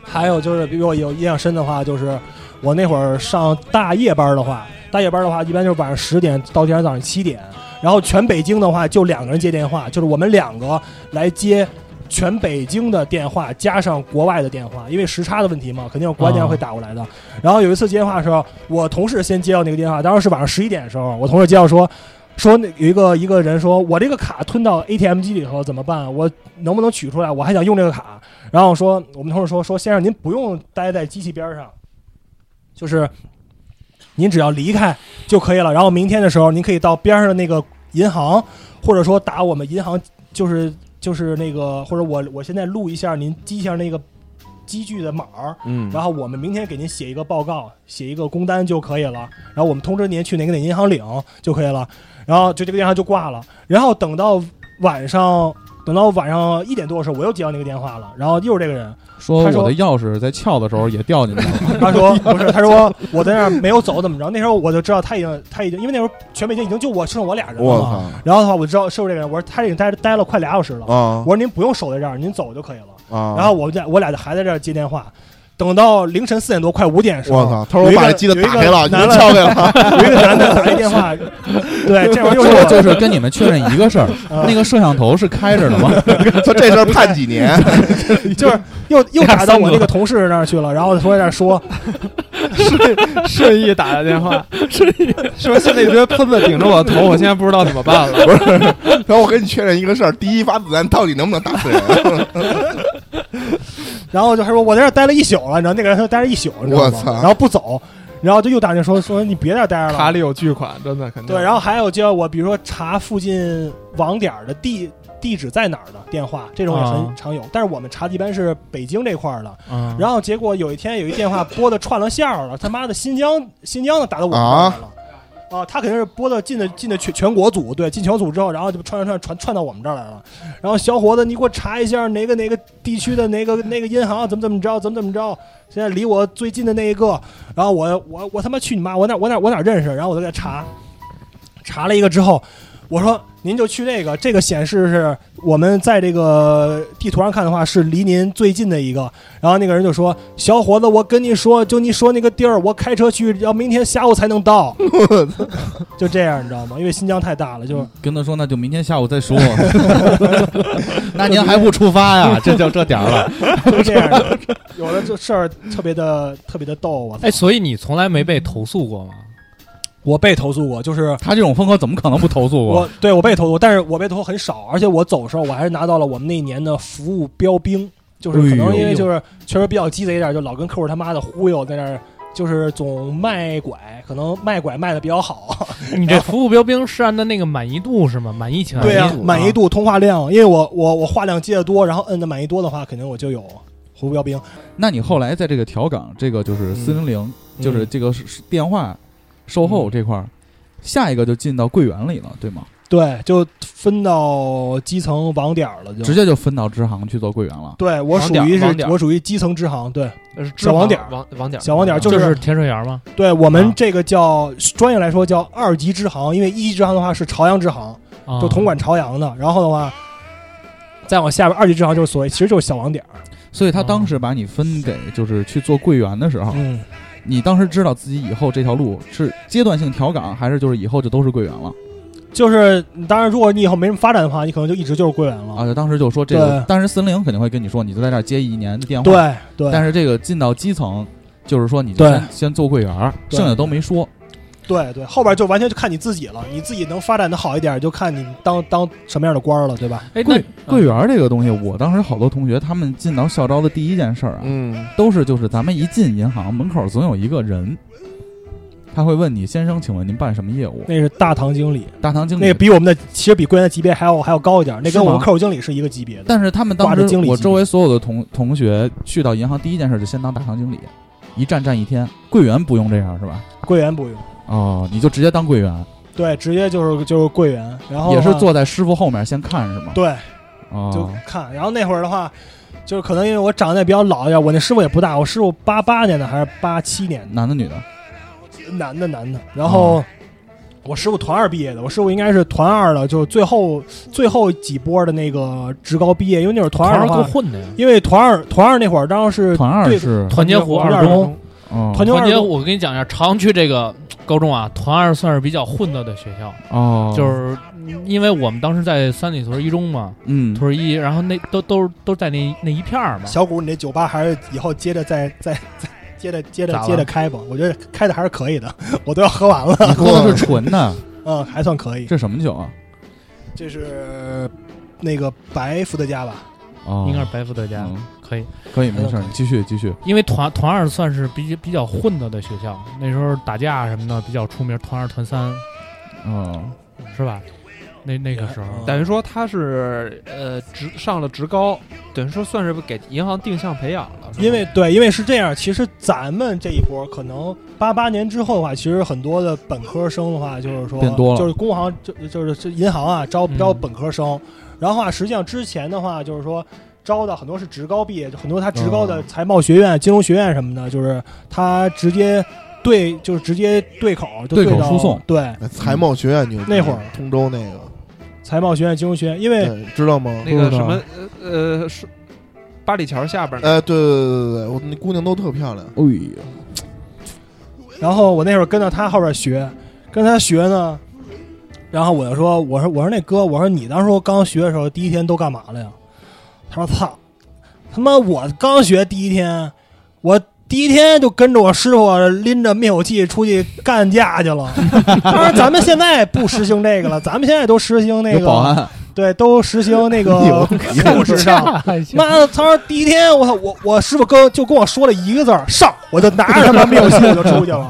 S8: 还有就是，比如我有印象深的话，就是我那会儿上大夜班的话，大夜班的话一般就是晚上十点到第二天早上七点，然后全北京的话就两个人接电话，就是我们两个来接。全北京的电话加上国外的电话，因为时差的问题嘛，肯定有国外电话会打过来的。然后有一次接电话的时候，我同事先接到那个电话，当时是晚上十一点的时候，我同事接到说，说那有一个一个人说，我这个卡吞到 ATM 机里头怎么办？我能不能取出来？我还想用这个卡。然后说，我们同事说说先生，您不用待在机器边儿上，就是您只要离开就可以了。然后明天的时候，您可以到边上的那个。银行，或者说打我们银行，就是就是那个，或者我我现在录一下，您记一下那个机具的码儿，
S5: 嗯
S8: 然后我们明天给您写一个报告，写一个工单就可以了。然后我们通知您去哪个哪个银行领就可以了。然后就这个电话就挂了。然后等到晚上，等到晚上一点多的时候，我又接到那个电话了。然后又是这个人，
S4: 说
S8: 他说
S4: 我的钥匙在撬的时候也掉进去了，
S8: 他说不是，他说我在那儿没有走，怎么着？那时候我就知道他已经他已经，因为那时候全北京已经就我剩我俩人
S6: 我
S8: 了嘛。
S6: 靠
S8: 然后的话，我知道是不是这个人？我说他已经待待了快俩小时了。
S6: 啊
S8: 我说您不用守在这儿，您走就可以了。
S6: 啊！
S8: 然后我在我俩就还在这儿接电话，等到凌晨四点多，快五点的时候，
S6: 我操，他说我
S8: 有一个
S6: 把这机子打开了，
S8: 有一
S6: 你
S8: 个
S6: 们
S8: 男的
S6: 撬开
S8: 有
S6: 了，
S8: 一个男的打一电话， 对，这会儿又是
S4: 这
S8: 我
S4: 就是跟你们确认一个事儿，
S8: 啊
S4: 那个摄像头是开着的吗？
S6: 说这事儿判 几年？
S8: 就是又 又打到我那个同事那儿去了，然后说在那儿说，
S5: 顺义打的 电话，顺义 说现在一堆喷子顶着我的头，我现在不知道怎么 办了。
S6: 不是，然后我跟你确认一个事儿：第一发子弹到底能不能打死人？啊
S8: 然后就还说我在这儿待了一宿了，你知道那个人他待了一宿，你知道
S6: 我操
S8: 吗？然后不走，然后就又打电话说说你别在这儿待着
S5: 卡
S8: 了。
S5: 里有巨款，真的肯定。
S8: 对，然后还有叫我，比如说查附近网点儿的地地址在哪儿的电话，这种也
S5: 啊
S8: 很常有。但是我们查的一般是北京这块儿的，
S5: 嗯
S8: 然后结果有一天有一电话拨的串了线儿了，他妈的新疆新疆的打到我们这儿来了。啊，他肯定是拨到进的进的全全国组，对，进全国组之后，然后就串串串串串到我们这儿来了。然后小伙子，你给我查一下哪个哪个地区的哪个哪个银行怎么怎么着，怎么怎么着。现在离我最近的那一个，然后我我我他妈去你妈！我哪我哪我哪认识？然后我就给他查，查了一个之后，我说您就去这个，这个显示是我们在这个地图上看的话是离您最近的一个。然后那个人就说：“小伙子，我跟你说，就你说那个地儿，我开车去，要明天下午才能 到。”就这样，你知道吗？因为新疆太大了，就
S4: 跟他说那就明天下午再说，那您还不出发呀？这就这点儿了，
S8: 就这样的。有的这事儿特别的特别的逗我。
S9: 哎，所以你从来没被投诉过吗？
S8: 我被投诉过，就是
S4: 他这种风格怎么可能不投诉
S8: 我
S4: 我？
S8: 对我被投诉，但是我被投诉很少，而且我走的时候我还是拿到了我们那一年的服务标兵，就是可
S5: 哎
S8: 能因为就是确实比较鸡贼一点，就老跟客户他妈的忽悠在那儿。就是总卖拐，可能卖拐卖的比较好，
S7: 你这服务标兵是按的那个满意度是吗？满意啊情
S8: 对呀、
S7: 呀、
S5: 啊
S8: 满意度、通话量，因为我我我话量接的多，然后摁的满意多的话，肯定我就有服务标兵。
S4: 那你后来在这个调岗，这个就是四零零，
S5: 嗯
S4: 就是这个是是电话售后这块儿，下一个就进到柜员里了，对吗？
S8: 对，就分到基层网点儿了，就
S4: 直接就分到支行去做柜员了。
S8: 对我
S5: 网
S8: 属
S5: 点儿
S8: 于
S5: 网
S8: 是
S5: 点儿
S8: 我属于基层支行，对
S5: 是
S8: 嗯小网点儿
S5: 网网点儿嗯
S8: 小网点儿
S7: 就是是甜水园吗？
S8: 对，我们
S7: 啊
S8: 这个叫专业来说叫二级支行，因为一级支行的话是朝阳支行，
S7: 啊
S8: 就统管朝阳的。然后的话，再往下边二级支行就是所谓，其实就是小网点
S4: 啊
S8: 儿。
S4: 所以他当时把你分给就是去做柜员的时候，
S8: 嗯，
S4: 你当时知道自己以后这条路是阶段性调岗，还是就是以后就都是柜员了？
S8: 就是当然，如果你以后没什么发展的话，你可能就一直就是柜员
S9: 哦
S8: 了。
S4: 啊，就当时就说这个
S8: 对，
S4: 当时森林肯定会跟你说，你就在这儿接一年的电话。，
S8: 对对，
S4: 但是这个进到基层，就是说你就先先做柜员儿，
S8: 对
S4: 剩下都没说。
S8: 对对，后边就完全就看你自己了，你自己能发展的好一点，就看你当当什么样的官儿了，对吧？
S9: 哎，那
S4: 柜柜员儿这个东西，我当时好多同学他们进到校招的第一件事儿啊，
S6: 嗯，
S4: 都是就是咱们一进银行门口总有一个人，他会问你先生，请问您办什么业务？
S8: 那是大堂经理，
S4: 大堂经
S8: 那个
S4: 理。
S8: 比我们的其实比柜员的级别还要还要高一点，那
S4: 是
S8: 跟我们
S4: 吗
S8: 客户经理是一个级别的。
S4: 但是他们当
S8: 挂着
S4: 时
S8: 经理级
S4: 我周围所有的同同学去到银行第一件事就先当大堂经理，一站站一天。柜员不用这样是吧？
S8: 柜员不用，
S4: 哦，你就直接当柜员，
S8: 对，直接就是就是柜员，然后
S4: 哦也是
S8: 的话
S4: 坐在师傅后面先看是吗？
S8: 对。
S4: 哦，
S8: 就看。然后那会儿的话，就是可能因为我长得也比较老一点，我那师傅也不大，我师傅八八年的还是八七年
S4: 男的女的，
S8: 的，男的男的。然后我师傅团二毕业的，我师傅应该是团二的，就是最后最后几波的那个职高毕业，因为那会儿团
S7: 团
S8: 二
S7: 儿
S8: 的
S7: 够
S8: 话，
S7: 混的呀。
S8: 因为团二团二那会儿当时是
S4: 团二
S8: 对
S4: 是
S7: 团结湖
S8: 团
S7: 二
S8: 结湖
S7: 中，
S4: 哦
S8: 团结
S7: 团
S8: 二
S7: 结，
S8: 中
S7: 我跟你讲一下，朝阳区这个高中啊，团二算是比较混的的学校，
S4: 哦，
S7: 就是嗯因为我们当时在三里屯一中嘛，
S4: 嗯，
S7: 屯一，然后那都都都在那那一片儿嘛。
S8: 小谷，你这酒吧还是以后接着再再再接着接
S7: 咋
S8: 着
S7: 了
S8: 接着开吧，我觉得开的还是可以的， 我都要喝完了，
S4: 你喝的是纯的，
S8: 嗯，还算可以。
S4: 这什么酒啊？
S8: 这是那个白伏特加吧？
S4: 哦，
S7: 应该是白富德家、
S4: 嗯
S7: 可以，
S4: 可以，没事儿，你继续继续。
S7: 因为团团二算是比比较混的的学校，那时候打架什么的比较出名，团二团三
S4: 哦，
S7: 是吧？那那个时候，
S5: 等于说他是呃职上了职高，等于说算是给银行定向培养了，是吧
S8: 因为对，因为是这样，其实咱们这一波可能八八年之后的话，其实很多的本科生的话，就是说
S4: 变多了
S8: 就是工行就就是这银行啊招
S7: 嗯
S8: 招本科生，然后啊，实际上之前的话就是说。招的很多是职高毕业，就很多他职高
S4: 哦
S8: 的财贸学院、金融学院什么的，就是他直接对，就是直接对口就
S4: 对口
S8: 到
S4: 输送
S8: 对
S6: 那财贸哎学院牛逼
S8: 那会儿
S6: 通州那个，
S8: 财贸学院、金融学院，因为
S6: 对，知道吗？
S5: 那个
S4: 不知
S5: 什
S4: 道
S5: 么呃呃是八里桥下边儿那
S6: 哎，对对对对对，我那姑娘都特漂亮。
S4: 哎呦，
S8: 然后我那会儿跟到他后边学，跟他学呢，然后我就说，我说我说那哥，我说你当时刚学的时候，第一天都干嘛了呀？他说操，他妈我刚学第一天，我第一天就跟着我师傅拎着灭火器出去干架去 了。当然咱们现在不实行这个了，咱们现在都实行那
S4: 有保
S8: 个，
S4: 安，
S8: 对，都实行那个物质上。妈的，他说第一天我我我师傅跟就跟我说了一个字儿上，我就拿着他妈灭火器我就出去了。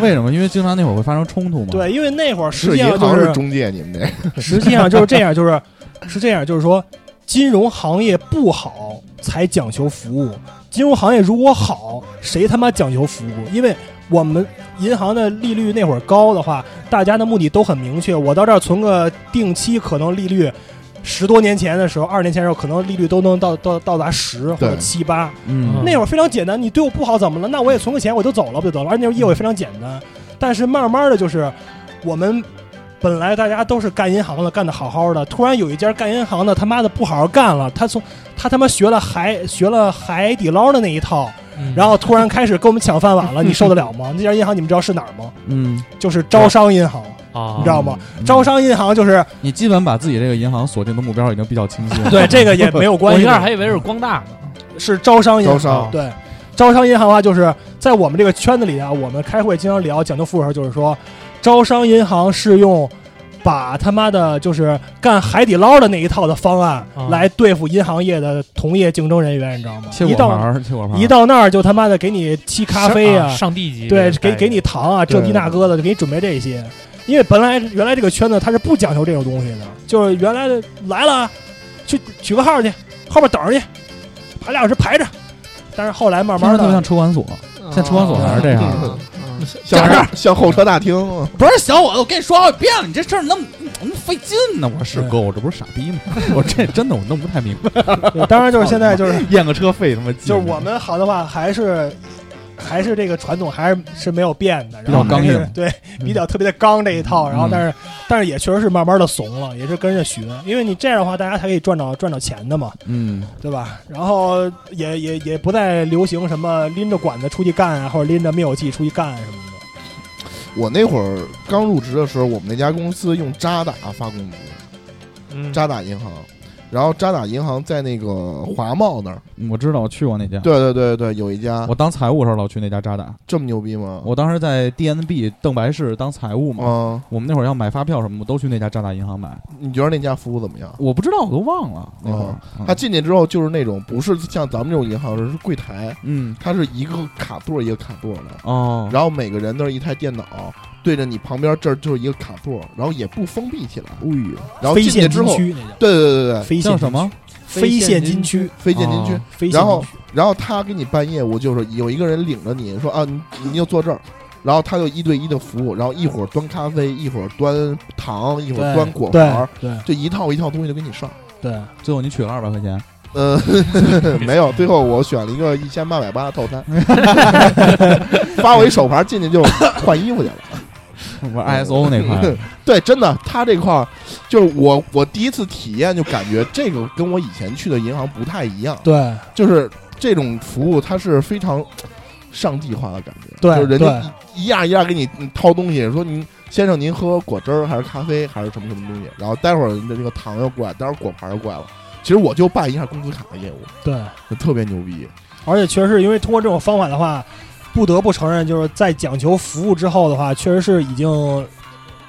S4: 为什么？因为经常那会儿会发生冲突嘛。，
S8: 对，因为那会儿实
S6: 是
S8: 际上
S6: 银
S8: 就
S6: 行
S8: 是哎
S6: 中介，你们这
S8: 实际上就是这样，就是是这样，就是说金融行业不好才讲求服务，金融行业如果好，谁他妈讲求服务？因为我们银行的利率那会儿高的话，大家的目的都很明确，我到这儿存个定期，可能利率。十多年前的时候，二十年前的时候，可能利率都能到到到达十或者
S6: 对
S8: 七八，
S4: 嗯，
S8: 那会儿非常简单，你对我不好怎么了？那我也存个钱，我就走了不就得了？而且那会儿业务也非常简单。但是慢慢的就是，我们本来大家都是干银行的，干得好好的，突然有一家干银行的他妈的不好好干了，他从他他妈学了海学了海底捞的那一套，
S7: 嗯
S8: 然后突然开始跟我们抢饭碗了，你受得了吗？那家银行你们知道是哪儿吗？
S4: 嗯，
S8: 就是招商银行。
S7: 啊，
S8: 你知道吗
S4: 嗯？
S8: 招商银行就是
S4: 你基本把自己这个银行锁定的目标已经比较清晰了。
S8: 对哎这个也没有
S7: 我
S8: 关
S7: 一
S8: 系啊
S7: 开
S8: 的，
S7: 始还以为是光大呢，
S8: 是招商银
S6: 招
S8: 行。
S6: 商
S8: 对，招商银行的话，就是在我们这个圈子里啊，我们开会经常聊讲究服务的时候，就是说，招商银行是用把他妈的就是干海底捞的那一套的方案
S7: 啊
S8: 来对付银行业的同业竞争人员，你知道吗？
S4: 切
S8: 一
S4: 果盘
S8: 到
S4: 儿，切果盘儿，
S8: 一到那儿就他妈的给你沏咖啡
S7: 上啊上帝级
S8: 对
S7: 别，
S8: 给
S7: 待遇
S8: 给你糖啊，这
S6: 对
S8: 逼那哥的，就给你准备这些。因为本来原来这个圈子它是不讲究这种东西的，就是原来的来了，去取个号去，后边等着去，排俩小时排着。但是后来慢
S4: 听着
S8: 慢
S4: 特别
S8: 的
S4: 像，车管所，
S5: 个，
S4: 像车管所还是这样
S5: 啊。
S6: 嗯
S8: 嗯
S6: 像后 像候车大厅，啊
S4: 不是小伙子，我跟你说好几遍了，你这事儿弄那么费劲呢。我说是哥，我这不是傻逼吗？ 我这真的我弄不太明白，
S8: 对当然就是现在就是
S4: 验个车费他妈劲
S8: 就是我们好的话还是还是这个传统还是是没有变的，然后
S4: 比较
S8: 还
S4: 刚
S8: 是
S4: 硬
S8: 对比较特别的刚这一套，然
S4: 嗯
S8: 后但是、但是也确实是慢慢的怂了，也是跟着学，因为你这样的话大家才可以赚到赚到钱的嘛。
S4: 嗯，
S8: 对吧？然后也也也不再流行什么拎着管子出去干啊，或者拎着灭火器出去干啊什么的。
S6: 我那会儿刚入职的时候，我们那家公司用渣打发工资，
S7: 嗯
S6: 渣打银行，然后渣打银行在那个华贸那儿，
S4: 我知道，我去过那家。
S6: 对对对对，有一家
S4: 我当财务的时候老去那家渣
S8: 嗯
S4: 打，
S6: 这么牛逼吗？
S4: 我当时在 DNB 邓白市当财务
S8: 嗯
S4: 嘛，
S6: 啊，
S4: 我们那会儿要买发票什么的都去那家渣打银行买，
S6: 你觉得那家服务怎么样？
S4: 我不知道我都忘了那会儿
S6: 哦。他进去之后就是那种不是像咱们这种银行，是柜台，
S4: 嗯
S6: 它是一个卡座一个卡座的，
S4: 嗯哦，
S6: 然后每个人都是一台电脑，对着你旁边这儿就是一个卡座，然后也不封闭起来，然后
S8: 非
S6: 进去
S8: 县
S6: 之
S8: 禁
S6: 后，对哎
S8: 区那叫
S6: 对对对对，
S8: 非
S4: 叫
S8: 县
S4: 什么？
S8: 非县禁区，
S6: 非建禁区
S4: 哦。
S8: 非县
S6: 然后
S8: 禁区。，
S6: 然后他给你办业务，就是有一个人领着你说啊，你你就坐这儿，然后他就一对一的服务，然后一会儿端咖啡，一会儿端糖，一会儿端果盘
S8: 对
S6: 儿，
S8: 对
S6: 就一套一套东西就给你上。
S8: 对，
S4: 最后你取了二百块 钱，
S6: 呃， 没有，最后我选了一个一千八百八的套 餐，发我一手牌进去就换衣服去了。
S4: 我 ISO
S8: 哎
S4: 那块 儿，
S6: 对，真的，他这块儿就是我我第一次体验，就感觉这个跟我以前去的银行不太一样，
S8: 对
S6: 就是这种服务它是非常上帝化的感觉，
S8: 对
S6: 就是人
S8: 对
S6: 家一一样一样给你掏东西，说您先生您喝果汁儿还是咖啡还是什么什么东西，然后待会儿您的这个糖又过来，待会儿果盘又过来了。其实我就办一下工资卡的业务，
S8: 对，
S6: 就特别牛逼。
S8: 而且确实是因为通过这种方法的话，不得不承认，就是在讲求服务之后的话，确实是已经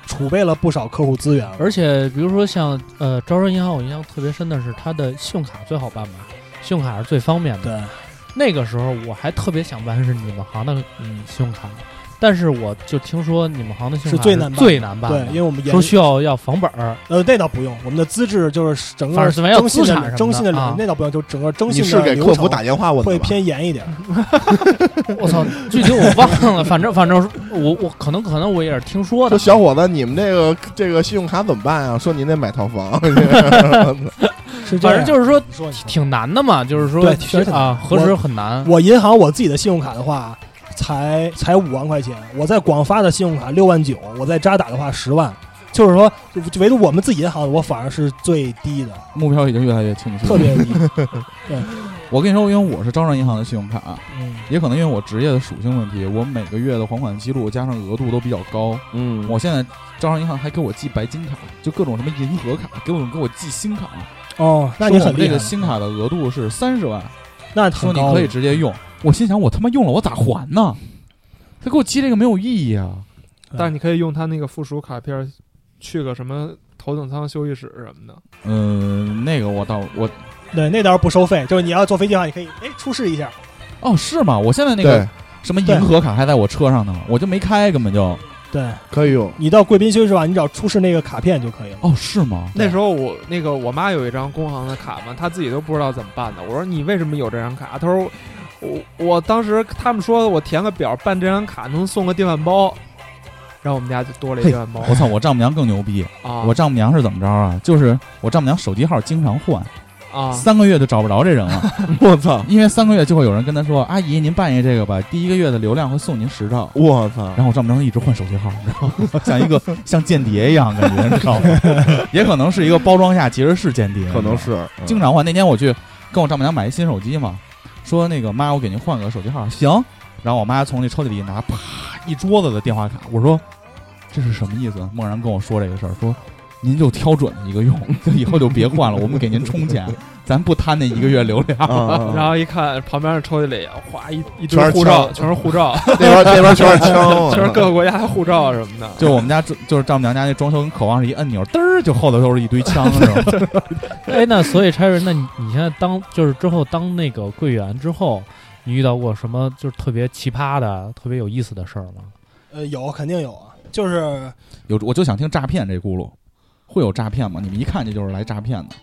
S8: 储备了不少客户资源了。
S7: 而且比如说像呃招商银行，我印象特别深的是它的信用卡最好办吧，信用卡是最方便的。
S8: 对，
S7: 那个时候我还特别想办是你们行的嗯信用卡，但是我就听说你们行的信用
S8: 是
S7: 卡
S8: 最难办的
S7: 最难办
S8: 对，
S7: 的，
S8: 因为我们研
S7: 说需要要房本 儿，
S8: 呃那倒不用，我们的资质就是整
S7: 反
S8: 个
S7: 正怎么样
S8: 征信
S7: 资产什么
S8: 的
S7: 的
S8: 征信的流
S7: 啊
S8: 那倒不用，就整个征
S6: 你
S8: 信
S6: 是
S8: 的
S6: 给
S8: 流
S6: 客服打
S8: 程
S6: 电话问
S8: 会
S6: 的吧？
S8: 偏严一点。
S7: 我操，具体我忘了，反正 反正我我可能可能我也是听说
S6: 说
S7: 的，
S6: 小伙子，你们这个这个信用卡怎么办啊？说您得买套 房，
S8: 是这
S7: 反正
S8: 样
S7: 就是说
S8: 你说你说
S7: 挺难的嘛，就是说
S8: 对确实挺难
S7: 啊，核实很难。
S8: 我银行我自己的信用卡的话，才才五万块钱，我在广发的信用卡六万九，我在渣打的话十万，就是说，就就唯独我们自己银行的，我反而是最低的，
S4: 目标已经越来越清晰。
S8: 特别低。
S4: 我跟你说，因为我是招商银行的信用卡，
S8: 嗯，
S4: 也可能因为我职业的属性问题，我每个月的还款记录加上额度都比较高。
S6: 嗯
S4: 我现在招商银行还给我寄白金卡，就各种什么银河卡，给我给我寄新卡。
S8: 哦，那你
S4: 说我
S8: 很
S4: 们这
S8: 厉害
S4: 个，新卡的额度是三十万，
S8: 那
S4: 说
S8: 很
S4: 你
S8: 高
S4: 可以
S8: 了。
S4: 直接用。我心想，我他妈用了我咋还呢？他给我寄这个没有意义啊！
S5: 但是你可以用他那个附属卡片去个什么头等舱休息室什么的。
S4: 嗯，那个我倒我
S8: 对，那倒是不收费，就是你要坐飞机的话，你可以哎出示一下。
S4: 哦是吗？我现在那
S6: 对
S4: 个，什么
S8: 对
S4: 银河卡还在我车上呢，我就没开，根本就
S8: 对
S6: 可以用。
S8: 你到贵宾休息室吧，你只要出示那个卡片就可以了。
S4: 哦是吗？
S5: 那时候我那个我妈有一张工行的卡嘛，她自己都不知道怎么办的。我说你为什么有这张卡？她说我我当时他们说我填个表办这张卡能送个电饭煲，然后我们家就多了一
S4: 嘿
S5: 电饭煲
S4: 我操，我丈母娘更牛逼！
S5: 啊！
S4: 我丈母娘是怎么着啊？就是我丈母娘手机号经常换，
S5: 啊，
S4: 三个月就找不着这人了，
S6: 我操！
S4: 因为三个月就会有人跟她说：“阿姨，您办一这个吧，第一个月的流量会送您十兆。”
S6: 我操！
S4: 然后我丈母娘一直换手机号，你知道吗？ 像一个像间谍一样感觉，你知 道吗？也可能是一个包装下其实是间谍，
S6: 可能是嗯
S4: 经常换。那天我去跟我丈母娘买一新手机嘛，说那个妈，我给您换个手机号，行。然后我妈从那抽屉里拿啪一桌子的电话卡，我说这是什么意思？梦然跟我说这个事儿，说您就挑准一个用， 就以后就别换了，我们给您充钱，咱不贪那一个月流量。
S6: 啊啊啊
S5: 然后一看旁边的抽屉里，哗一一堆
S6: 全是
S5: 护
S6: 枪哦
S5: 照，
S6: 嗯
S5: 全是护照，
S6: 那边那 边全是枪，
S5: 全是各个国家的护照什么的。
S4: 就我们家就就是丈母娘家那装修跟渴望是一按钮，嘚儿就后头都是一堆枪，是吧？
S7: 哎，那所以差人，那你你现在当就是之后当那个柜员之后，你遇到过什么就是特别奇葩的、特别有意思的事儿吗？
S8: 呃，有肯定有啊，就是
S4: 有，我就想听诈骗这轱辘，会有诈骗吗？你们一看这就是来诈骗的，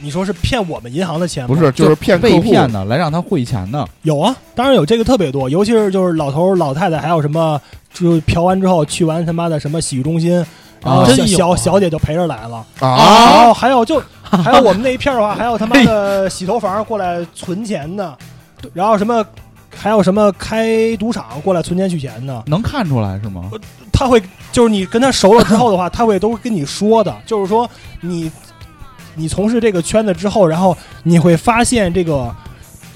S8: 你说是骗我们银行的钱吗？
S6: 不是就是骗客
S4: 被
S6: 户
S4: 骗的，来让他汇钱的。
S8: 有啊，当然有，这个特别多，尤其是就是老头儿老太太，还有什么就嫖完之后去完他妈的什么洗浴中心，然后
S4: 啊
S8: 小
S7: 真有
S8: 小
S7: 啊
S8: 小姐就陪着来了，
S6: 啊！
S8: 然后还有就还有我们那一片儿的话，还有他妈的洗头房过来存钱的，然后什么还有什么开赌场过来存钱取钱的，
S4: 能看出来是吗？
S8: 他会就是你跟他熟了之后的话，他会都跟你说的，就是说你你从事这个圈子之后，然后你会发现这个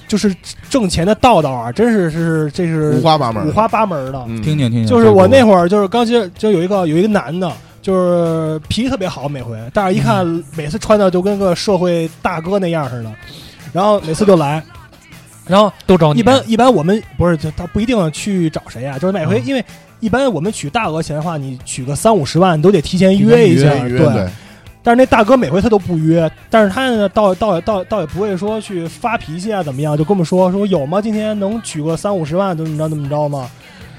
S8: 就是挣钱的道道啊，真是是这是
S6: 五花八门的，
S8: 五花八门的。
S6: 嗯
S4: 听听听听，
S8: 就是我那
S4: 儿
S8: 会儿就是刚接就有一个有一个男的，就是脾气特别好，每回，但是一看
S6: 嗯
S8: 每次穿的就跟个社会大哥那样似的，然后每次就来。然后
S7: 都哦找你
S8: 一般一般我们不是就他不一定去找谁啊，就是每回
S7: 嗯
S8: 因为一般我们取大额钱的话，你取个三五十万你都得提前
S4: 提前
S8: 约一下，
S6: 约约对，
S8: 但是那大哥每回他都不约，但是他呢，倒倒也倒倒也不会说去发脾气啊，怎么样？就跟我们说说有吗？今天能取个三五十万，怎么着怎么着吗？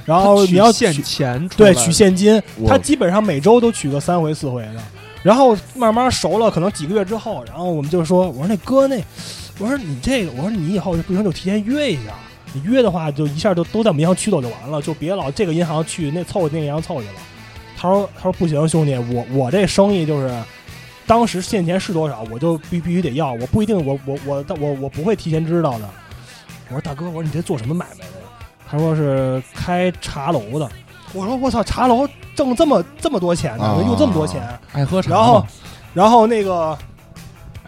S8: 然后你要
S5: 取现
S8: 取
S5: 钱出来
S8: 对取现金，
S6: 我
S8: 他基本上每周都取个三回四回的。然后慢慢熟了，可能几个月之后，然后我们就说，我说那哥那，我说你这个，我说你以后不行就提前约一下，你约的话就一下就都在我们银行取走就完了，就别老这个银行去那凑那个银行凑去了。他说他说不行，兄弟，我我这生意就是。当时现钱是多少，我就必必须得要，我不一定，我我我我我不会提前知道的。我说大哥，我说你这做什么买卖的呀？他说是开茶楼的。我说我操，茶楼挣这么这么多钱呢
S6: 啊，
S8: 用这么多钱。
S4: 爱喝茶嘛，
S8: 然后然后那个，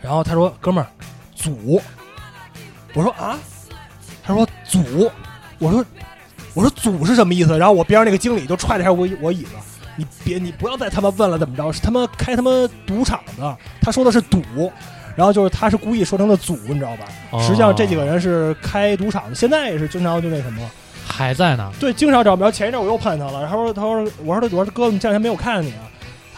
S8: 然后他说哥们儿，组。我说啊，他说组。我说我说组是什么意思？然后我边上那个经理就踹了一下我我椅子。你别，你不要再他妈问了，怎么着？是他妈开他妈赌场的，他说的是赌，然后就是他是故意说成的组，你知道吧？
S7: 哦
S8: 实际上这几个人是开赌场的，现在也是经常就那什么，
S7: 还在呢，
S8: 对，经常找不着。前一阵我又碰见他了，然后他说他说我说我说哥，你这两天没有看见你啊？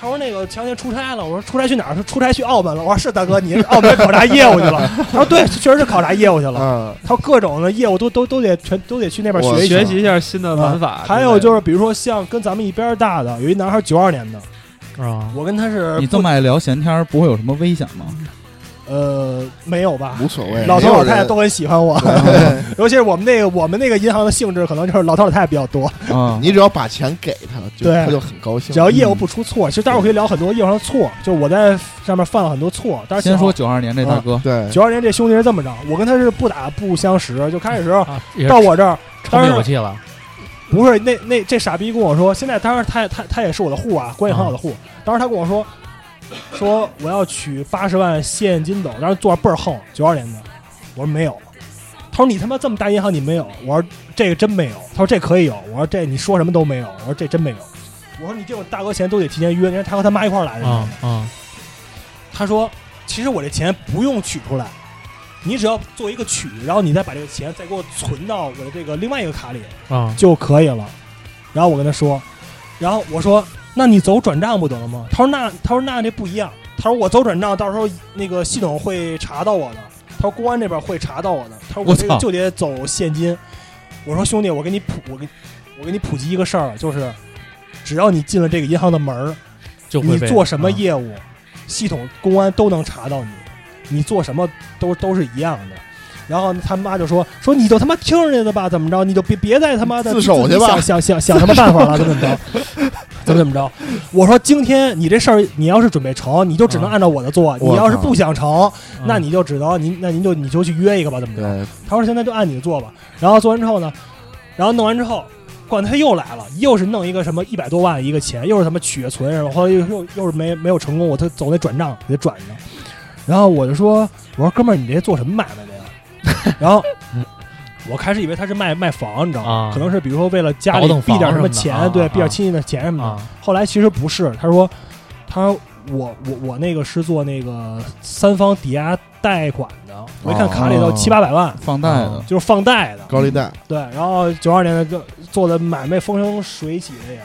S8: 他说那个前两天出差了，我说出差去哪儿？他说出差去澳门了。我说是大哥，你澳门考察业务去了？他说对，确实是考察业务去了。
S6: 啊，
S8: 他说各种的业务都都都得全都得去那边
S6: 我
S8: 学一
S5: 学习一下新的玩法。
S8: 啊还有就是是，比如说像跟咱们一边儿大的，有一男孩九二年的，
S7: 啊，
S8: 我跟他是
S4: 你
S8: 不
S4: 这么爱聊闲天儿，不会有什么危险吗？
S8: 呃没有吧？
S6: 无所谓，
S8: 老头老太
S6: 没有
S8: 太
S6: 人
S8: 都很喜欢我，尤其是我们那个我们那个银行的性质，可能就是老头老太太比较多。
S4: 啊，
S6: 你只要把钱给他，就
S8: 对
S6: 他就很高兴。
S8: 只要业务不出错，其实待会儿可以聊很多业务上的错，就是我在上面犯了很多错。但是
S4: 先说九二年这大哥，
S6: 对，
S8: 九二年这兄弟是这么着，我跟他是不打不相识，就开始时候
S7: 啊也
S8: 哦到
S7: 是
S8: 我这儿，
S7: 成
S8: 当
S7: 有
S8: 时
S7: 气了，
S8: 不是那那这傻逼跟我说，现在当时他他他也是我的户啊，关系很好的户。当时他跟我说，说我要取八十万现金走，当时坐着倍儿横，九二年的，我说没有。他说你他妈这么大银行你没有？我说这个真没有。他说这可以有。我说这你说什么都没有。我说这真没有。我说你这种大额钱都得提前约，你看他和他妈一块儿来的。
S7: 啊
S8: 嗯
S7: 啊
S8: 他说其实我这钱不用取出来，你只要做一个取，然后你再把这个钱再给我存到我的这个另外一个卡里，
S7: 啊
S8: 就可以了。然后我跟他说，然后我说那你走转账不得了吗？他说那他说那这不一样，他说我走转账到时候那个系统会查到我的，他说公安这边会查到我的，他说我这
S4: 我
S8: 个
S4: 操
S8: 就得走现金。我说兄弟，我给你普我给我给你普及一个事儿，就是只要你进了这个银行的门儿，
S7: 就
S8: 你
S7: 会被
S8: 做什么
S7: 啊
S8: 业务，系统公安都能查到你，你做什么都都是一样的。然后他妈就说说你就他妈听人家的吧，怎么着？你就别别再他妈的
S6: 自首去吧
S8: 想想想想什么办法 了，怎么怎么着，怎么怎么着？我说今天你这事儿，你要是准备成，你就只能按照我的做；
S6: 啊我
S8: 你要是
S6: 靠
S8: 不想成，
S7: 啊
S8: 那你就只能您那您就你就去约一个吧，怎么着？
S6: 对，
S8: 他说现在就按你做吧。然后做完之后呢，然后弄完之后，管他又来了，又是弄一个什么一百多万的一个钱，又是他妈取存什么，后来又又又是没没有成功，我他走那转账给他转上。然后我就说，我说哥们儿，你这做什么买卖的呀？ 然后。我开始以为他是卖卖房，你知道吗？
S7: 嗯啊
S8: 可能是比如说为了家
S7: 倒
S8: 里
S7: 腾
S8: 避
S7: 房
S8: 点
S7: 什
S8: 么
S7: 么的
S8: 钱，
S7: 啊
S8: 对，
S7: 啊
S8: 避点亲戚的钱什么的。
S7: 啊
S8: 后来其实不是，他说，他说我我我那个是做那个三方抵押贷款的，我一看卡里头
S4: 哦
S8: 七八百万，
S4: 放贷的，
S8: 就是放贷的，
S6: 高利贷，
S8: 对。然后九二年的就做的买卖风生水起的也。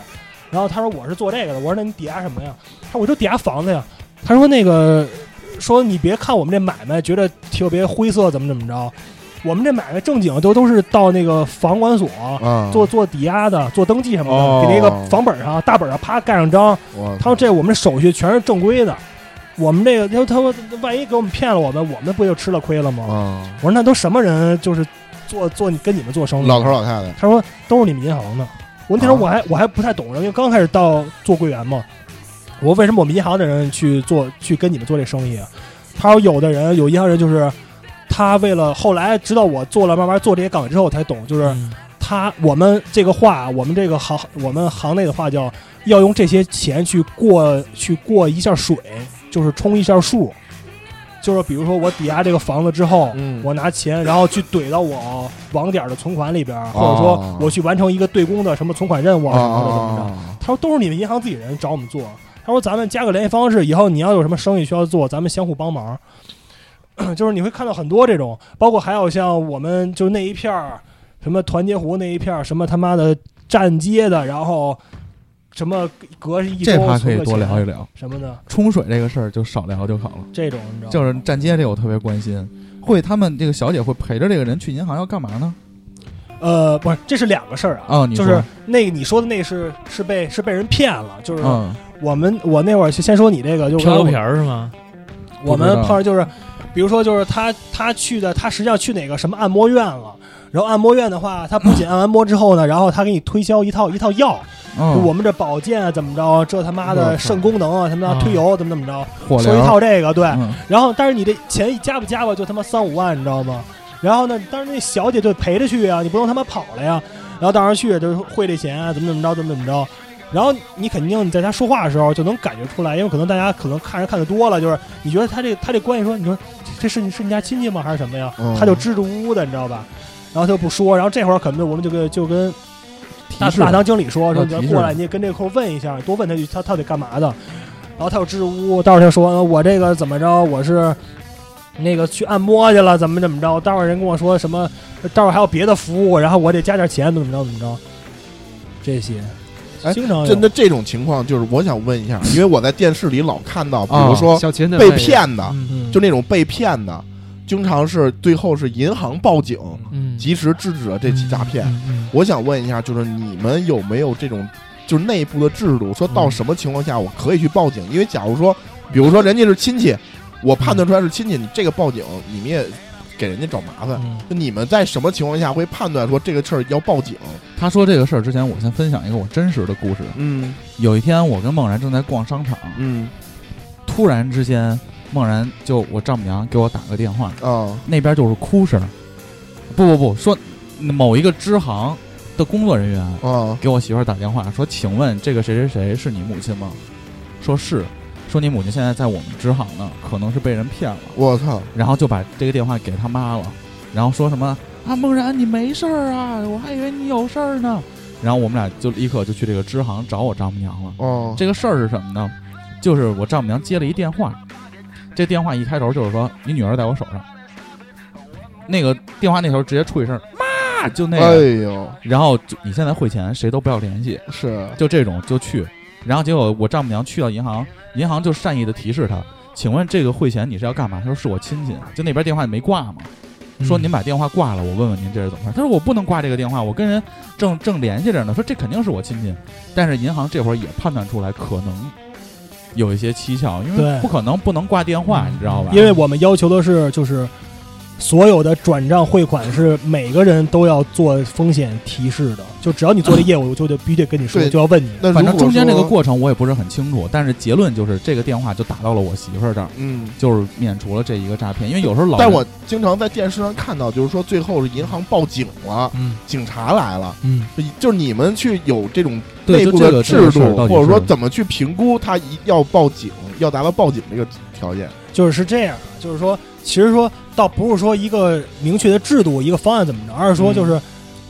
S8: 然后他说我是做这个的，我说那你抵押什么呀？他说我就抵押房子呀。他说那个说你别看我们这买卖觉得特别灰色，怎么怎么着，我们这买卖正经都都是到那个房管所。
S6: 啊，
S8: 嗯做做抵押的，做登记什么的，
S6: 哦
S8: 给那个房本上、大本上啪盖上章。
S6: 我
S8: 他说这我们手续全是正规的，我们这个他说他说万一给我们骗了我们，我们不就吃了亏了吗？
S6: 啊，
S8: 我说那都什么人，就是做做你跟你们做生意？
S6: 老头老太太，
S8: 他说都是你们银行的。我那时候
S6: 啊
S8: 我还我还不太懂，因为刚开始到做柜员嘛。我说为什么我们银行的人去做去跟你们做这生意啊？他说有的人有银行人就是他为了后来知道我做了慢慢做这些岗位之后才懂，就是
S7: 嗯
S8: 他我们这个话，我们这个行我们行内的话叫要用这些钱去过去过一下水，就是冲一下数。就是比如说我抵押这个房子之后，
S6: 嗯
S8: 我拿钱，然后去怼到我网点的存款里边儿，或者
S6: 哦
S8: 说我去完成一个对公的什么存款任
S4: 哦
S8: 务啊什么的，怎么着？
S6: 啊，
S8: 他说都是你们银行自己人找我们做，他说咱们加个联系方式，以后你要有什么生意需要做，咱们相互帮忙。 就是你会看到很多这种，包括还有像我们就那一片儿，什么团结湖那一片儿，什么他妈的站街的，然后什么隔一周
S4: 这趴可以
S8: 存个
S4: 多
S8: 钱
S4: 聊一聊。
S8: 什么的，
S4: 冲水这个事儿就少聊就好了。
S8: 这种你知道吗？
S4: 就是站街这个我特别关心，会他们这个小姐会陪着这个人去银行要干嘛呢？
S8: 呃，不是，这是两个事儿啊。
S4: 哦，你
S8: 就
S4: 说
S8: 是那个你说的那是是被是被人骗了，就是
S4: 嗯，
S8: 我们我那会儿先说你这个，就
S7: 漂
S8: 是
S7: 流瓶儿是吗？
S8: 我们碰上就是，比如说就是他他去的，他实际上去哪个什么按摩院了，然后按摩院的话，他不仅按完摩之后呢，然后他给你推销一套一套药，就
S4: 嗯，
S8: 我们这保健啊怎么着，这他妈
S4: 我
S8: 的
S4: 操嗯
S8: 肾功能啊，他妈
S7: 啊
S8: 的推油怎么怎么着，
S4: 火
S8: 说一
S4: 疗，
S8: 套这个对，
S4: 嗯
S8: 然后但是你这钱一加吧加吧就他妈三五万，你知道吗？然后呢，但是那小姐就陪着去啊，你不能他妈跑了呀。然后到那儿去就汇这钱啊，怎么怎么着，怎么怎么着。然后你肯定你在他说话的时候就能感觉出来，因为可能大家可能看人看的多了，就是你觉得他这他这关系说，你说这是你是你家亲戚吗还是什么呀？
S6: 嗯
S8: 他就支支吾吾的，你知道吧？然后他就不说，然后这会儿可能我们就跟就跟大
S4: 提示
S8: 大堂经理说
S4: 要
S8: 说你
S4: 提示
S8: 过
S4: 他
S8: 来，你跟这客户问一下，多问他一句他他得干嘛的。然后他有支支吾吾，待会儿他说呃我这个怎么着，我是那个去按摩去了，怎么怎么着。待会儿人跟我说什么，待会儿还有别的服务，然后我得加点钱，怎么着怎么着。这些
S6: 哎
S8: 经常有
S6: 真的这种情况，就是我想问一下，因为我在电视里老看到，比
S5: 啊
S6: 如说
S5: 小秦的
S6: 被
S5: 扮演
S6: 骗的，
S8: 嗯
S6: 就那种被骗的，经常是最后是银行报警，
S7: 嗯，
S6: 及时制止了这起诈骗。
S7: 嗯，
S6: 我想问一下，就是你们有没有这种就是内部的制度，说
S4: 嗯
S6: 到什么情况下我可以去报警？因为假如说，比如说人家是亲戚，我判断出来是亲戚，你这个报警，你们也给人家找麻烦。
S8: 嗯
S6: 就你们在什么情况下会判断说这个事儿要报警？
S4: 他说这个事儿之前，我先分享一个我真实的故事。
S6: 嗯
S4: 有一天，我跟梦然正在逛商场，
S6: 嗯
S4: 突然之间，梦然就我丈母娘给我打个电话，
S6: 啊
S4: 那边就是哭声。不不不，说某一个支行的工作人员
S6: 啊
S4: 给我媳妇儿打电话说：“请问这个谁谁谁是你母亲吗？”说是，说你母亲现在在我们支行呢，可能是被人骗了。
S6: 我操！
S4: 然后就把这个电话给他妈了，然后说什么啊，梦然你没事儿啊，我还以为你有事儿呢。然后我们俩就立刻就去这个支行找我丈母娘了。
S6: 哦，
S4: 这个事儿是什么呢？就是我丈母娘接了一电话，这电话一开头就是说你女儿在我手上。那个电话那头直接出一声妈，就那
S6: 哎
S4: 个，
S6: 呦，
S4: 然后就你现在汇钱，谁都不要联系，
S6: 是
S4: 就这种就去。然后结果我丈母娘去到银行，银行就善意的提示他，请问这个汇钱你是要干嘛？他说是我亲戚，就那边电话没挂嘛，说您把电话挂了，我问问您这是怎么回事。他说我不能挂这个电话，我跟人正正联系着呢。说这肯定是我亲戚，但是银行这会儿也判断出来可能有一些蹊跷，因为
S8: 对
S4: 不可能不能挂电话，你知道吧？
S8: 因为我们要求的是，就是所有的转账汇款是每个人都要做风险提示的，就只要你做这业务，我就得必须得跟你说，
S6: 对
S8: 就要问你。
S6: 那
S4: 反正
S6: 如果
S4: 中间这个
S6: 说，
S4: 过程我也不是很清楚，但是结论就是这个电话就打到了我媳妇儿这儿，
S6: 嗯。
S4: 就是免除了这一个诈骗。因为有时候老
S6: 但
S4: 人
S6: 我经常在电视上看到，就是说最后是银行报警了，
S7: 嗯
S6: 警察来了，
S7: 嗯，
S6: 就是你们去有这种
S4: 对
S6: 内
S4: 就
S6: 部
S4: 这
S6: 的
S4: 个这
S6: 制
S4: 个
S6: 度
S4: 事儿，到底
S6: 或者
S4: 是
S6: 说怎么去评估他一要报警，要达到报警这个条件。
S8: 就是是这样，就是说，其实说倒不是说一个明确的制度、一个方案怎么着，而是说
S4: 嗯
S8: 就是。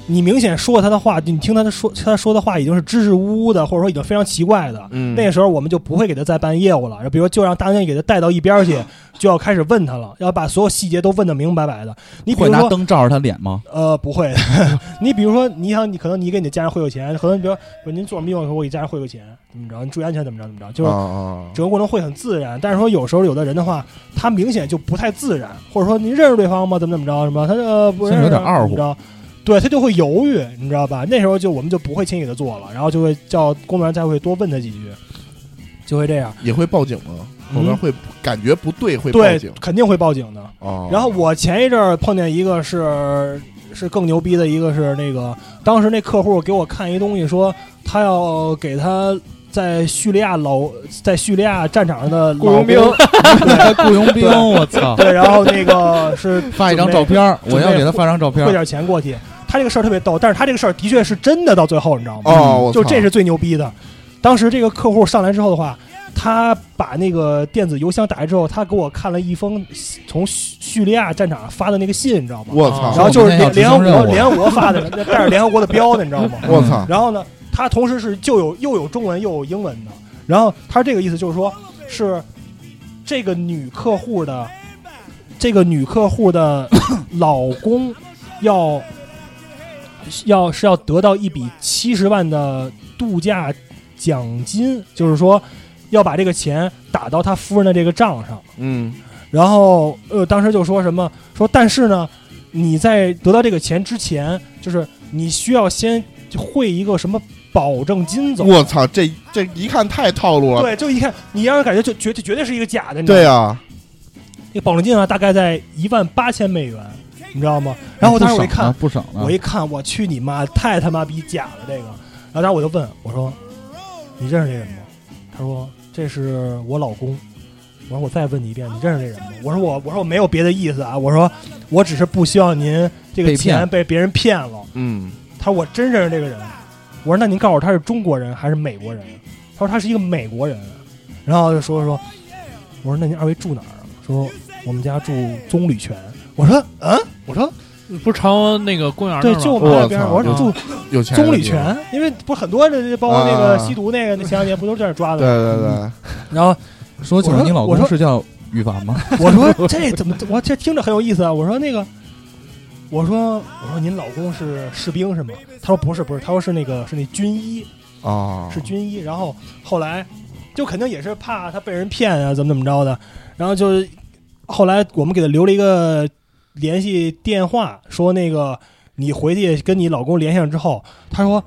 S8: 你明显说他的话，你听他的说他说的话已经是支支吾吾的，或者说已经非常奇怪的，
S6: 嗯
S8: 那个时候我们就不会给他再办业务了，比如就让大将给他带到一边儿
S4: 嗯
S8: 去，就要开始问他了，要把所有细节都问得明明白白的。你比
S4: 会
S8: 如
S4: 拿
S8: 说，
S4: 灯嗯照着他脸 吗？
S8: 呃，不会。 你比如说，你想，你可能你给你的家人汇个钱，可能比如说您做什么用，我给家人汇个钱，怎么着？你注意安全，怎么着？怎么着？就是
S6: 啊啊，
S8: 整个过程会很自然。但是说有时候有的人的话，他明显就不太自然，或者说您认识对方吗？怎么怎么着？什么？他呃不认识，
S4: 甚至有点二
S8: 怎么着？对他就会犹豫，你知道吧？那时候就我们就不会轻易的做了，然后就会叫工作人员再会多问他几句，就会这样。
S6: 也会报警吗？
S8: 嗯
S6: 后边会感觉不对会报
S8: 对
S6: 警，
S8: 肯定会报警的。
S6: 哦。
S8: 嗯然后我前一阵儿碰见一个是是更牛逼的，一个是那个当时那客户给我看一东西，说他要给他在叙利亚老在叙利亚战场上的
S5: 雇佣
S8: 老
S5: 兵，
S4: 雇佣兵，我 操！
S8: 对，然后那个是
S4: 发一张照片儿，我要给他发张照片
S8: 汇
S4: 儿。
S8: 点钱过去。他这个事儿特别逗，但是他这个事儿的确是真的，到最后你知道吗？
S6: 哦，
S8: 嗯
S6: 我
S8: 就
S6: 操
S8: 这是最牛逼的。当时这个客户上来之后的话，他把那个电子邮箱打开之后，他给我看了一封从叙叙利亚战场发的那个信，你知道吗？
S6: 我操
S8: 然后就是联联合
S4: 说我
S8: 国
S4: 们那要执行任务
S8: 联 合国发的，带着联合国的标的，你知道吗？
S6: 我操，
S8: 然后呢，他同时是就有又有中文又有英文的。然后他这个意思就是说，是这个女客户的这个女客户的老公要要是要得到一笔七十万的度假奖金，就是说要把这个钱打到他夫人的这个账上。
S6: 嗯
S8: 然后呃，当时就说什么说，但是呢，你在得到这个钱之前，就是你需要先汇一个什么保证金走。
S6: 我操，这这一看太套路了。
S8: 对，就一看，你让人感觉就绝就绝对是一个假的，你知道
S6: 对
S8: 吗？
S6: 啊，
S8: 那个保证金啊，大概在一万八千美元，你知道吗？然后当时我一看，
S4: 不啊少呢，
S8: 我一看，我去你妈，太他妈逼假了这个。然后当时我就问我说：“你认识这人吗？”他说：“这是我老公。”我说：“我再问你一遍，你认识这人吗？”我说我：“我说我没有别的意思啊，我说我只是不希望您这个
S4: 被骗
S8: 钱被别人骗了。
S6: 嗯，”
S8: 他说：“我真认识这个人。”我说：“那您告诉我他是中国人还是美国人？”他说：“他是一个美国人。”然后就说说，我说：“那您二位住哪儿啊？”说：“我们家住棕榈泉。”我说：“嗯，我说
S7: 不是朝阳那个公园那
S8: 对
S7: 儿，吗
S8: 就我们那边。”
S6: 我操
S8: 我说：“你住
S6: 有钱人
S8: 棕榈
S6: 地方
S8: 泉，因为不是很多人，包括那
S6: 啊
S8: 个吸毒那个，那前两年不都是这样抓
S6: 对
S8: 的？
S6: 对对，
S8: 然后
S4: 说起来，你老
S8: 我
S4: 公
S8: 说
S4: 是叫羽凡 吗？
S8: 我说这怎么，我这听着很有意思啊。我说那个，我说我说您老公是士兵是吗？他说不是不是，他说是那个是那军医。
S6: 啊，
S8: 是军医，然后后来就肯定也是怕他被人骗啊，怎么怎么着的，然后就后来我们给他留了一个联系电话，说那个你回去跟你老公联系上之后，他说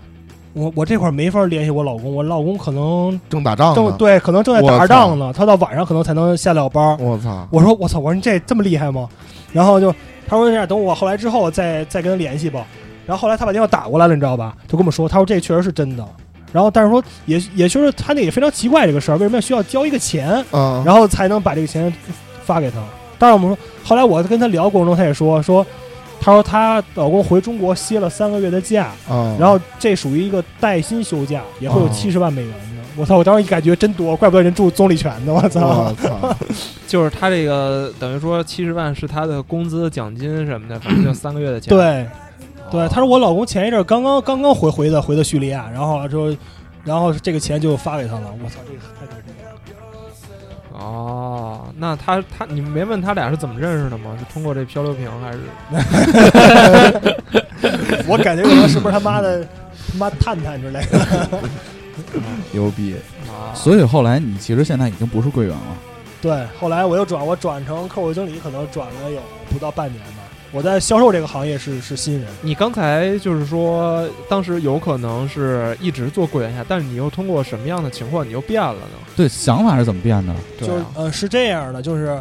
S8: 我我这会儿没法联系我老公，我老公可能
S6: 正打仗
S8: 正
S6: 呢。
S8: 对可能正在
S6: 我
S8: 打着
S6: 操
S8: 仗呢，他到晚上可能才能下了班儿。
S6: 我操！
S8: 我说我操，我说你这这么厉害吗？然后就他说这样，等我后来之后再再跟他联系吧。然后后来他把电话打过来了，你知道吧？就跟我们说，他说这确实是真的。然后但是说也也就是他那也非常奇怪这个事儿，为什么要需要交一个钱，
S6: 嗯，
S8: 然后才能把这个钱发给他？当然我们说，后来我跟他聊过程中，他也说说，他说她老公回中国歇了三个月的假，
S6: 嗯
S8: 然后这属于一个带薪休假，也会有
S6: 哦
S8: 七十万美元的。我操！我当时一感觉真多，怪不得人住棕榈泉呢！我操
S6: 我！ 操，
S5: 就是他这个等于说七十万是他的工资、奖金什么的，反正就三个月的钱。
S8: 对，
S5: 哦，
S8: 对，他说我老公前一阵儿刚刚刚刚回回的回的叙利亚，然后之后，然后这个钱就发给他了。我操，这个太可怜了。
S5: 哦，那他他你没问他俩是怎么认识的吗？是通过这漂流瓶还是？
S8: 我感觉可能是不是他妈的他妈探探之类的。
S6: 牛逼！
S5: 啊，
S4: 所以后来你其实现在已经不是柜员了，
S8: 对，后来我又转我转成客户经理，可能转了有不到半年吧。我在销售这个行业是是新人，
S5: 你刚才就是说，当时有可能是一直做柜员下，但是你又通过什么样的情况，你又变了呢？
S4: 对，想法是怎么变的？
S5: 对
S8: 就是
S5: 啊，
S8: 呃是这样的，就是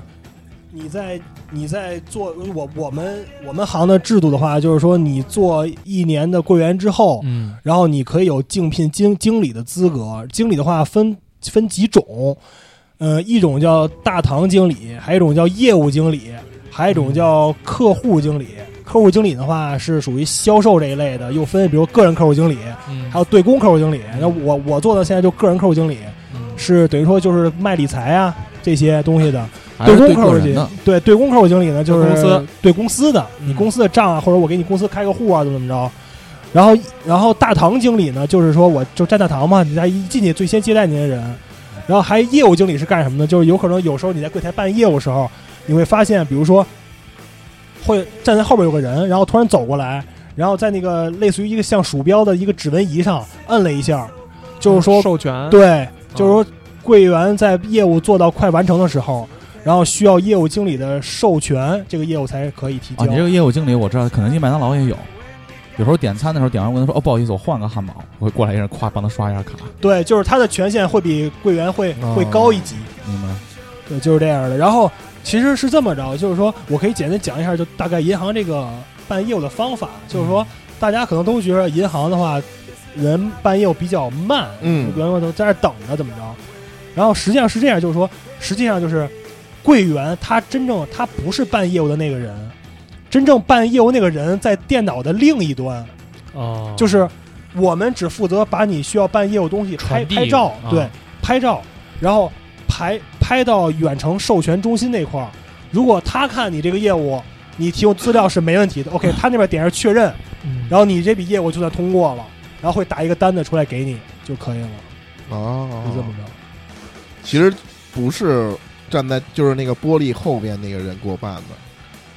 S8: 你在你在做我我们我们行的制度的话，就是说你做一年的柜员之后，
S9: 嗯，
S8: 然后你可以有竞聘经经理的资格。经理的话分分几种，呃，一种叫大堂经理，还有一种叫业务经理，还有一
S5: 嗯
S8: 种叫客户经理。客户经理的话是属于销售这一类的，又分比如个人客户经理，
S9: 嗯
S8: 还有对公客户经理。那我我做的现在就个人客户经理，是等于说就是卖理财啊这些东西的。
S4: 还
S8: 对
S4: 是
S8: 公客
S4: 个
S8: 户
S4: 人
S8: 经
S4: 的？啊
S8: 对对公客户经理呢，就是
S5: 对公司
S8: 对公司的，你
S5: 嗯
S8: 公司的账啊，或者我给你公司开个户啊，怎么怎么着。然后，然后大堂经理呢，就是说我就站大堂嘛，你在一进去最先接待您的人。然后还业务经理是干什么呢？就是有可能有时候你在柜台办业务时候，你会发现，比如说会站在后边有个人，然后突然走过来，然后在那个类似于一个像鼠标的一个指纹仪上摁了一下，就是说
S5: 授权，啊
S8: 对，
S4: 啊
S8: 就是说柜员在业务做到快完成的时候，然后需要业务经理的授权，这个业务才可以提
S4: 啊，
S8: 交。
S4: 你这个业务经理我知道，肯德基、麦当劳也有。
S8: 嗯
S4: 有时候点餐的时候，点完我跟他说：“哦，不好意思，我换个汉堡。”会过来一人，咵帮他刷一下卡，
S8: 对，就是他的权限会比柜员会
S4: 啊
S6: 哦
S8: 会高一级，
S4: 明白？
S8: 对，就是这样的。然后其实是这么着，就是说我可以简单讲一下，就大概银行这个办业务的方法，就是说大家可能都觉得银行的话，人办业务比较慢，
S6: 嗯
S8: 员工都在这儿等着怎么着。然后实际上是这样，就是说，实际上就是柜员他真正他不是办业务的那个人，真正办业务那个人在电脑的另一端，
S9: 哦，
S8: 就是我们只负责把你需要办业务东西拍
S9: 传递
S8: 拍照，
S9: 啊
S8: 对，拍照，然后拍拍到远程授权中心那块儿。如果他看你这个业务，你提供资料是没问题的，OK，他 那边点上确认，
S9: 嗯
S8: 然后你这笔业务就算通过了，然后会打一个单子出来给你就可以了，
S6: 啊
S8: 就这么着。
S6: 其实不是站在就是那个玻璃后边那个人给我办的，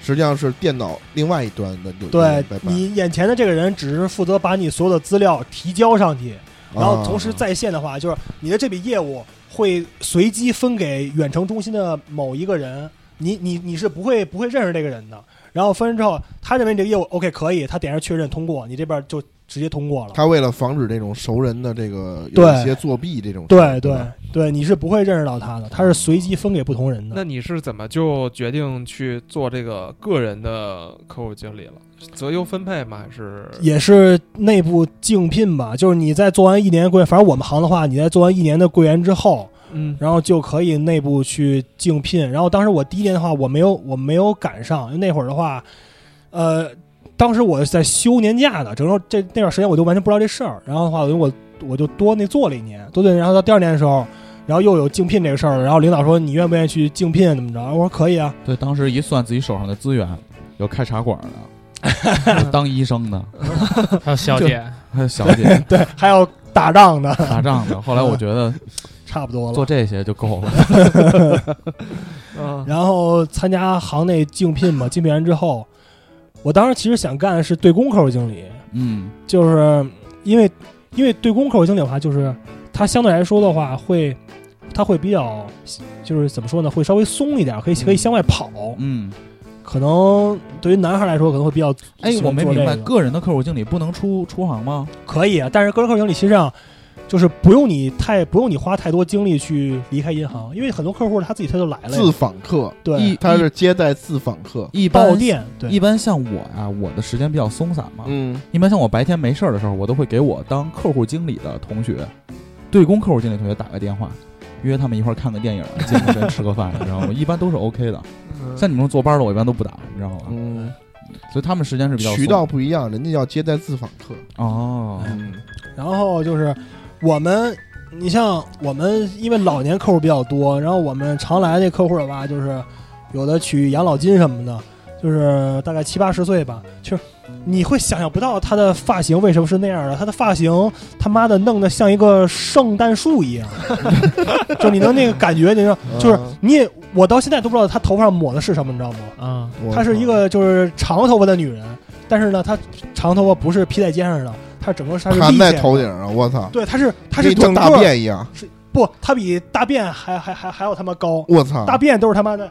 S6: 实际上是电脑另外一端的有
S8: 对
S6: 在办，
S8: 你眼前的这个人只是负责把你所有的资料提交上去，然后
S6: 啊
S8: 同时在线的话，就是你的这笔业务会随机分给远程中心的某一个人，你你你是不会不会认识这个人的。然后分完之后，他认为这个业务 OK 可以，他点上确认通过，你这边就直接通过了。
S6: 他为了防止这种熟人的这个有
S8: 对
S6: 一些作弊这种事
S8: 对
S6: 对
S8: 对
S6: 吧
S8: 对，你是不会认识到他的，他是随机分给不同人
S5: 那
S8: 的。
S5: 你是怎么就决定去做这个个人的客户经理了？择优分配吗？还是
S8: 也是内部竞聘吧，就是你在做完一年柜，反正我们行的话，你在做完一年的柜员之后，
S5: 嗯
S8: 然后就可以内部去竞聘。然后当时我第一年的话，我没有我没有赶上，因为那会儿的话，呃，当时我在休年假的，整个这那段时间我就完全不知道这事儿。然后的话，我就我我就多那做了一年，多做一年。然后到第二年的时候，然后又有竞聘这个事儿了。然后领导说你愿不愿意去竞聘怎么着？我说可 以啊。
S4: 对，当时一算自己手上的资源，有开茶馆的，有 当医生的，
S9: 还有小姐，
S4: 还有小姐
S8: 对，还有打仗的，
S4: 打仗的。后来我觉得
S8: 差不多
S4: 做
S8: 了。
S4: 这些就够了。
S5: 嗯
S8: 然后参加行内竞聘嘛，竞聘完之后，我当时其实想干的是对公客户经理，
S4: 嗯，
S8: 就是因为因为对公口语经典的话，就是它相对来说的话会。它会比较，就是怎么说呢？会稍微松一点，可以可以向外跑。
S2: 嗯，
S8: 可能对于男孩来说，可能会比较
S2: 哎
S8: 喜，欢
S2: 我没
S8: 做
S2: 明白，
S8: 这个
S2: 个人的客户经理不能出出行吗？
S8: 可以，啊，但是个人客户经理其实上就是不用你太不用你花太多精力去离开银行，因为很多客户他自己他就来了
S6: 自
S8: 呀，
S6: 访客，
S8: 对
S6: 一他是接待自访客，
S4: 一
S8: 到
S4: 般
S8: 店对
S4: 一般像我呀、我的时间比较松散嘛，
S6: 嗯，
S4: 一般像我白天没事儿的时候，我都会给我当客户经理的同学，对公客户经理同学打个电话，约他们一块儿看个电影，啊见个面吃个饭，你知道 吗？我一般都是 OK 的。像你们这种坐班的，我一般都不打，你知道吗？
S6: 嗯，
S4: 所以他们时间是比较
S6: 渠
S4: 松
S6: 道不一样，人家叫接待自访客，
S4: 哦，
S6: 嗯，
S8: 然后就是我们，你像我们，因为老年客户比较多，然后我们常来那客户的话，就是有的取养老金什么的，就是大概七八十岁吧，就是你会想象不到他的发型为什么是那样的，他的发型他妈的弄得像一个圣诞树一样， 就你能那个感觉，你知道，就是
S6: 嗯
S8: 你也我到现在都不知道他头发上抹的是什么，你知道吗？
S7: 啊，
S6: 我
S8: 她是一个就是长头发的女人，但是呢，她长头发不是披在肩上的，她整个她是
S6: 盘
S8: 立
S6: 在
S8: 起来
S6: 头
S8: 的
S6: 顶，上，我操，
S8: 对，她是她
S6: 跟
S8: 是
S6: 一
S8: 整
S6: 正
S8: 个
S6: 大便一样，
S8: 不，她比大便还还还还要他妈高，
S6: 我操，
S8: 大便都是他妈的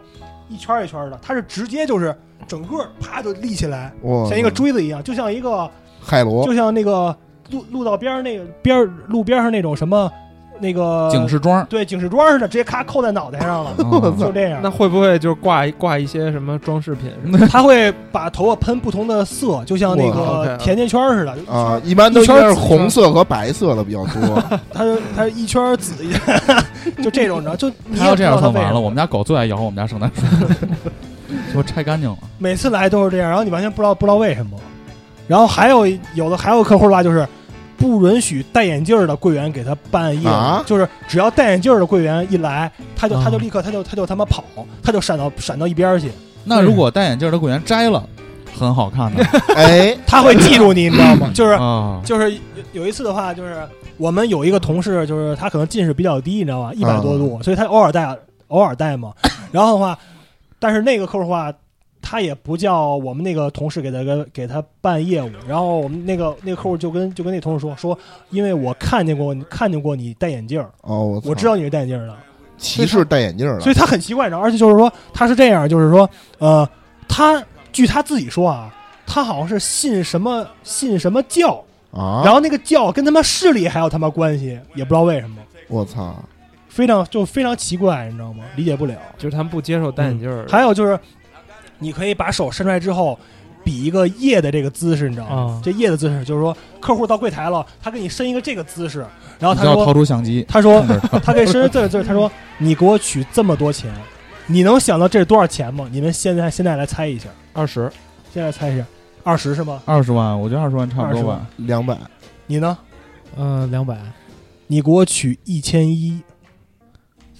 S8: 一圈儿一圈儿的，她是直接就是整个啪就立起来，
S6: 我
S8: 像一个锥子一样，就像一
S6: 哦
S8: 个
S6: 海螺
S8: 就像那个路路道边儿那个边儿路边儿上那种什么那个
S4: 警示 装。，
S8: 对警示桩似的，直接咔扣在脑袋上了
S4: 哦
S8: 就这样
S5: 那。会不会就是挂一挂一些什么装饰品什么的？
S8: 她会把头发喷不同的色，就像那
S5: 哇
S8: 个
S5: ，OK，
S8: 甜甜圈儿似的，就一圈儿
S6: 啊，一般都
S8: 一
S6: 应
S8: 圈儿
S6: 该是
S8: 紫
S6: 红色和白色的比较 多，
S8: 它它一圈儿紫一圈儿， 就这种，你知道，就你
S4: 他
S8: 也
S4: 要
S8: 不知
S4: 这样
S8: 道它
S4: 算
S8: 为
S4: 完
S8: 什
S4: 了，
S8: 么
S4: 我们家狗最爱咬我们家圣 诞树，给我拆干净了。
S8: 每次来都是这样，然后你完全不知道不知道为什么。然后还有有的还有客户吧，就是不允许戴眼镜儿的柜员给他办业务，
S6: 啊
S8: 就是只要戴眼镜儿的柜员一来，他就
S4: 啊
S8: 他就立刻他就他就他妈跑，他就闪到闪到一边儿去，
S4: 那如果戴眼镜的柜员摘了，很好看的
S6: 哎，
S8: 他会记住你，你知道 吗？就是
S4: 啊，
S8: 就是有有一次的话，就是我们有一个同事，就是他可能近视比较低，你知道吧，一百多度，
S6: 嗯
S8: 所以他偶尔戴，偶尔戴嘛。然后的话，但是那个客户的话，他也不叫我们那个同事给他给给他办业务。然后我们那个那个客户就跟就跟那同事说说，因为我看见过你看见过你戴眼镜儿，
S6: 哦，我
S8: 我
S6: 操
S8: 知道你是戴眼镜儿的，
S6: 歧视戴眼镜的，
S8: 所以他很奇怪，你知道，而且就是说他是这样，就是说，呃，他据他自己说啊，他好像是信什么信什么教。
S6: 啊，
S8: 然后那个叫跟他妈视力还有他妈关系，也不知道为什么，
S6: 我操，
S8: 非常就非常奇怪，你知道吗？理解不了。
S5: 就是他们不接受戴眼
S4: 嗯
S5: 镜儿，
S8: 还有就是，你可以把手伸出来之后，比一个耶的这个姿势，你知道吗
S7: 啊？
S8: 这耶的姿势就是说，客户到柜台了，他给你伸一个这个姿势，然后
S4: 你
S8: 他
S4: 就要
S8: 说，
S4: 掏出相机，
S8: 他说
S4: 控制它
S8: 他给伸这个姿势，他说你给我取这么多钱，你能想到这是多少钱吗？你们现在现在来猜一下，
S5: 二十
S8: 现在猜一下，二十是吗？
S4: 二十万，我觉 得二十万差不多吧。
S6: 两百，
S8: 你呢？
S7: 嗯、两百，
S8: 你给我取一千一，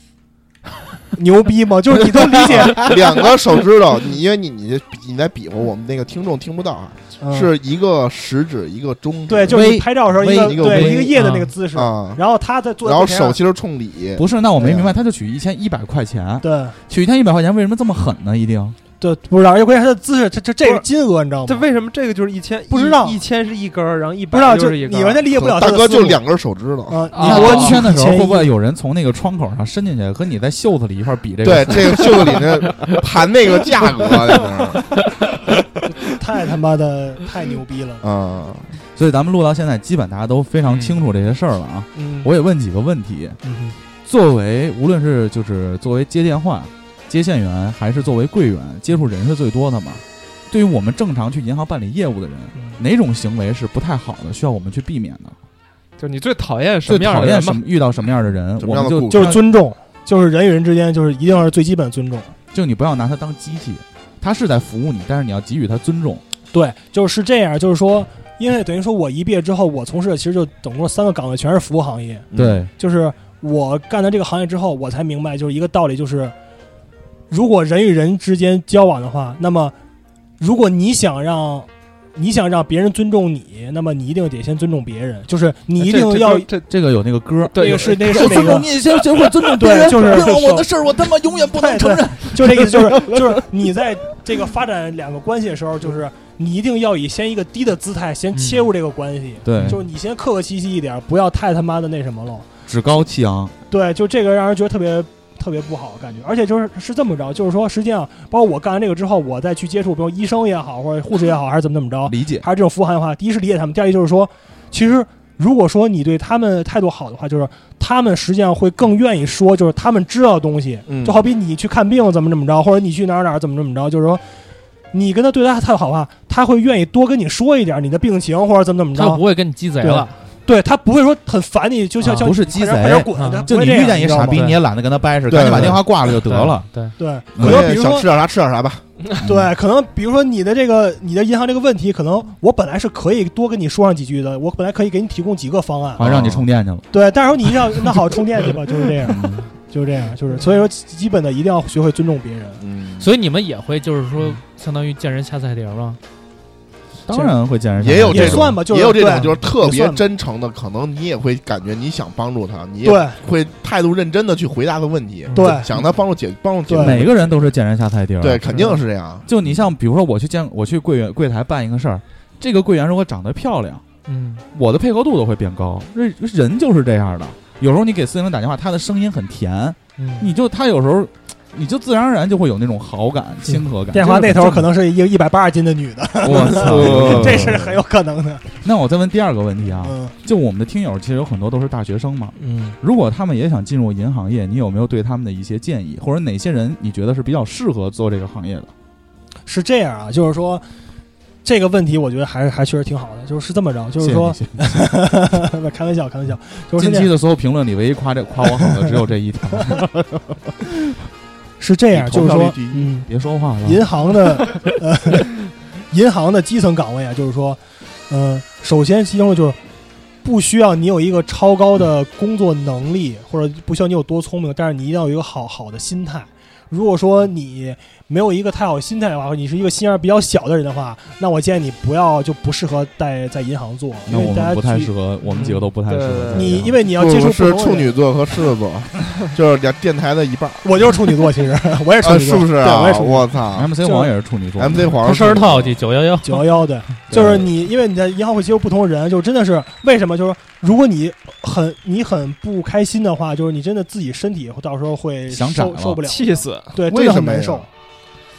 S8: 牛逼吗？就是你都理解，
S6: 两个手指头，你因为你你这你在比划，我们那个听众听不到啊，
S8: 嗯
S6: 是一个食指一个中指，
S8: 对，就是你
S4: 微
S8: 拍照的时候一
S6: 微一
S8: 个
S6: 个
S8: 对
S4: 微
S8: 一个叶的那个姿势，
S6: 啊，
S8: 然后他在做，
S6: 然后手其实冲礼，
S4: 不是，那我没
S6: 对啊
S4: 明白，他就取一千一百块钱，
S8: 对
S4: 取一千一百块钱为什么这么狠呢？一定
S8: 对不知道，而且关键他的姿势，这这这
S5: 不
S8: 是
S5: 是
S8: 金额，你知道
S5: 这
S8: 吗？
S5: 为什么这个就是一千？
S8: 不知道
S5: 一一千是一根儿，然后一
S8: 不
S5: 百
S8: 知道
S5: 就
S8: 就是
S5: 一根
S8: 你
S5: 儿。
S8: 完全理解不了他
S6: 大
S8: 的
S6: 哥就
S8: 思路
S6: 两根手指
S4: 嗯
S6: 头，
S8: 啊，
S5: 啊
S8: 你给我
S4: 你圈的时候
S8: 取
S4: 会不
S8: 1000
S4: 会有人从那个窗口上伸进去，和你在袖子里一块儿比这个？
S6: 对，这个袖子 里那盘那个价格在那
S8: 太
S9: 嗯
S8: 他妈的太牛逼了
S6: 儿，啊，
S4: 所以咱们录到现在，基本大家都非常清楚这些事儿了啊。
S8: 嗯，
S4: 我也问几个问题，
S8: 嗯
S4: 作为无论是就是作为接电话、接线员，还是作为柜员，接触人是最多的嘛。对于我们正常去银行办理业务的人，哪种行为是不太好的，需要我们去避免的？
S5: 就你最讨厌什
S4: 最
S5: 么样
S4: 讨
S5: 的
S4: 厌
S5: 人
S4: 什
S5: 吧？
S4: 么遇到什么样的人，
S6: 什
S4: 我
S6: 么样
S4: 们
S6: 的
S4: 就
S6: 顾客
S8: 就是尊重，就是人与人之间就是一定要是最基本的尊重。
S4: 就你不要拿他当机器，他是在服务你，但是你要给予他尊重。
S8: 对，就是这样，就是说，因为等于说我一毕业之后，我从事的其实就总共三个岗位全是服务行业，
S4: 对，
S8: 就是我干到这个行业之后，我才明白就是一个道理，就是如果人与人之间交往的话，那么如果你想让你想让别人尊重你，那么你一定得先尊重别人，就是你一
S5: 这
S8: 定
S5: 这
S8: 要
S5: 这这
S4: 这个有那个歌儿，
S8: 那
S5: 对
S8: 个是那个
S2: 我
S8: 是哪
S2: 尊重
S8: 个？
S2: 你，先学会尊重别
S8: 对，
S2: 人。
S8: 就是
S2: 让我的事儿，我他妈永远不能承认。
S8: 就这意思，就是就是你在这个发展两个关系的时候，就是你一定要以先一个低的姿态先切入这个关系，
S4: 对，
S8: 就是你先客客气气一点，不要太他妈的那什么了。
S4: 趾高气昂，
S8: 对，就这个让人觉得特别特别不好感觉，而且就是是这么着，就是说实际上，包括我干完这个之后，我再去接触，比如医生也好，或者护士也好，还是怎么怎么着，
S6: 理解
S8: 还是这种服务行业化，第一是理解他们，第二一就是说，其实如果说你对他们态度好的话，就是他们实际上会更愿意说，就是他们知道的东西，
S6: 嗯
S8: 就好比你去看病怎么怎么着，或者你去哪儿哪儿怎么怎么着，就是说。你跟他对他态度好的话，他会愿意多跟你说一点你的病情或者怎么怎么
S9: 嗯他
S8: 着，
S9: 不会跟你鸡贼
S8: 对
S9: 了，
S8: 对他不会说很烦你，就像、
S9: 啊
S8: 像
S2: 不是鸡贼
S8: 快点快点滚，
S9: 啊
S8: 他不
S2: 就
S8: 会
S2: 你
S8: 这样
S2: 遇见一
S8: 知道吗
S2: 傻逼，你也懒得跟他掰扯，赶紧把
S6: 对对
S2: 电话挂了就得了。
S9: 对，
S8: 对，
S4: 嗯
S6: 我
S8: 可能
S6: 也
S8: 比如
S6: 想
S8: 说
S6: 吃点啥吃点啥吧。
S8: 对，可能比如说你的这个你的银行这个问题，可能我本来是可以多跟你说上几句的，我本来可以给你提供几个方案，
S4: 啊
S2: 好像
S6: 哦
S2: 让你充电去了。
S8: 对，但是你一定要那好充电去吧，就是这样，
S6: 嗯
S8: 就是这样，就是所以说基本的一定要学会尊重别人，
S6: 嗯，
S9: 所以你们也会就是说，相当于见人下菜碟儿吗？
S2: 当然会见人
S6: 也有
S2: 这
S6: 这
S8: 也
S6: 种
S8: 算吧，就是
S6: 也有这种
S8: 对
S6: 就是特
S8: 也
S6: 别
S8: 算吧
S6: 真诚的，可能你也会感觉你想帮助他，你也
S8: 对
S6: 会态度认真的去回答的问题，
S8: 对
S6: 想他帮助解帮助解
S8: 对
S6: 决
S4: 每个人都是见人下菜碟儿。
S6: 对，肯定是这样。
S4: 就你像比如说我去见我去柜员柜台办一个事儿，这个柜员如果长得漂亮，
S9: 嗯，
S4: 我的配合度都会变高。这人就是这样的，有时候你给司令打电话，他的声音很甜，
S9: 嗯，
S4: 你就他有时候。你就自然而然就会有那种好感、亲和感。
S8: 嗯电话
S4: 这
S8: 那
S4: 是很
S8: 头可
S4: 正
S8: 能是一个一百八十斤的女的，
S4: 常我操，
S8: 这是很有可能的。
S4: 那我再问第二个问题啊，
S8: 嗯，
S4: 就我们的听友其实有很多都是大学生嘛，
S9: 嗯，
S4: 如果他们也想进入银行业，你有没有对他们的一些建议，或者哪些人你觉得是比较适合做这个行业的？
S8: 是这样啊，就是说这个问题，我觉得还还确实挺好的，就是是这么着，就是说
S4: 谢谢你
S8: 开玩笑，开玩笑，就是
S4: 近
S8: 这
S4: 期
S8: 样
S4: 的所有评论里，唯一夸这夸我好的只有这 一条。
S8: 是这样，就是说，嗯。
S4: 别说话了，
S8: 银行的呃， 银行的基层岗位啊，就是说，嗯、首先其中就是不需要你有一个超高的工作能力，或者不需要你有多聪明，但是你一定要有一个好好的心态。如果说你没有一个太好的心态的话，或者你是一个心眼儿比较小的人的话，那我建议你不要就不适合在在银行做，因
S4: 那
S8: 为
S4: 我
S8: 大家
S4: 们不太
S8: 去
S4: 适合，我们几个都不太适
S5: 对
S4: 合
S5: 对
S4: 在这样。
S5: 对
S8: 你，因为你要接
S6: 不
S8: 触不同
S6: 不是
S8: 的
S6: 处
S8: 人，
S6: 女座和狮 子座，就是两电台的一半儿，
S8: 我就是处女座，其实我也是处
S6: 啊
S8: 女座，
S6: 是不是
S8: 对，我也是
S6: 啊？
S8: 处女座
S6: 我操
S4: MC
S8: 就
S4: 黄也是处女座
S6: ！MC 黄
S9: 不
S6: 是
S9: 事儿
S6: 处女
S9: 套
S6: 座
S9: 去九幺幺，
S8: 九幺幺对，
S4: 嗯
S8: 就是你，因为你在银行会接触不同的人，就真的是为什么？就是如果你很你很不开心的话，就是你真的自己身体会到时候会
S4: 想
S8: 受
S4: 斩了
S8: 受不了，
S5: 气死！
S8: 对，真
S6: 为
S8: 的
S6: 什
S8: 很
S6: 么
S8: 难
S6: 呀
S8: 受，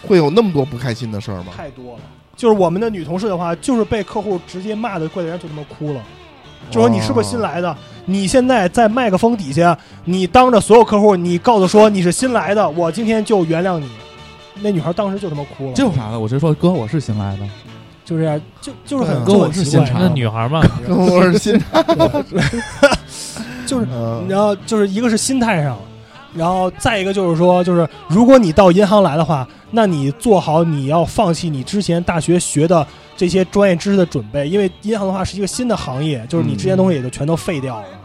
S6: 会有那么多不开心的事儿吗？
S8: 太多了。就是我们的女同事的话，就是被客户直接骂的柜台上就他妈哭了，就说你是不是新来
S4: 哦
S8: 的？你现在在麦克风底下，你当着所有客户，你告诉说你是新来的，我今天就原谅你。那女孩当时就他妈哭了，
S4: 这有啥的？我直接说哥，我是新来的，
S8: 就这样，就就是很就很
S6: 对啊
S4: 跟我是
S8: 奇怪
S4: 现场
S9: 那女孩 嘛，
S6: 跟哦 我是新，
S8: 就是
S6: 嗯
S8: 然后就是一个是心态上，然后再一个就是说，就是如果你到银行来的话，那你做好你要放弃你之前大学学的这些专业知识的准备，因为银行的话是一个新的行业，就是你之前东西也就全都废掉了。
S6: 嗯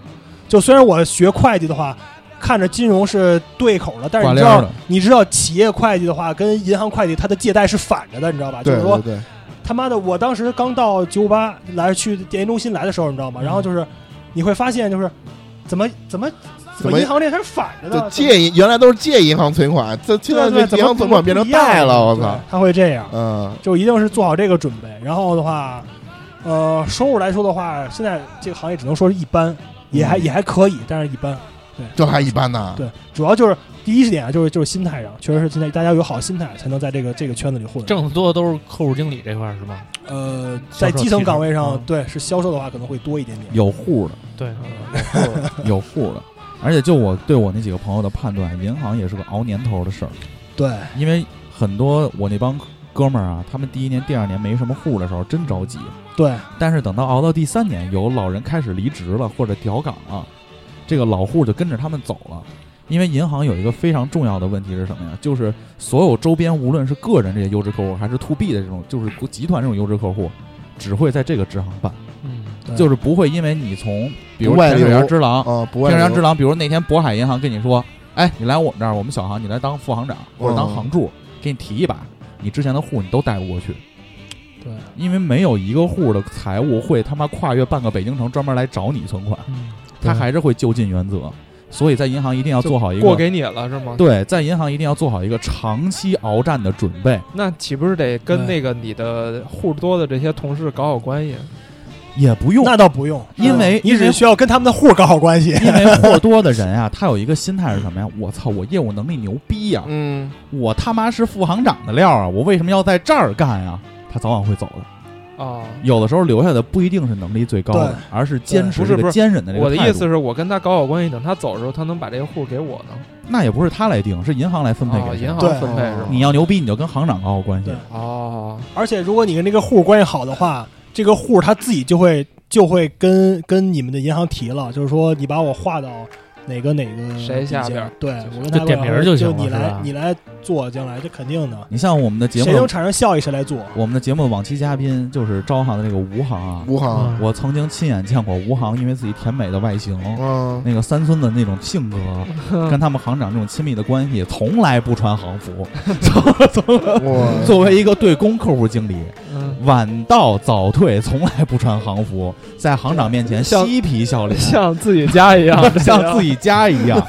S8: 就虽然我学会计的话，看着金融是对口的，但是
S4: 挂
S8: 你
S4: 链
S8: 知
S4: 儿
S8: 道
S4: 的，
S8: 你知道企业会计的话跟银行会计它的借贷是反着的，你知道吧？就
S6: 对
S8: 是说
S6: 对对，
S8: 他妈的，我当时刚到九五八来去电研中心来的时候，你知道吗？
S6: 嗯
S8: 然后就是你会发现，就是怎么怎么
S6: 怎
S8: 怎
S6: 么
S8: 么银行这它是反着的
S6: 就，借银原来都是借银行存款，这现
S8: 对
S6: 在
S8: 对
S6: 这
S8: 对，
S6: 银行存款变成贷了，我操！，
S8: 他会这样，
S6: 嗯，
S8: 就一定是做好这个准备。然后的话，呃，收入来说的话，现在这个行业只能说是一般，也
S6: 嗯
S8: 还也还可以，但是一般。
S6: 这还一般呢。
S8: 对，主要就是第一点啊，就是就是心态上，确实是现在大家有好心态，才能在这个这个圈子里混。
S9: 挣得多的都是客户经理这块儿是吗？
S8: 呃，
S9: 销售
S8: 在基层岗位上
S9: 嗯，
S8: 对是销售的话，可能会多一点点。
S4: 有户的，
S9: 对，
S4: 有户的。而且就我对我那几个朋友的判断，银行也是个熬年头的事儿，
S8: 对，
S4: 因为很多我那帮哥们儿啊，他们第一年、第二年没什么户的时候，真着急。
S8: 对，
S4: 但是等到熬到第三年，有老人开始离职了或者调岗了，这个老户就跟着他们走了。因为银行有一个非常重要的问题是什么呀？就是所有周边，无论是个人这些优质客户，还是 to B 的这种，就是集团这种优质客户，只会在这个支行办，
S9: 嗯，
S8: 对
S4: 就是不会因为你从比如
S6: 不外
S4: 天
S6: 流
S4: 水阳之狼，
S6: 啊，不
S4: 天
S6: 外
S4: 水阳之
S6: 流
S4: 狼，比如那天渤海银行跟你说，哎，你来我们这儿，我们小行，你来当副行长或者当
S6: 嗯
S4: 行助，给你提一把，你之前的户你都带不过去。
S8: 对，
S4: 因为没有一个户的财务会他妈跨越半个北京城专门来找你存款，
S9: 嗯
S4: 他还是会就近原则。所以在银行一定要
S5: 就
S4: 做好一
S5: 过
S4: 个
S5: 给你了是吗？
S4: 对，在银行一定要做好一个长期鏖战的准 备。
S5: 那岂不是得
S4: 嗯
S5: 跟那个你的户多的这些同事搞好关系？
S4: 也不用，
S8: 那倒不用，嗯
S4: 因为
S8: 你只需要跟他们的户搞好关系。
S4: 因为货多的人啊，他有一个心态是什么呀？我操，我业务能力牛逼呀、
S6: 嗯，
S4: 我他妈是副行长的料啊，我为什么要在这儿干呀、他早晚会走的。
S5: 哦，
S4: 有的时候留下的不一定是能力最高的
S8: 对，
S4: 而是坚持
S5: 对不是
S4: 这
S5: 不
S4: 个
S5: 是
S4: 坚忍的这
S5: 我
S4: 个
S5: 的
S4: 态度。
S5: 意思是我跟他搞好关系，等他走的时候，他能把这个户给我呢？
S4: 那也不是他来定，是银行来分配
S5: 哦，
S4: 给谁啊
S5: 银行
S8: 对
S5: 分配是吗？
S4: 你要牛逼，你就跟行长搞好关系
S8: 对。
S5: 哦，
S8: 而且如果你跟这个户关系好的话，这个户他自己就会就会跟跟你们的银行提了，就是说你把我划到哪个哪个
S5: 谁下边儿
S8: 底下对
S5: 就
S8: 我跟他
S9: 就点名儿就行了
S8: 你
S9: 是
S8: 来
S9: 吧
S8: 你来做，将来这肯定的，
S4: 你像我们的节
S8: 谁能
S4: 目，
S8: 产生效益谁来做。
S4: 我们的节目的往期嘉宾就是招行的这个吴航啊，
S6: 吴航，
S4: 我曾经亲眼见过吴航因为自己甜美的外形，
S6: 嗯，
S4: 那个三村的那种性 格，跟他们行长这种亲密的关系，从来不穿行服。
S6: 嗯 我
S4: 作为一个对公客户经理，
S5: 嗯，
S4: 晚到早退从来不穿行服，在行长面前
S5: 像
S4: 嬉皮笑脸，，
S5: 像自己 家一样
S4: 像自己家一样，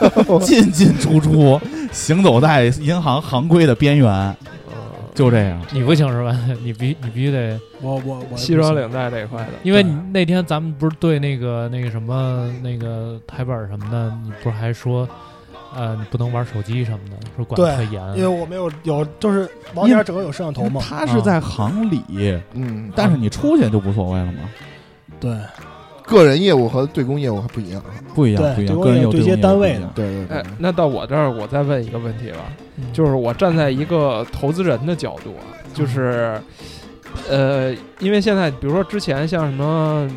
S4: 进进出出，行走在银行行规的边缘，
S8: 嗯
S4: 就这样。
S9: 你不行是吧？ 你必你必须得，
S8: 我我我
S5: 西装领带这一块的。
S9: 因为你那天咱们不是对那个那个什么那个台本什么的，你不是还说，呃，你不能玩手机什么的，说管得特
S8: 对因为
S9: 严。
S8: 我没有有就是网点整个有摄像头嘛，
S4: 他是在行里，
S6: 嗯，
S4: 啊但是你出去就无所谓了嘛，
S8: 对
S6: 个人业务和对公业务还不一样啊。
S4: 不一样，
S8: 对
S4: 不一样，
S8: 对
S4: 个人有
S8: 对接
S4: 公有
S8: 单
S4: 不
S8: 位
S4: 一样
S8: 的
S6: 对对对
S5: 哎，，
S8: 嗯
S5: 那到我这儿，我再问一个问题吧，就是我站在一个投资人的角度啊，
S8: 嗯
S5: 就是，呃，因为现在比如说之前像什么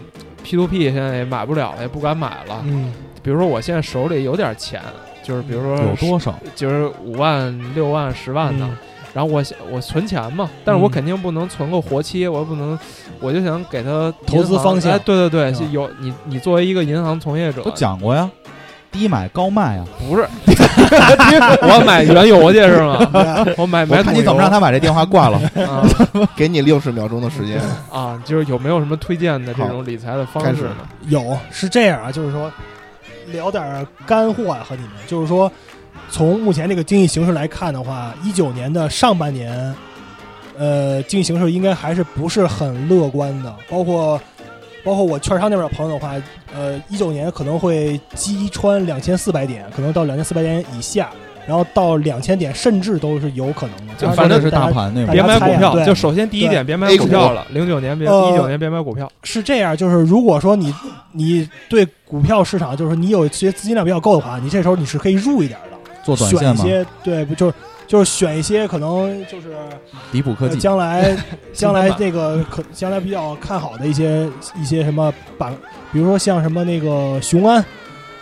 S5: P to P，现在也买不了了，也不敢买了。
S8: 嗯，
S5: 比如说我现在手里有点钱，就是比如说
S4: 有多少？
S5: 就是五万、六万、十万的。然后我想我存钱嘛，但是我
S8: 嗯
S5: 肯定不能存个活期，我不能，我就想给他
S8: 投资
S5: 银行
S8: 方向
S5: 哎对对对，
S8: 是吧
S5: 是有你你作为一个银行从业者
S4: 都，讲过呀，低买高卖啊呀。
S5: 不是， 我买原油去是吗？ 我买买
S4: 我看你怎么让他把这电话挂 了。
S5: 他啊
S6: 给你六十秒钟的时间，
S5: 啊，就是有没有什么推荐的这种理财的方式呢？
S8: 有是这样啊，就是说聊点儿干货啊和你们，就是说从目前这个经济形势来看的话，一九年的上半年，呃，经济形势应该还是不是很乐观的，包括。包括我券商那边的朋友的话，呃，一九年可能会击穿两千四百点，可能到两千四百点以下，然后到两千点甚至都是有可能的。当
S5: 就
S8: 然
S5: 反正
S4: 这是
S8: 大
S4: 大
S8: 家
S4: 盘那
S8: 大
S5: 别
S8: 家
S5: 买股
S8: 猜呀
S5: 票，
S8: 对
S5: 就首先第一点别买
S6: A
S5: 股
S6: 股
S5: 票了，零九年别
S8: 呃
S5: 一九年别买股票，
S8: 是这样，就是如果说你你对股票市场，就是你有一些资金量比较够的话，你这时候你是可以入一点的，
S4: 做短
S8: 选
S4: 线
S8: 一
S4: 嘛，
S8: 些对，不就是就是选一些可能就是
S4: 迪普科
S8: 呃
S4: 技。
S8: 将来 将来
S5: 新
S8: 那个可将来比较看好的一些一些什么板，比如说像什么那个雄安，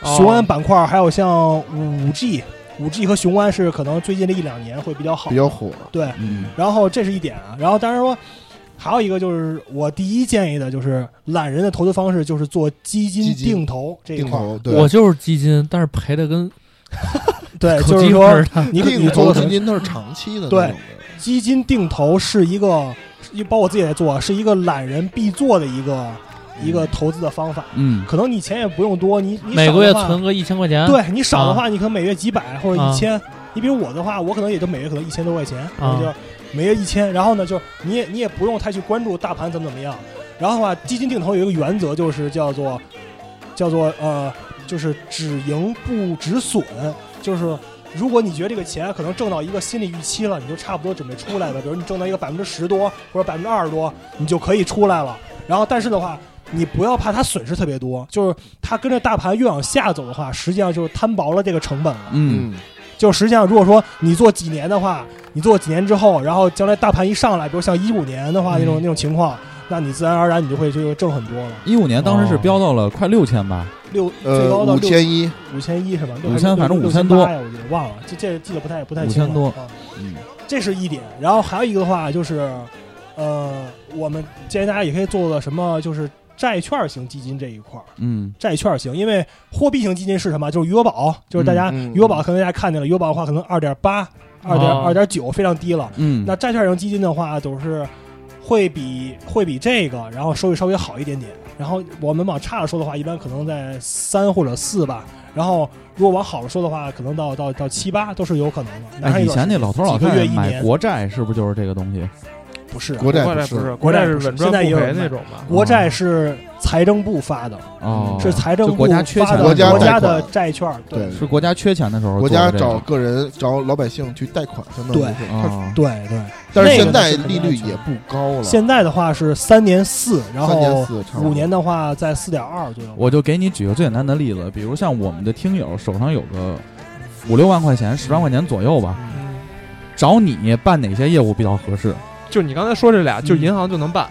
S5: 哦
S8: 雄安板块，还有像五 G，五 G 和雄安是可能最近这一两年会比较好
S6: 比，较火。
S8: 对，
S4: 嗯，
S8: 然后这是一点啊，然后当然说还有一个就是我第一建议的就是懒人的投资方式就是做基金
S6: 基金
S8: 定投这一
S6: 定
S8: 块儿，
S6: 投，对，
S9: 我就是基金，但是赔的跟
S8: 对，
S9: 口
S8: 哎就是
S9: 鸡
S8: 说
S9: 似的。
S8: 你
S6: 定
S8: 你
S6: 投
S8: 做
S6: 基
S8: 的
S6: 金它是长期的，
S8: 对，基金定投是一个，一包括我自己也在做，是一个懒人必做的一个一个投资的方法。
S4: 嗯，
S8: 可能你钱也不用多，你你
S9: 每
S8: 少
S9: 个
S8: 的
S9: 月
S8: 话
S9: 存个一千块钱，
S8: 对你少的话，你可能每月几百或者
S9: 啊
S8: 一千。你比如我的话，我可能也就每月可能一千多块钱，可能
S9: 啊
S8: 就每月一千。然后呢，就你也你也不用太去关注大盘怎么怎么样。然后的话，基金定投有一个原则，就是叫做叫做呃，就是只赢不止损，就是。如果你觉得这个钱可能挣到一个心理预期了，你就差不多准备出来了。比如你挣到一个百分之十多或者百分之二十多，你就可以出来了。然后，但是的话，你不要怕它损失特别多，就是它跟着大盘越往下走的话，实际上就是摊薄了这个成本了。
S4: 嗯，
S6: 嗯，
S8: 就实际上，如果说你做几年的话，你做几年之后，然后将来大盘一上来，比如像一五年的话那种、
S4: 嗯
S8: 那种情况，那你自然而然你就会就会挣很多了。
S4: 一五年当时是飙到了快六千吧，
S8: 六最
S6: 呃，
S8: 高到
S6: 五
S8: 六
S6: 千一，
S8: 五千一是吧？
S4: 五千反正五
S8: 五
S4: 千
S8: 千
S4: 多
S8: 呀，我觉得忘了，这这记得不太不太
S4: 五
S8: 清
S4: 千
S8: 了
S4: 多
S8: 啊
S6: 嗯，
S8: 这是一点，然后还有一个的话就是，呃，我们建议大家也可以做的什么，就是债券型基金这一块儿，
S4: 嗯，
S8: 债券型，因为货币型基金是什么？就是余额宝，就是大家、
S6: 嗯嗯
S8: 余额宝可能大家看见了，余额宝的话可能二点八、二点
S4: 啊
S9: 哦
S8: 二点九非常低了。
S4: 嗯，
S8: 那债券型基金的话，都是会比会比这个，然后收益稍微好一点点。然后我们往差了说的话，一般可能在三或者四吧。然后如果往好了说的话，可能到到到七八都是有可能的。哪怕
S4: 哎，
S8: 有
S4: 以前那老头老
S8: 几
S4: 太
S8: 个月
S4: 太
S8: 一
S4: 买
S8: 年
S4: 国债是不是就是这个东西？
S8: 不是啊
S6: 国债
S5: 国债
S6: 不是
S5: 是，国债是
S8: 国债不是
S5: 稳赚
S8: 现在也
S5: 不
S8: 有
S5: 赔
S8: 人
S5: 那
S8: 买
S5: 种吧？
S8: 国债是财政部发的，
S4: 哦，
S8: 是财政
S4: 就
S8: 部
S4: 国家缺
S8: 发
S4: 钱
S8: 的
S4: 的
S6: 国
S4: 时候，
S6: 家债
S8: 的
S6: 款
S8: 债券，对
S6: 对
S4: 是国家缺钱的时候
S6: 国
S4: 做
S6: 家
S4: 的这个，
S6: 找个人找老百姓去贷款，相当于
S8: 对
S6: 是它
S4: 啊，
S8: 对对。
S6: 但是
S8: 那个
S6: 现在
S8: 是
S6: 利率也不高了，
S8: 现在的话是三年四，然
S6: 三年
S8: 后
S6: 四差不多
S8: 五年的话在四点二左右。
S4: 我就给你举个最简单的例子，比如像我们的听友手上有个五六万块钱、十万块钱左右吧，找你办哪些业务比较合适？
S5: 就你刚才说这
S8: 嗯
S5: 俩，就银行就能办。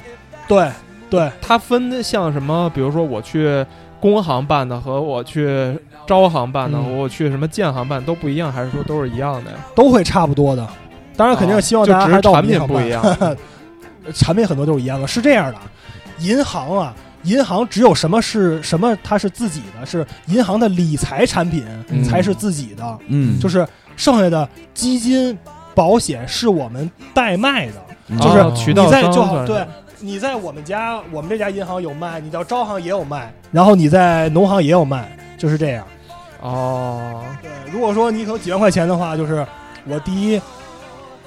S8: 对对
S5: 它分的像什么？比如说我去工行办的和我去招行办的，
S8: 嗯
S5: 和我去什么建行办都不一样，还是说都是一样的呀？
S8: 都会差不多的。当然肯定是希望
S5: 就
S8: 大家
S5: 只
S8: 还
S5: 是
S8: 是到
S5: 产
S8: 银
S5: 品
S8: 行
S5: 不
S8: 办
S5: 一样。
S8: 产品很多都是一样的。是这样的，银行啊，银行只有什么是什么，它是自己的，是银行的理财产品
S5: 嗯
S8: 才是自己的，
S4: 嗯，
S8: 就是剩下的基金、保险是我们代卖的。
S4: 嗯
S8: 就是
S5: 啊渠道
S8: 你在
S5: 商
S8: 就
S5: 算
S8: 好，
S5: 是
S8: 对，你在我们家，我们这家银行有卖，你到招行也有卖，然后你在农行也有卖，就是这样。
S5: 哦，
S8: 对，如果说你可能几万块钱的话，就是我第一，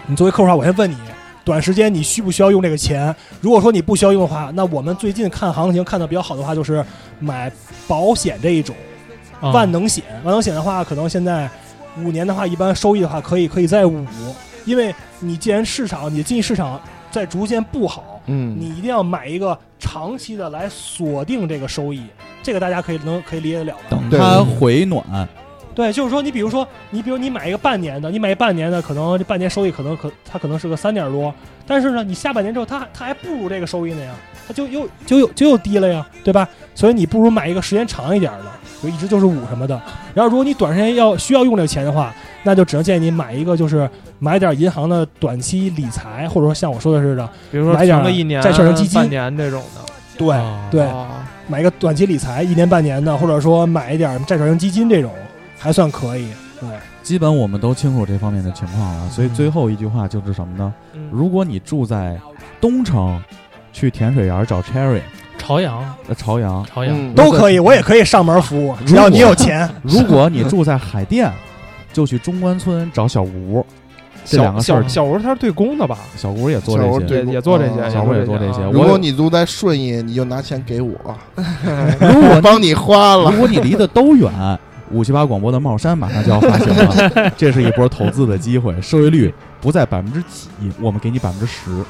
S8: 你作为客户的话，我先问你，短时间你需不需要用这个钱？如果说你不需要用的话，那我们最近看行情看的比较好的话，就是买保险这一种，
S9: 啊
S8: 万能险。万能险的话，可能现在五年的话，一般收益的话可以可以在五，因为你既然市场你的经济市场在逐渐不好，
S6: 嗯，
S8: 你一定要买一个长期的来锁定这个收益，这个大家可以能可以理解得了吧。
S4: 等
S6: 对
S4: 它回暖，
S8: 对，就是说，你比如说，你比如你买一个半年的，你买一半年的，可能这半年收益可能可它可能是个三点多，但是呢，你下半年之后，它它还不如这个收益呢呀，它就又就又就又低了呀，对吧？所以你不如买一个时间长一点的，就一直就是五什么的。然后如果你短时间要需要用这个钱的话，那就只能建议你买一个就是买点银行的短期理财，或者说像我说的似的，
S5: 比如说
S8: 买点
S5: 存个一年、
S8: 债券和基金
S5: 半年这种的。
S8: 对对，
S5: 哦
S8: 啊买一个短期理财，一年半年的，或者说买一点债券型基金这种，还算可以。对，
S4: 基本我们都清楚这方面的情况了。所以最后一句话就是什么呢？
S5: 嗯
S4: 如果你住在东城，去甜水园找 Cherry
S9: 朝阳，
S4: 呃朝 阳；
S9: 朝阳，
S6: 嗯
S8: 都可以，我也可以上门服务，只要你有钱。
S4: 如果你住在海淀，就去中关村找小吴。这两个事
S5: 小
S4: 儿
S5: 小，小吴他是对公的吧？
S4: 小吴也做
S6: 小
S4: 这
S6: 吴
S4: 些，
S6: 对
S5: 也也做这
S6: 啊
S5: 些，
S4: 小吴也做这些
S5: 啊
S4: 我
S6: 如
S4: 有
S6: 果你住在顺义，你就拿钱 给我，
S4: 如果
S6: 我帮你花了。
S4: 如果你离得都远，五七八广播的帽衫马上就要发行 了，这是一波投资的机会，收益率不在百分之几，我们给你百分之十。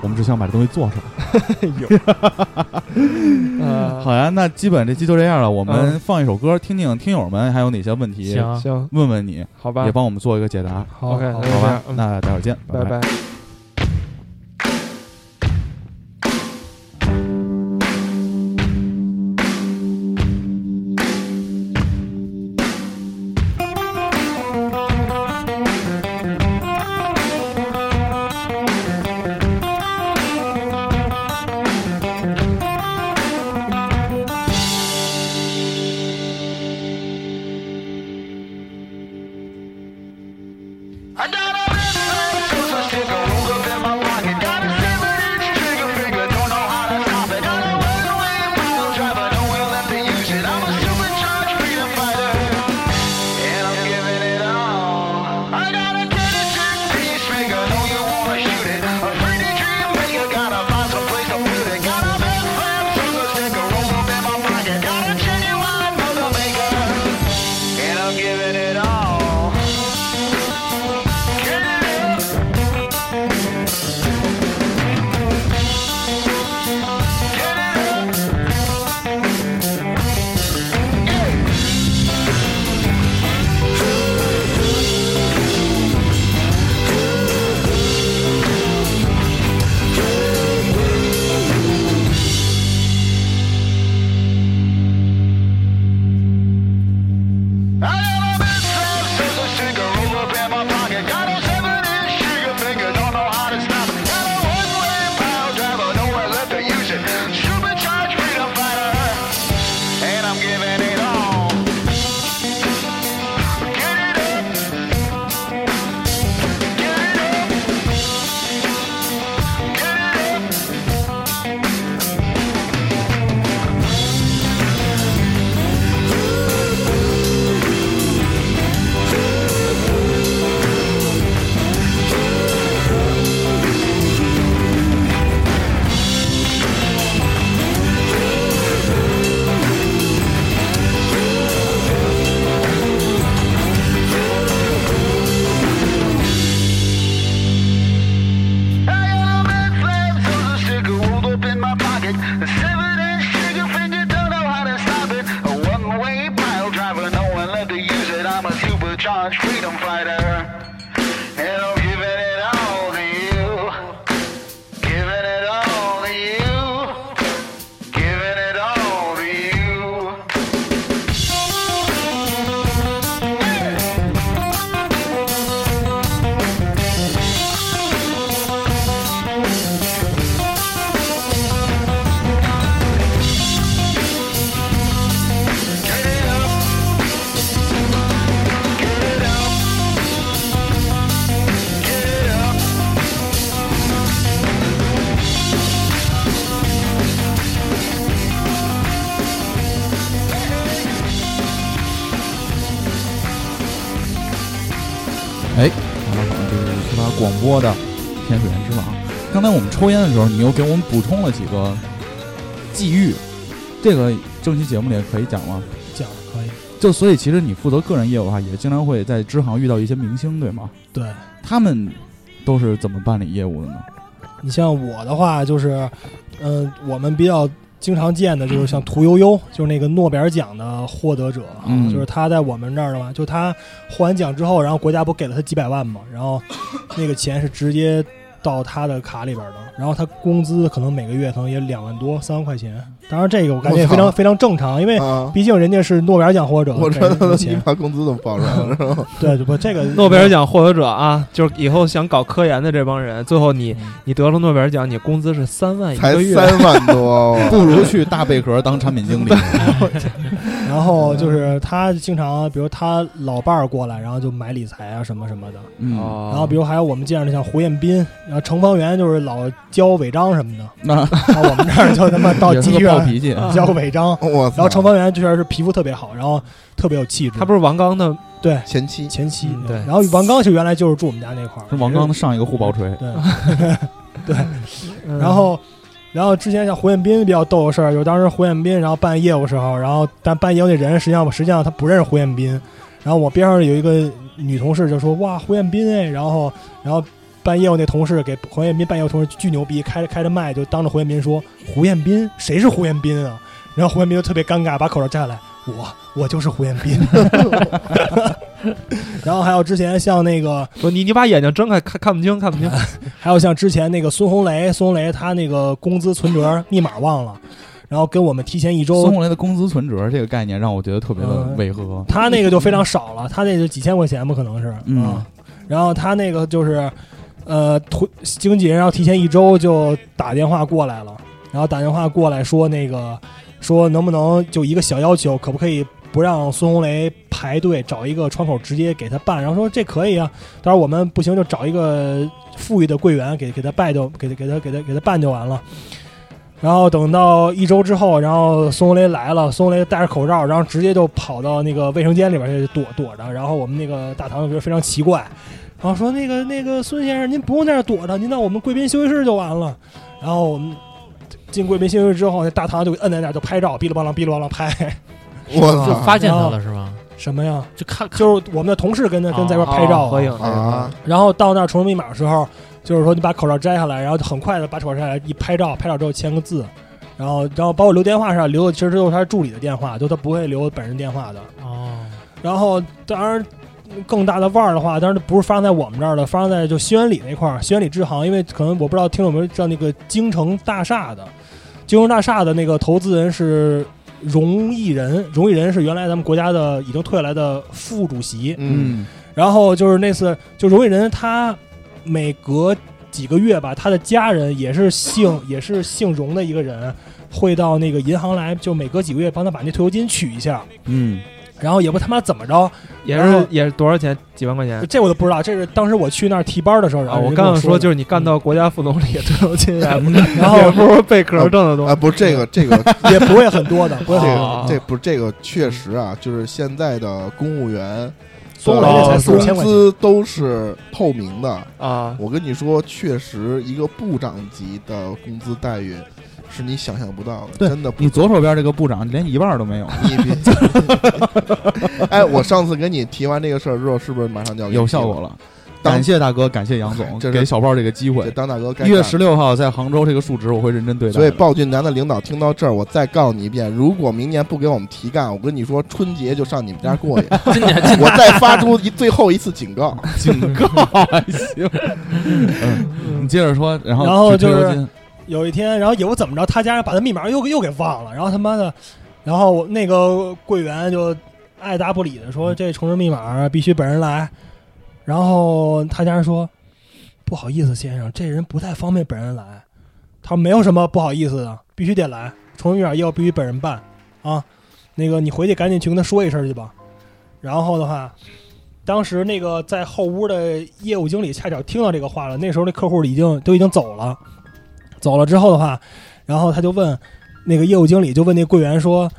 S4: 我们只想把这东西做出来。
S5: 呃嗯
S4: 好呀，那基本这期就这样了。我们放一首歌，听听听友们还有哪些问题，
S9: 行，
S5: 行，
S4: 问问你，
S5: 好吧
S4: 啊也，帮我们做一个解答，
S9: 好
S5: OK，
S9: 好
S5: 那就
S4: 好
S5: 这
S4: 吧
S5: 样？嗯
S4: 那待会儿见，
S5: 拜拜。
S3: I got a big man, so I stick around.
S10: charged freedom fighter. And I'm giving it all to you. Giving it all to you. Giving it all to you. Get it up. Get it up. Get it up.
S4: 哎，好了好了，这是七八广播的天水人之王。刚才我们抽烟的时候，你又给我们补充了几个际遇，这个正期节目里可以讲吗？
S8: 讲了可以。
S4: 就所以其实你负责个人业务的话，啊也经常会在支行遇到一些明星，对吗？
S8: 对
S4: 他们都是怎么办理业务的呢？
S8: 你像我的话，就是，嗯、我们比较经常见的就是像屠呦呦，就是那个诺贝尔奖的获得者啊，
S4: 嗯
S8: 就是他在我们这儿的嘛，就他获完奖之后，然后国家不给了他几百万嘛，然后那个钱是直接到他的卡里边的，然后他工资可能每个月可能也两万多三万块钱，当然这个我感觉也非
S6: 我
S8: 常
S6: 操
S8: 非常正常，因为
S6: 啊，
S8: 毕竟人家是诺贝尔奖获得者，
S6: 我
S8: 给
S6: 知
S8: 人
S6: 道
S8: 家这
S6: 他
S8: 么
S6: 你
S8: 钱，
S6: 把工资都报出来了，然后
S8: 对对不？这个
S5: 诺贝尔奖获得者啊，就是以后想搞科研的这帮人，最后你
S4: 嗯
S5: 你得了诺贝尔奖，你工资是三万一
S6: 才
S5: 个月，
S6: 三万多，
S2: 不如去大贝壳当产品经理。
S8: 然后就是他经常，比如他老伴儿过来，然后就买理财啊什么什么的。
S2: 嗯，
S5: 哦
S8: 然后比如还有我们见着的像胡彦斌，然后程方圆就是老教违章什么的，
S2: 那
S8: 然后我们这儿就他妈 到
S2: 也是
S8: 妓
S2: 个暴
S8: 院
S2: 脾气，
S8: 教违章。
S6: 我操！
S8: 然后程方圆确实是皮肤特别好，然后特别有气质。
S5: 他不是王刚的
S8: 对
S6: 前妻
S8: 前妻
S5: 嗯对
S8: 然后王刚是原来就是住我们家那块儿，
S4: 是王刚的上一个护宝锤。
S8: 对对，
S7: 嗯
S8: 然后。然后之前像胡彦斌比较逗的事儿，就是当时胡彦斌然后办业务时候，然后但办业务那人实际上实际上他不认识胡彦斌，然后我边上有一个女同事就说哇胡彦斌哎，然后然后办业务那同事给胡彦斌办业务同事巨牛逼，开着开着麦就当着胡彦斌说胡彦斌谁是胡彦斌啊？然后胡彦斌就特别尴尬，把口罩摘下来，我我就是胡彦斌。然后还有之前像那个
S5: 不，你你把眼睛睁开，看看不清，看 不清。
S8: 还有像之前那个孙红雷，孙红雷他那个工资存折密码忘了，然后跟我们提前一
S4: 孙
S8: 周，
S4: 红雷的工资存折这个概念让我觉得特别的
S8: 嗯
S4: 违和。
S8: 他那个就非常少了，他那就几千块钱吧，可能是啊、
S4: 嗯
S8: 然后他那个就是，呃，图经纪人要提前一周就打电话过来了，然后打电话过来说那个说能不能就一个小要求，可不可以不让孙红雷排队找一个窗口直接给他办？然后说这可以啊，当然我们不行就找一个富裕的柜员给给他办就给他给他给他给他办就完了。然后等到一周之后，然后孙红雷来了，孙红雷戴着口罩，然后直接就跑到那个卫生间里边去躲躲着。然后我们那个大堂就觉得非常奇怪，然后说那个那个孙先生，您不用在那儿躲着，您到我们贵宾休息室就完了。然后我们进贵宾休息室之后，那大堂就摁在那儿就拍照，哔哩吧啦哔哩吧啦拍
S6: 我
S9: 就
S6: 操
S9: 发现他了是吗？
S8: 什么呀？
S9: 就看看
S8: 就是我们的同事跟他跟在一块儿拍照、
S5: 哦合影
S6: 啊！
S8: 然后到那儿重入密码的时候，就是说你把口罩摘下来，然后就很快的把口罩摘下来，一拍照，拍照之后签个字，然后然后包括留电话上留的其实都是他助理的电话，就他不会留本人电话的。
S9: 哦，
S8: 然后当然更大的腕儿的话，当然不是发生在我们这儿的，发生在就西园里那块儿，西园里支行，因为可能我不知道听众有没有知道那个京城大厦的，京城大厦的那个投资人是。荣毅仁，荣毅仁是原来咱们国家的已经退下来的副主席，
S6: 嗯，
S8: 然后就是那次，就荣毅仁他每隔几个月吧，他的家人也是姓 也是姓荣的一个人，会到那个银行来，就每隔几个月帮他把那退休金取一下。
S4: 嗯，
S8: 然后也不他妈怎么着，
S5: 也
S8: 然后
S5: 是也是多少钱？几万块钱
S8: 这我都不知道。这是当时我去那儿替班的嗯时候，然
S5: 哎啊！
S8: 后
S5: 我
S8: 人家
S5: 刚
S8: 跟
S5: 想
S8: 说
S5: 说，就是是你干到国家副总理退休 金，
S8: 然
S5: 也
S8: 后
S5: 不如贝
S8: 哦
S5: 壳挣的多
S6: 啊，。不是这个，这个，
S8: 也不会很多的，不会
S6: 这
S8: 很多。
S5: 哦
S6: 个，这不是这个，确实啊，就是现在的公务员
S8: 松
S5: 了
S8: 这
S6: 的
S8: 才四五千
S6: 工
S8: 块钱，
S6: 资都是透明的。
S5: 啊，
S6: 我跟你说，确实一个部长级的工资待遇是你想象不到的，
S4: 对
S6: 真的不
S4: 你左手边这个部长连一半都 没有，
S6: 你比。 哎，我上次跟你提完这个事儿之后，是不是马上就要给你
S4: 有
S6: 提
S4: 效果
S6: 了？
S4: 了。
S6: 当
S4: 感谢大哥，感谢杨总
S6: 这是
S4: 给小豹这个机
S6: 这
S4: 会。
S6: 当大哥该
S4: 一月
S6: 干
S4: 十六号在杭州这个述职，我会认真对待的。
S6: 所以 暴君男的领导听到这儿，我再告诉你一遍：如果明年不给我们提干，我跟你说，春节就上你们家过 去。
S11: 今年
S6: 我再发出一最后一次警告，
S4: 警告还行。 嗯，你接着说，然后
S8: 然后
S4: 去退
S8: 就是
S4: 休金
S8: 有一天，然后也不怎么着，他家人把他密码又又给忘了，然后他妈的，然后我那个柜员就爱答不理的说：“这重置密码必须本人来。”然后他家人说：“不好意思，先生，这人不太方便本人来。”他说：“没有什么不好意思的，必须得来，重置密码业务必须本人办啊。那个你回去赶紧去跟他说一声去吧。”然后的话。当时那个在后屋的业务经理恰巧听到这个话了，那时候那客户已经都已经走了，走了之后的话，然后他就问那个业务经理，就问那柜员说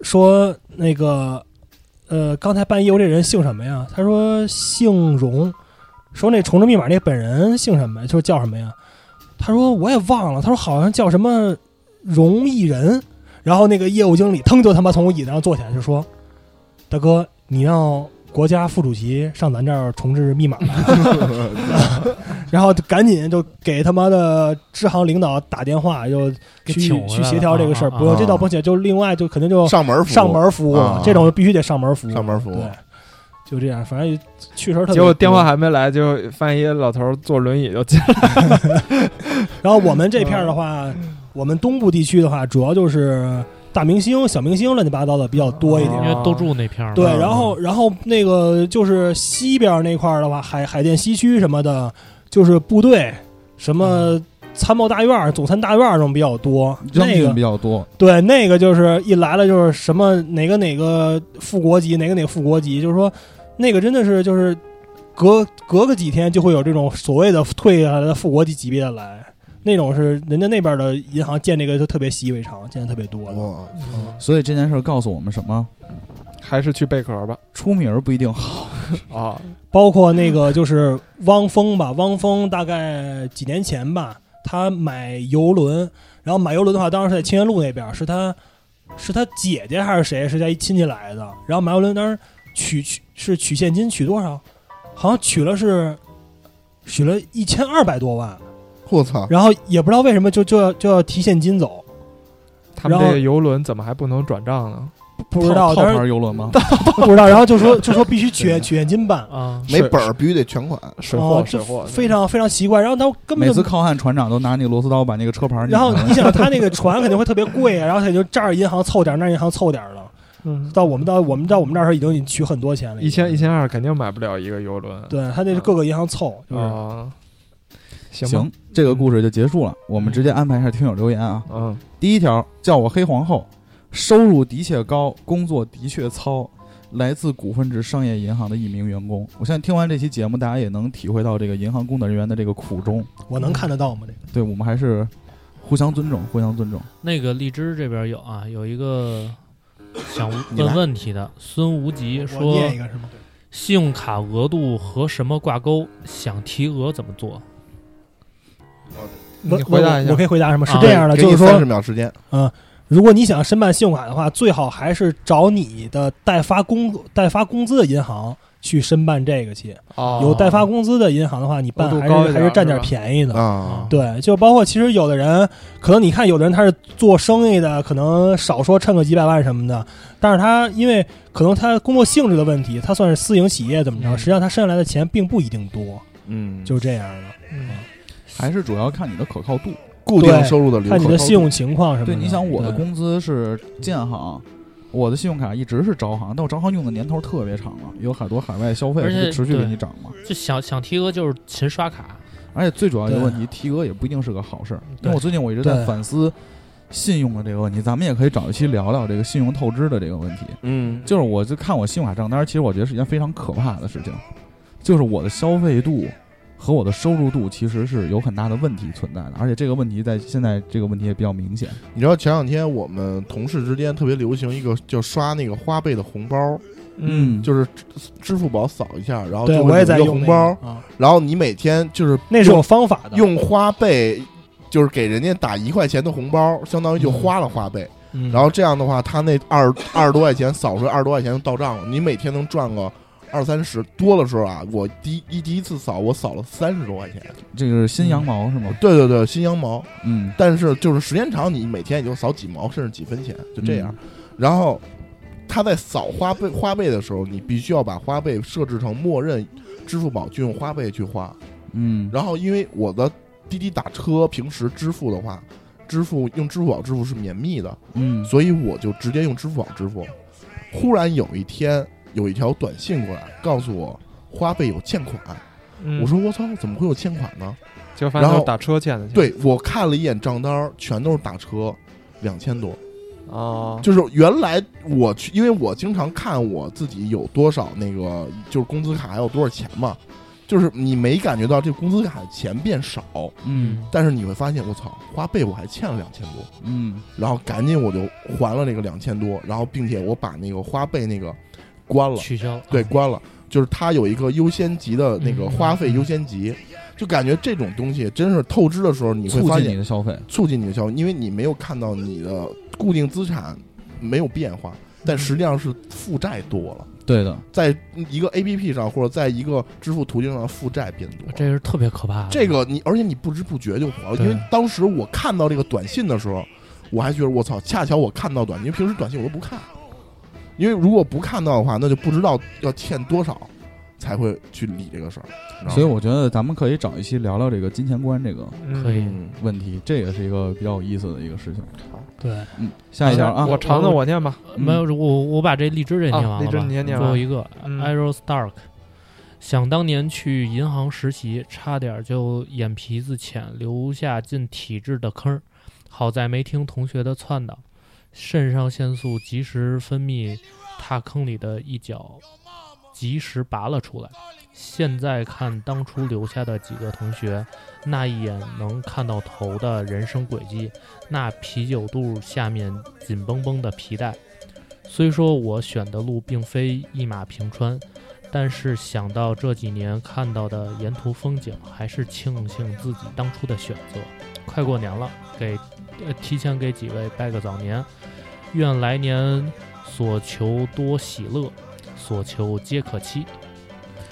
S8: 说那个呃，刚才办业务这人姓什么呀？他说姓荣，说那重置密码那本人姓什么呀？就是叫什么呀？他说我也忘了，他说好像叫什么荣一人。然后那个业务经理腾就他妈从椅子上坐起来，就说：“大哥，你让国家副主席上咱这儿重置密码来。” 然后就赶紧就给他妈的支行领导打电话，就
S9: 给
S8: 去
S9: 请回来
S8: 去
S9: 了
S8: 协调这个事儿。
S9: 啊啊啊
S8: 不用这倒不且就另外就肯定就
S6: 上门儿服务
S8: 哦上门儿服务了，
S6: 啊
S8: 这种就必须得上门儿服务。
S6: 上门儿服务
S8: 对，就这样，反正趣事儿特别多。
S5: 结果电话还没来，就发现一老头儿坐轮椅就进来。
S8: 然后我们这片
S5: 嗯
S8: 儿的话，我们东部地区的话，主要就是大明星、小明星乱七八糟的比较多一点。
S6: 哦
S9: 因为都住那片儿嘛。
S6: 嗯
S8: 对，然后然后那个就是西边儿那块儿的话，海海淀西区什么的，就是部队什么
S6: 嗯
S8: 参谋大院儿、总参大院儿这种比较多。
S4: 将
S8: 那
S4: 军
S8: 个
S4: 比较多，
S8: 对，那个就是一来了就是什么哪个哪个副国级，哪个哪个副国级，就是说那个真的是就是隔隔个几天就会有这种所谓的退下来的副国级级别的来，那种是人家那边的银行建这个就特别习以为常，建的特别多的。
S6: 哇，
S4: 所以这件事儿告诉我们什么？
S5: 还是去贝壳吧。
S4: 出名儿不一定好。
S5: 啊，
S8: 包括那个就是汪峰吧，汪峰大概几年前吧，他买游轮，然后买游轮的话，当时是在清源路那边，是他是他姐姐还是谁，是他一亲戚来的，然后买游轮当时取取是取现金取多少，好像取了是取了一千二百多
S4: 啊
S8: 万，
S6: 我操！
S8: 然后也不知道为什么就就要就要提现金走，
S5: 他们
S8: 然
S5: 这
S8: 后
S5: 个游轮怎么还不能转账呢？
S8: 不知道，
S4: 套
S8: 当
S4: 套
S8: 时
S4: 牌游轮吗？
S8: 不知道，然后就说就说必须取取现金办。
S9: 啊，
S6: 没本儿必须得全款，
S5: 水
S8: 哦
S5: 货，
S8: 这
S5: 水货，
S8: 非常非常奇怪，然后他根本
S4: 每
S8: 就
S4: 次靠岸船长都拿那个螺丝刀把那个车牌儿拧
S8: 然
S4: 上
S8: 后
S4: 来。
S8: 你想，他那个船肯定会特别贵啊，然后他也就这儿银行凑点儿，那儿银行凑点儿了。
S5: 嗯，
S8: 到我们到我们到我们这儿时候已经取很多钱了，
S5: 一千一千二肯定买不了一个游轮。
S8: 对他那是各个银行凑，就是
S5: 啊，行吧
S4: 行，这个故事就结束了。我
S8: 嗯
S4: 们直接安排一下听友留言啊。
S5: 嗯，
S4: 第一条叫我黑皇后，收入的确高，工作的确糙，来自股份制商业银行的一名员工。我相信听完这期节目，大家也能体会到这个银行工作人员的这个苦衷。
S8: 我能看得到吗？这个
S4: 对我们还是互相尊重，互相尊重。
S9: 那个荔枝这边有啊，有一个想
S6: 你来
S9: 问问题的孙无极
S8: 我
S9: 说，
S8: 念一个是吗？
S9: 信用卡额度和什么挂钩？想提额怎么做？
S8: 我
S5: 你回答一
S8: 我我
S5: 下
S8: 可。以回答什么？是
S9: 啊
S8: 这样的，
S6: 给
S8: 就
S6: 你
S8: 是
S6: 三
S8: 说
S6: 十，秒时间，
S8: 嗯，如果你想申办信用卡的话，最好还是找你的代发工代发工资的银行去申办这个去。
S5: 哦
S8: 有代发工资的银行的话，你办
S5: 额度
S8: 还
S5: 高一
S8: 是还
S5: 点
S8: 是
S5: 儿
S8: 占
S5: 是
S8: 点儿
S5: 吧
S8: 便宜的
S6: 啊，
S8: 对，就包括其实有的人，可能你看有的人他是做生意的，可能少说趁个几百万什么的，但是他因为可能他工作性质的问题，他算是私营企业怎么着，
S9: 嗯
S8: 实际上他剩下来的钱并不一定多，
S6: 嗯，
S8: 就是这样的。
S4: 还是主要看你的可靠度。
S6: 固定收入的流
S8: 看你的
S6: 可
S8: 信用情况什么的。
S4: 对，你想我的
S8: 对
S4: 工资是建行，我的信用卡一直是招行，但我招行用的年头特别长了，有很多海外消费
S9: 而且
S4: 是持续给
S9: 对
S4: 你涨嘛。
S9: 就想想提额就是勤刷卡，
S4: 而且最主要一个
S8: 对
S4: 问题，提额也不一定是个好事儿。因
S9: 对
S4: 为我最近我一直在
S8: 对
S4: 反思信用的这个问题，咱们也可以找一期聊聊这个信用透支的这个问题。
S5: 嗯，
S4: 就是我就看我信用卡账单，其实我觉得是一件非常可怕的事情，就是我的消费度和我的收入度其实是有很大的问题存在的，而且这个问题在现在这个问题也比较明显。
S6: 你知道前两天我们同事之间特别流行一个叫刷那个花呗的红包，
S5: 嗯，
S6: 就是支支付宝扫一下，然后
S4: 嗯
S8: 对
S6: 就
S8: 我
S6: 会
S8: 也
S6: 有一
S8: 在
S6: 个
S8: 用
S6: 红
S8: 那
S6: 包，
S8: 个啊，
S6: 然后你每天就是
S8: 那是有方法的。
S6: 用花呗，就是给人家打一块钱的红包，相当于就花了花呗。
S8: 嗯
S6: 然后这样的话，他那二二十多块钱扫出来二十多块钱就到账了，你每天能赚个二三十多的时候啊，我第一一第一次扫，我扫了三十多块钱。
S4: 这个是新
S6: 嗯
S4: 羊毛是吗？
S6: 对对对，新羊毛，
S4: 嗯，
S6: 但是就是时间长，你每天也就扫几毛甚至几分钱，就这样。嗯然后他在扫花呗花呗的时候，你必须要把花呗设置成默认支付宝就用花呗去花。
S4: 嗯，嗯，
S6: 然后因为我的滴滴打车平时支付的话，支付用支付宝支付是免密的，
S4: 嗯，
S6: 所以我就直接用支付宝支付。忽然有一天，有一条短信过来，告诉我花呗有欠款。我说我操，怎么会有欠款呢？
S5: 结果发现都
S6: 然
S5: 是
S6: 后
S5: 打车欠的钱。
S6: 对我看了一眼账单儿，全都是打车，两千多。
S5: 哦，
S6: 就是原来我去，因为我经常看我自己有多少那个，就是工资卡还有多少钱嘛。就是你没感觉到这工资卡的钱变少，
S4: 嗯
S6: 但是你会发现，我操，花呗我还欠了两千多，
S4: 嗯
S6: 然后赶紧我就还了那个两千多，然后并且我把那个花呗那个关了，
S7: 取消了，
S6: 对，关了，就是它有一个优先级的那个
S7: 嗯
S6: 花费优先级，就感觉这种东西真是透支的时候，你会
S4: 促
S6: 发
S4: 进你
S6: 现
S4: 的消费，
S6: 促进你的消费，因为你没有看到你的固定资产没有变化，
S4: 嗯
S6: 但实际上是负债多了，
S4: 对的，
S6: 在一个 A P P 上或者在一个支付途径上负债变多了，
S7: 这是特别可怕的。
S6: 这个你，而且你不知不觉就火了，
S7: 对
S6: 因为当时我看到这个短信的时候，我还觉得我操，恰巧我看到短信，因为平时短信我都不看，因为如果不看到的话，那就不知道要欠多少才会去理这个事儿。然后
S4: 所以我觉得咱们可以找一期聊聊这个金钱观这个
S7: 可以，
S6: 嗯，
S4: 问题，这也是一个比较有意思的一个事情。
S7: 对，
S4: 嗯，下一条啊，
S5: 我尝尝，我念吧。
S4: 嗯
S7: 没有我我把这荔枝这念
S5: 啊
S7: 完
S5: 荔
S7: 了
S5: 枝
S7: 吧，
S5: 你先念
S7: 最后
S5: 完
S7: 一个
S5: 嗯
S7: Arrow Stark。想当年去银行实习，差点就眼皮子浅，留下进体制的坑儿。好在没听同学的撺掇，肾上腺素及时分泌，踏坑里的一脚及时拔了出来。现在看当初留下的几个同学，那一眼能看到头的人生轨迹，那啤酒肚下面紧绷绷的皮带。虽说我选的路并非一马平川，但是想到这几年看到的沿途风景，还是庆幸自己当初的选择。快过年了，给、呃、提前给几位拜个早年，愿来年所求多喜乐，所求皆可期。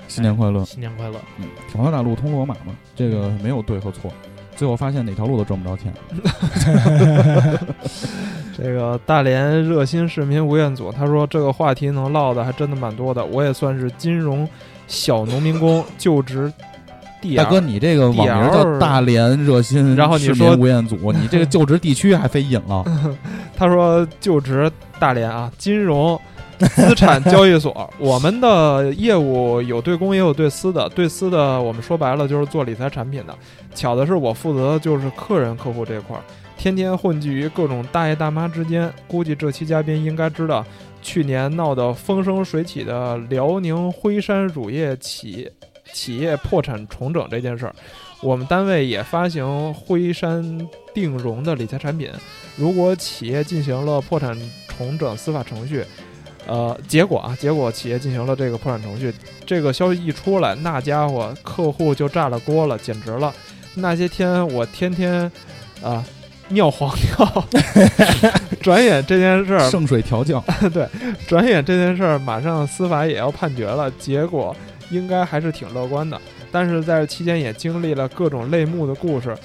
S4: 新年
S5: 哎
S4: 快乐，
S7: 新年快乐！
S4: 嗯，条条大路通罗马嘛，这个没有对和错。最后发现哪条路都赚不着钱，
S5: 这个大连热心市民吴彦祖他说，这个话题能唠的还真的蛮多的。我也算是金融小农民工，就职地啊
S4: 大哥，你这个网名叫大连热心，
S5: 然后你
S4: 市民
S5: 说
S4: 吴彦 祖，你这个就职地区还啊非引了，
S5: 他说就职大连啊，金融资产交易所。我们的业务有对公也有对私的，对私的我们说白了就是做理财产品的。巧的是，我负责的就是客人客户这一块儿，天天混迹于各种大爷大妈之间。估计这期嘉宾应该知道，去年闹得风生水起的辽宁辉山乳业企企业破产重整这件事儿。我们单位也发行辉山定融的理财产品，如果企业进行了破产重整司法程序，呃，结果啊，结果企业进行了这个破产程序，这个消息一出来，那家伙客户就炸了锅了，简直了！那些天我天天啊、 尿黄尿，转眼这件事儿
S4: 圣水调教，
S5: 转眼这件事儿马上司法也要判决了，结果应该还是挺乐观的。但是在这期间也经历了各种类目的故事，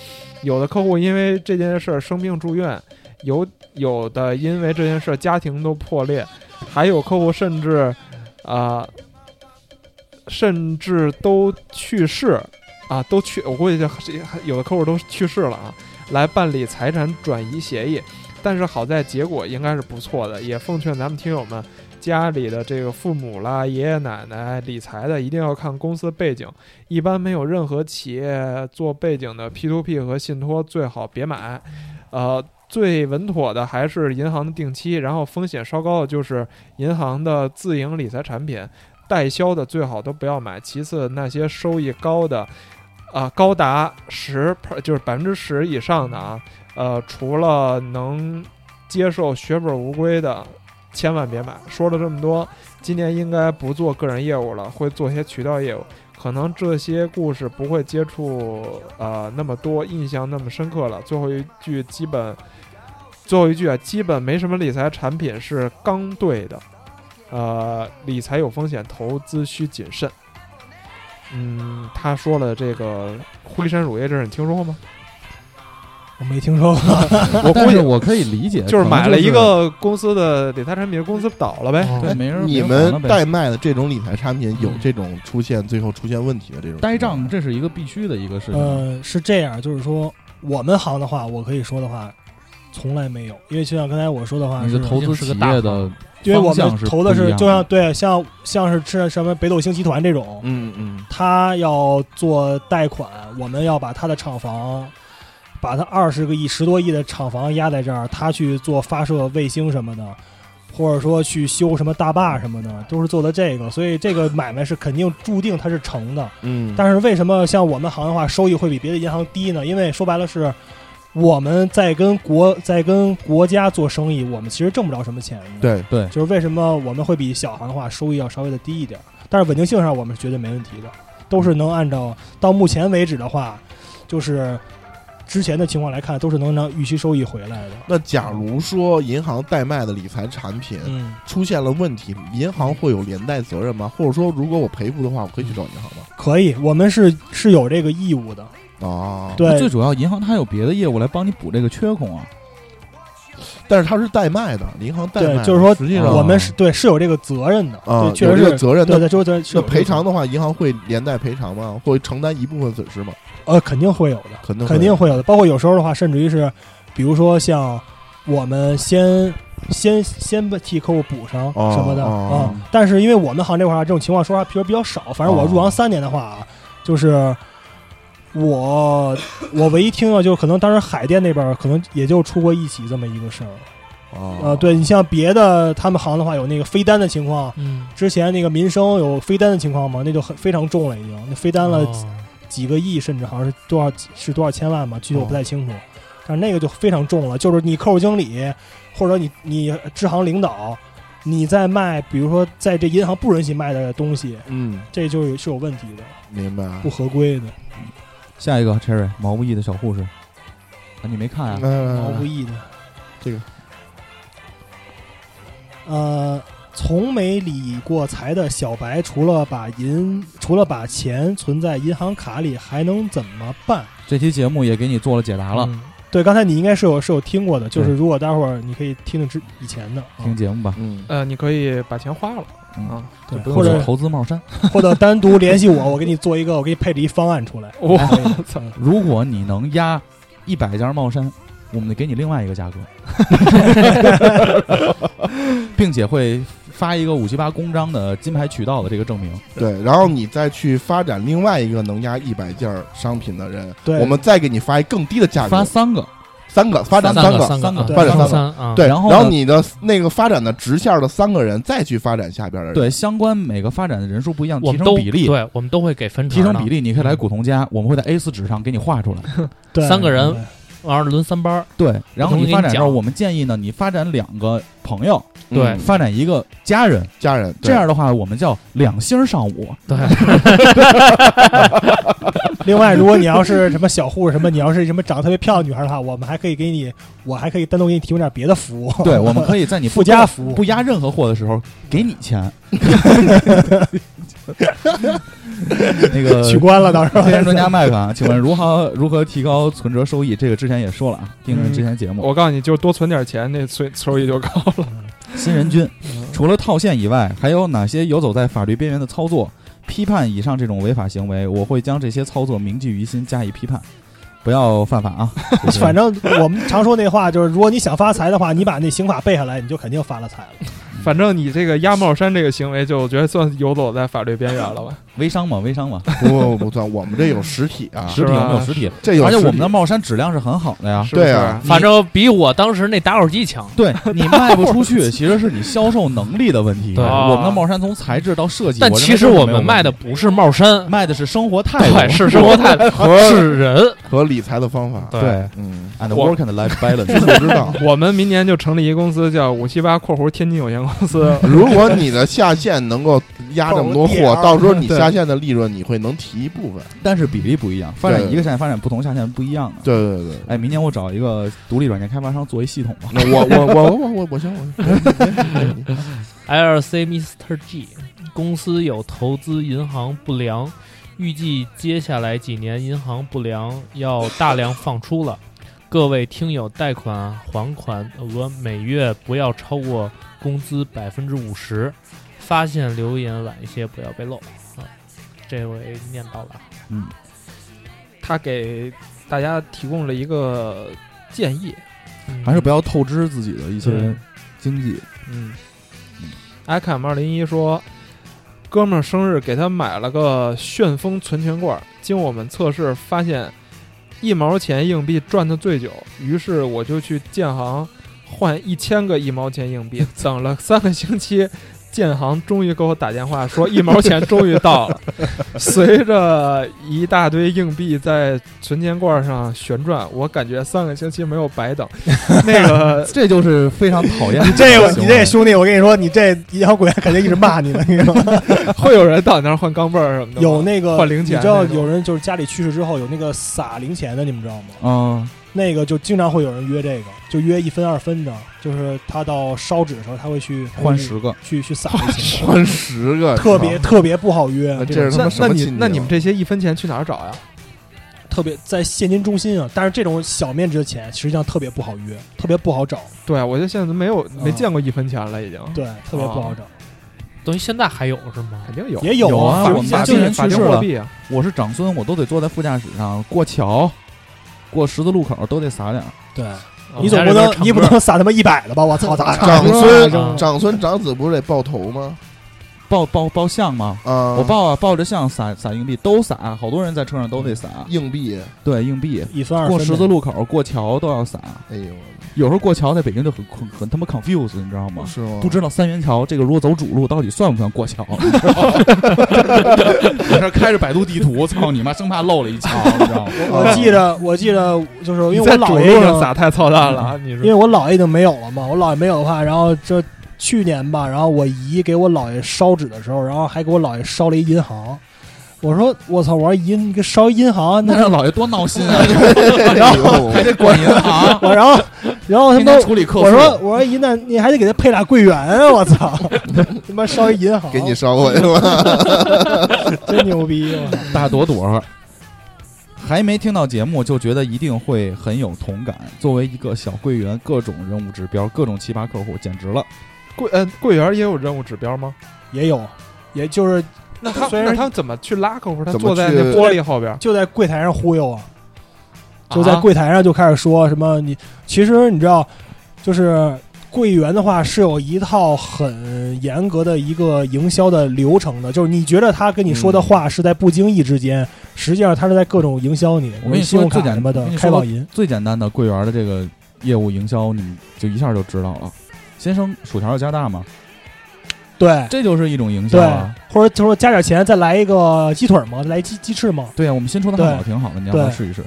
S5: 有的客户因为这件事儿生病住院，有有的因为这件事儿家庭都破裂，还有客户甚至啊、甚至都去世啊，都去，我估计这有的客户都去世了啊，来办理财产转移协议。但是好在结果应该是不错的，也奉劝咱们听友们，家里的这个父母啦、爷爷奶奶理财的，一定要看公司背景，一般没有任何企业做背景的 P to P 和信托最好别买，呃。最稳妥的还是银行的定期，然后风险稍高的就是银行的自营理财产品，代销的最好都不要买。其次，那些收益高的，啊、高达十就是百分之十以上的啊，呃，除了能接受血本无归的，千万别买。说了这么多，今年应该不做个人业务了，会做些渠道业务。可能这些故事不会接触呃那么多，印象那么深刻了。最后一句基本，最后一句啊，基本没什么理财产品是刚兑的，呃，理财有风险，投资需谨慎。嗯，他说了这个辉山乳业这事，你听说过吗？
S8: 我没听说过。
S5: 我
S4: 但
S5: 估计
S4: 是我可以理解，
S5: 就是
S4: 呃可能
S5: 买了一
S4: 是哦
S5: 个公司的理财产品，公司倒了
S7: 哦
S5: 呗。
S4: 哎对，没人
S6: 你
S4: 没人
S6: 们
S4: 管了呗嗯
S6: 代卖的这种理财产品有这种出现最后出现问题的这种
S4: 呆账，这是一个必须的一个事情。
S8: 呃，是这样，就是说我们行的话，我可以说的话，从来没有，因为就像刚才我说的话
S4: 你
S8: 是
S4: 的投资企业的，
S8: 因为我们
S4: 方向是
S8: 投的
S4: 不一
S8: 是
S4: 样
S8: 就
S4: 的
S8: 像对像像是吃什么北斗星集团这种，
S6: 嗯嗯，
S8: 他要做贷款，我们要把他的厂房，把他二十个亿、十多亿的厂房压在这儿，他去做发射卫星什么的，或者说去修什么大坝什么的，都是做的这个，所以这个买卖是肯定注定它是成的。
S6: 嗯，
S8: 但是为什么像我们行业的话，收益会比别的银行低呢？因为说白了是。我们在跟国在跟国家做生意，我们其实挣不着什么钱的。
S6: 对
S4: 对，
S8: 就是为什么我们会比小行的话收益要稍微的低一点儿，但是稳定性上我们是绝对没问题的，都是能按照到目前为止的话，就是之前的情况来看，都是能让预期收益回来的。
S6: 那假如说银行代卖的理财产品
S8: 嗯，
S6: 出现了问题，银行会有连带责任吗？或者说，如果我赔付的话，我可以去找银行吗？
S8: 可以，我们是是有这个义务的。
S6: 啊，，
S4: 最
S8: 对，
S4: 主要银行它有别的业务来帮你补这个缺空啊。
S6: 但是它是代卖的，银行代卖的，
S8: 对就是说
S6: 实际上
S8: 我们是对是有这个责任的，
S6: 啊
S8: 对，确
S6: 有
S8: 实
S6: 这个
S8: 是
S6: 责任。
S8: 对
S6: 那
S8: 对，就是责是
S6: 那
S8: 有这个
S6: 赔偿的话，银行会连带赔偿吗？会承担一部分损失吗？
S8: 呃，肯定会有的，
S6: 肯定会
S8: 肯定会有的。包括有时候的话，甚至于是，比如说像我们先先先替客户补上
S6: 哦
S8: 什么的啊、
S6: 哦
S8: 但是因为我们行这块儿这种情况说实话比较比较少，反正我
S6: 哦
S8: 入行三年的话啊，就是。我我唯一听到就可能当时海淀那边儿可能也就出过一起这么一个事儿，
S6: 啊
S8: 呃，，对你像别的他们行的话有那个飞单的情况，
S9: 嗯，
S8: 之前那个民生有飞单的情况嘛，那就很非常重了已经，那飞单了
S9: 哦
S8: 几个亿，甚至好像是多少是多少千万吧，具体我不太清楚。
S6: 哦
S8: 但是那个就非常重了，就是你客户经理或者你你支行领导，你在卖，比如说在这银行不允许卖的东西，
S6: 嗯，
S8: 这就有是有问题的，
S6: 明白。
S8: 不合规的，
S4: 下一个 Cherry 毛不易的小护士，啊，你没看啊？
S8: 毛不
S6: 嗯，
S8: 易的。
S6: 这个，
S8: 呃，从没理过财的小白，除了把银除了把钱存在银行卡里，还能怎么办？
S4: 这期节目也给你做了解答了，
S8: 嗯对，刚才你应该是有是有听过的，就是
S4: 对
S8: 如果待会儿你可以听听之以前的，啊
S4: 听节目吧。
S6: 嗯，
S5: 呃，你可以把钱花了啊。
S8: 对
S4: 不用
S8: 或者
S4: 投资帽衫。
S8: 或者单独联系我，我给你做一个，我给你配置一方案 出来。
S5: 我
S8: 可以嗯
S5: 操！
S4: 如果你能压一百件帽衫，我们给你另外一个价格， 并且会发一个五七八公章的金牌渠道的这个证明。
S8: 嗯
S6: 对，然后你再去发展另外一个能压一百件儿商品的人，
S8: 对
S6: 我们再给你发一更低的价
S4: 发
S6: 格，
S4: 三个，
S6: 三个发展
S7: 哦
S9: 三
S6: 个，
S9: 三
S4: 三个
S9: 啊
S8: 对
S6: 发展
S9: 三
S6: 三个，
S9: 三啊，
S6: 对，
S4: 然
S6: 然
S4: 后呢
S6: 你的那个发展的直线的三个人再去发展下边的人，
S4: 对相关每个发展的人数不一样，
S9: 我们
S4: 提升
S9: 都
S4: 比例，
S9: 对，我们都会给分成
S4: 提升比
S9: 例，
S4: 例，你可以来古潼家，我们会在 A 四纸上给你画出来。
S8: 对
S9: 三个人完了轮三班儿，
S4: 对，然后
S9: 我同
S4: 你
S9: 意
S4: 发
S9: 你
S4: 展之
S9: 讲
S4: 后，我们建议呢，你发展两个朋友，
S6: 嗯
S9: 对
S4: 发展一个家人，
S6: 家人
S4: 这样的话，我们叫两星儿上午。
S9: 对，
S8: 另外，如果你要是什么小护士什么，你要是什么长得特别漂亮的女孩的话，我们还可以给你，我还可以单独给你提供点别的服务。
S4: 对，我们可以在你不
S8: 附加服务
S4: 不压任何货的时候给你 钱。那 个
S8: 取关了，到时候
S4: 黑人呃专家麦克啊，请问如何如何提高存折收益？这个之前也说了啊，听之前节目，
S5: 我告诉你，就是多存点钱，那收收益就高了。
S4: 新人君除了套现以外，还有哪些游走在法律边缘的操作？批判以上这种违法行为，我会将这些操作铭记于心，加以批判，不要犯法 啊！就是
S8: 反正我们常说那话就是，如果你想发财的话，你把那刑法背下来，你就肯定发了 财了。
S5: 反正你这个压帽衫这个行为，就我觉得算游走在法律边缘了吧？
S4: 微商嘛，微商嘛，
S6: 不不不算，我们这有实体啊，
S4: 实体有没有实体？
S6: 这有
S4: 而
S6: 实
S4: 且
S6: 体，
S4: 我们的帽衫质量是很好的 呀。
S5: 是不
S6: 对
S5: 是
S6: 啊
S9: 反正比我当时那打火机强。
S4: 对你卖不出去，其实是你销售能力的问题。
S9: 对
S4: 我们的帽衫从材质到设计，
S9: 啊但
S4: 我认为
S9: 其实
S4: 都是
S9: 我
S4: 没
S9: 们
S4: 有问
S9: 卖的
S4: 题
S9: 不是帽衫，
S4: 卖的是生活态
S9: 对，
S4: 度，
S9: 是生活态度，是 人。
S6: 和理财的方法，
S9: 对
S4: 对
S6: 嗯，
S4: ，and
S5: 我
S4: work and life balance。
S6: 不知道。
S5: 我们明年就成立一公司，叫五七八（括弧天津有限公司
S6: 如果你的下线能够压这么多货，到时候你下线的利润你会能提一部分。
S4: 但是比例不一样，发展
S6: 对
S4: 一个下线，发展不同下线不一样的。
S6: 对对对，
S4: 哎，明年我找一个独立软件开发商做一系统吧。
S6: 那我我我我我我行我行。
S9: LC Mr. G 公司有投资银行不良，预计接下来几年银行不良要大量放出了。各位听友，贷款还款额每月不要超过工资百分之五十，发现留言晚一些不要被漏啊。这位念到了，啊
S2: 嗯，
S5: 他给大家提供了一个建议，
S2: 还是不要透支自己的一些
S5: 嗯
S2: 经济。
S5: 嗯，ICAM 二零一说，哥们儿生日给他买了个旋风存钱罐儿，经我们测试发现，一毛钱硬币转的最久，于是我就去建行换一千个一毛钱硬币，等了三个星期。建行终于给我打电话说一毛钱终于到了，随着一大堆硬币在存钱罐儿上旋转，我感觉三个星期没有白等。那个
S2: 这就是非常讨厌
S8: 你 这
S2: 个
S8: 个你
S4: 啊
S8: 这兄弟，我跟你说，你这摇滚肯定一直骂你呢，你知道吗？
S5: 会有人到你那儿换钢镚儿什么的吗
S8: 有那个
S5: 换零钱
S8: 你知道
S5: 那种
S8: 有人就是家里去世之后有那个撒零钱的，你们知道吗？
S2: 嗯，
S8: 那个就经常会有人约这个，就约一分二分的，就是他到烧纸的时候，他会去
S4: 换十个，
S8: 去去撒这些，
S6: 换十个，
S8: 特别
S6: 啊
S8: 特别不好约
S6: 那，
S8: 这
S6: 这是他
S5: 那
S6: 妈什
S5: 那
S6: 么
S5: 你
S6: 亲戚
S5: 那你
S6: 啊
S5: 们这些一分钱去哪儿找呀？
S8: 特别在现金中心啊，但是这种小面值的钱实际上特别不好约，特别不好找，
S5: 对，啊我就现在都没有没见过一分钱了，已经。
S8: 对，特别不好找，
S9: 等于现在还有是吗？
S5: 肯定有。
S8: 也
S4: 有啊
S8: 啊，
S4: 我们家
S8: 就
S4: 亲人
S5: 法
S4: 去
S5: 定
S4: 世
S5: 货
S4: 了
S5: 币啊，
S4: 我是长孙，我都得坐在副驾驶上过桥，过十字路口都得撒点儿。
S8: 对
S5: 哦
S8: 你总不能你不能撒他妈一百了吧？我操，咋
S6: 长
S9: 啊
S6: 孙长孙长子不是得抱头吗？
S4: 抱抱抱象嘛，
S6: 啊，
S4: 我抱啊抱着象撒撒硬币，都撒，好多人在车上都得撒。
S6: 硬币，
S4: 对，硬币。
S8: 一分二分
S4: 过
S8: 的
S4: 十字路口、过桥都要撒，
S6: 哎呦，
S4: 有时候过桥在北京就很很很他妈 confused，你知道吗？
S6: 是吗？
S4: 不知道三元桥这个如果走主路到底算不算过桥？ 我这开着百度地图，操你妈，生怕漏了一桥，你知道吗？
S8: 我记得，我记得，就是因为
S5: 你
S8: 我
S5: 在主
S8: 姥爷已
S5: 路上
S8: 经，
S5: 撒太操蛋了啊！你
S8: 因为
S5: 说
S8: 我姥爷已经没有了嘛，我姥爷没有的话，然后这去年吧，然后我姨给我姥爷烧纸的时候，然后还给我姥爷烧了一银行。我说我操！我说姨，你给烧一银行，
S4: 那
S8: 那
S4: 让老爷多闹心啊！
S6: 然 后
S4: 还得管银 行，
S8: 我然后然后他
S4: 天
S8: 妈
S4: 天处理客
S8: 我
S4: 户。
S8: 说我说姨，那你还得给他配俩桂圆啊！我操， 他妈烧一银行，
S6: 给你捎过去了，
S8: 真牛逼！我操
S4: 大朵朵，还没听到节目就觉得一定会很有同感。作为一个小柜员，各种任务指标，各种奇葩客户，简直了！
S5: 柜嗯柜员也有任务指标吗？
S8: 也有，也就是
S5: 那他
S8: 虽然
S5: 那他怎么去拉客户？他
S6: 怎么
S5: 坐在那
S6: 去
S5: 玻璃后边，
S8: 就在柜台上忽悠啊，就在
S5: 啊
S8: 柜台上就开始说什么你，其实你知道，就是柜员的话是有一套很严格的一个营销的流程的，就是你觉得他跟你
S4: 嗯
S8: 说的话是在不经意之间，实际上他是在各种营销你，
S4: 我跟你
S8: 信
S4: 说
S8: 用卡
S4: 最简
S8: 什么的
S4: 我跟，你
S8: 开
S4: 说
S8: 网银，
S4: 最简单的柜员的这个业务营销，你就一下就知道了。先生，薯条要加大吗？
S8: 对
S4: 这就是一种营销
S8: 对
S4: 啊。，
S8: 或者就说加点钱再来一个鸡腿儿嘛，来鸡鸡翅嘛，
S4: 对呀、我们新出的汉堡挺好的，你要不要
S8: 对
S4: 试一试？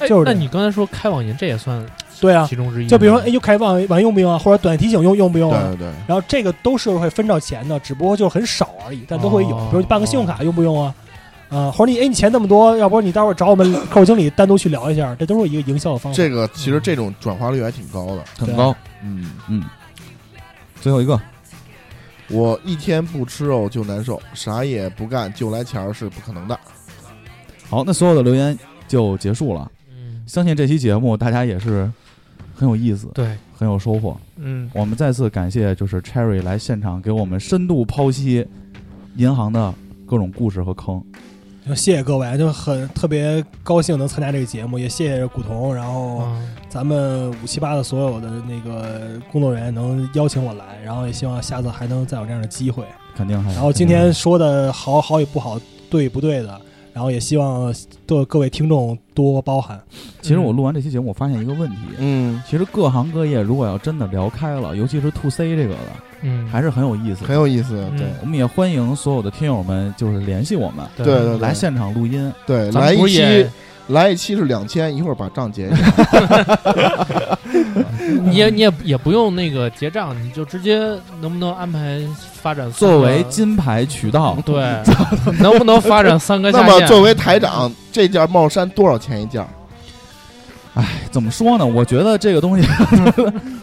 S9: 哎
S8: 就是
S9: 那
S8: 这样
S9: 你刚才说开网银，这也算
S8: 对啊，
S9: 其中
S4: 嗯
S9: 之一吗。
S8: 就比如说哎，又开网网用不用啊，或者短提醒用用不用啊，
S6: 对对，
S8: 然后这个都是会分到钱的，只不过就是很少而已，但都会有。
S9: 哦
S8: 比如你办个信用卡用不用啊？啊、或者你哎，你钱那么多，要不你待会儿找我们客户经理单独去聊一下，这都是一个营销的方法。
S6: 这个其实这种转化率还挺高的，
S4: 很高。
S6: 嗯。
S4: 最后一个，
S6: 我一天不吃肉就难受，啥也不干就来钱儿是不可能的。
S4: 好，那所有的留言就结束了。
S9: 嗯，
S4: 相信这期节目大家也是很有意思，
S9: 对，
S4: 很有收获。
S5: 嗯，
S4: 我们再次感谢就是 Cherry 来现场给我们深度剖析银行的各种故事和坑。
S8: 就谢谢各位，就很特别高兴能参加这个节目，也谢谢古潼，然后
S6: 哦
S9: 嗯
S8: 咱们五七八的所有的那个工作人员能邀请我来，然后也希望下次还能再有这样的机会。
S4: 肯定
S9: 嗯
S4: 还有。
S8: 然后今天说的好好与不好，对不对的，然后也希望各各位听众多包涵。
S4: 其实我录完这期节目，我发现一个问题，
S6: 嗯，
S4: 其实各行各业如果要真的聊开了，尤其是 to C 这个的，
S9: 嗯，
S4: 还是很有意思的。
S6: 很有意思。
S9: 嗯
S4: 对，我们也欢迎所有的听友们就是联系我们，
S6: 对对
S4: 来
S6: 对
S4: 现场录音。
S6: 对，
S4: 咱们
S6: 来一
S9: 不是
S6: 期
S9: 也，
S6: 来一期是两千，一会儿把账结一下。
S9: 你也你也也不用那个结账，你就直接能不能安排发展三个
S4: 作为金牌渠道，
S7: 嗯
S9: 对， 能不能发展三个
S6: 那
S9: 下
S6: 么
S9: 线？
S6: 作为台长，这件帽衫多少钱一件儿？
S4: 怎么说呢？我觉得这个东西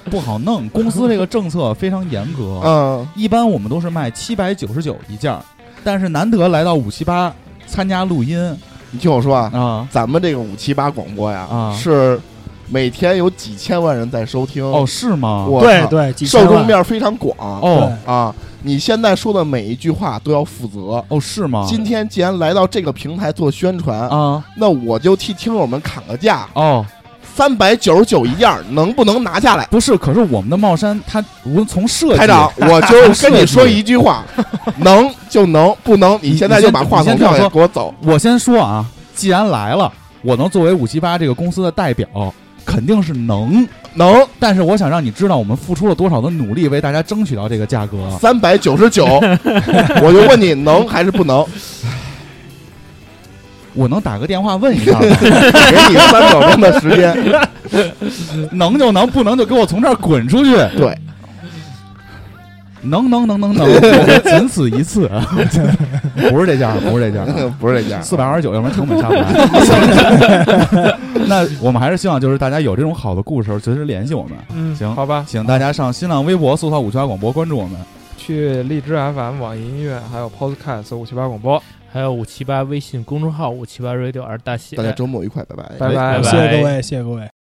S4: 不好弄，公司这个政策非常严格。
S6: 嗯，
S4: 一般我们都是卖七百九十九一件儿，但是难得来到五七八参加录音
S6: 你听我说啊，
S4: 啊，
S6: 咱们这个五七八广播呀，
S4: 啊
S6: 是每天有几千万人在收听
S4: 哦，，是吗？
S6: 我
S8: 对
S6: 操
S8: 对，几千
S6: 受众
S8: 万
S6: 面非常广
S4: 哦
S6: 啊！你现在说的每一句话都要负责。
S4: 哦，是吗？
S6: 今天既然来到这个平台做宣传，
S4: 啊
S6: 那我就替听友们砍个价，
S4: 哦，
S6: 三百九十九一件儿，能不能拿下来？
S4: 不是，可是我们的帽衫它无论从设计，
S6: 台长，我就跟你说一句话， 能就能，不能你现在就把话筒撂
S4: 你
S6: 下
S4: 先
S6: 给我走。
S4: 我先说啊，既然来了，我能作为五七八这个公司的代表，肯定是能能。但是我想让你知道，我们付出了多少的努力，为大家争取到这个价格。
S6: 三百九十九，我就问你能还是不能？
S4: 我能打个电话问一下吗，
S6: 给你三秒钟的时间。
S4: 能就能，不能就给我从这儿滚出去。
S6: 对，
S4: 能能能能能，我仅此一次。 不是这价，不是这价。啊
S6: 不是这 样，
S4: 四百二十九，要不然听我们下不来。 那我们还是希望，就是大家有这种好的故事，随时联系我们。
S5: 嗯
S4: 行
S5: 好吧，
S4: 请大家上新浪微博搜索“五七八广播”，关注我们。
S5: 去荔枝 FM、网易音乐还有 Podcast 五七八广播，
S9: 还有五七八微信公众号五七八 radio 而大写。
S6: 大家周末愉快，拜拜。
S5: 拜
S9: 拜
S5: 拜
S9: 拜。
S8: 谢谢各位，谢谢各位。
S3: tá Oh,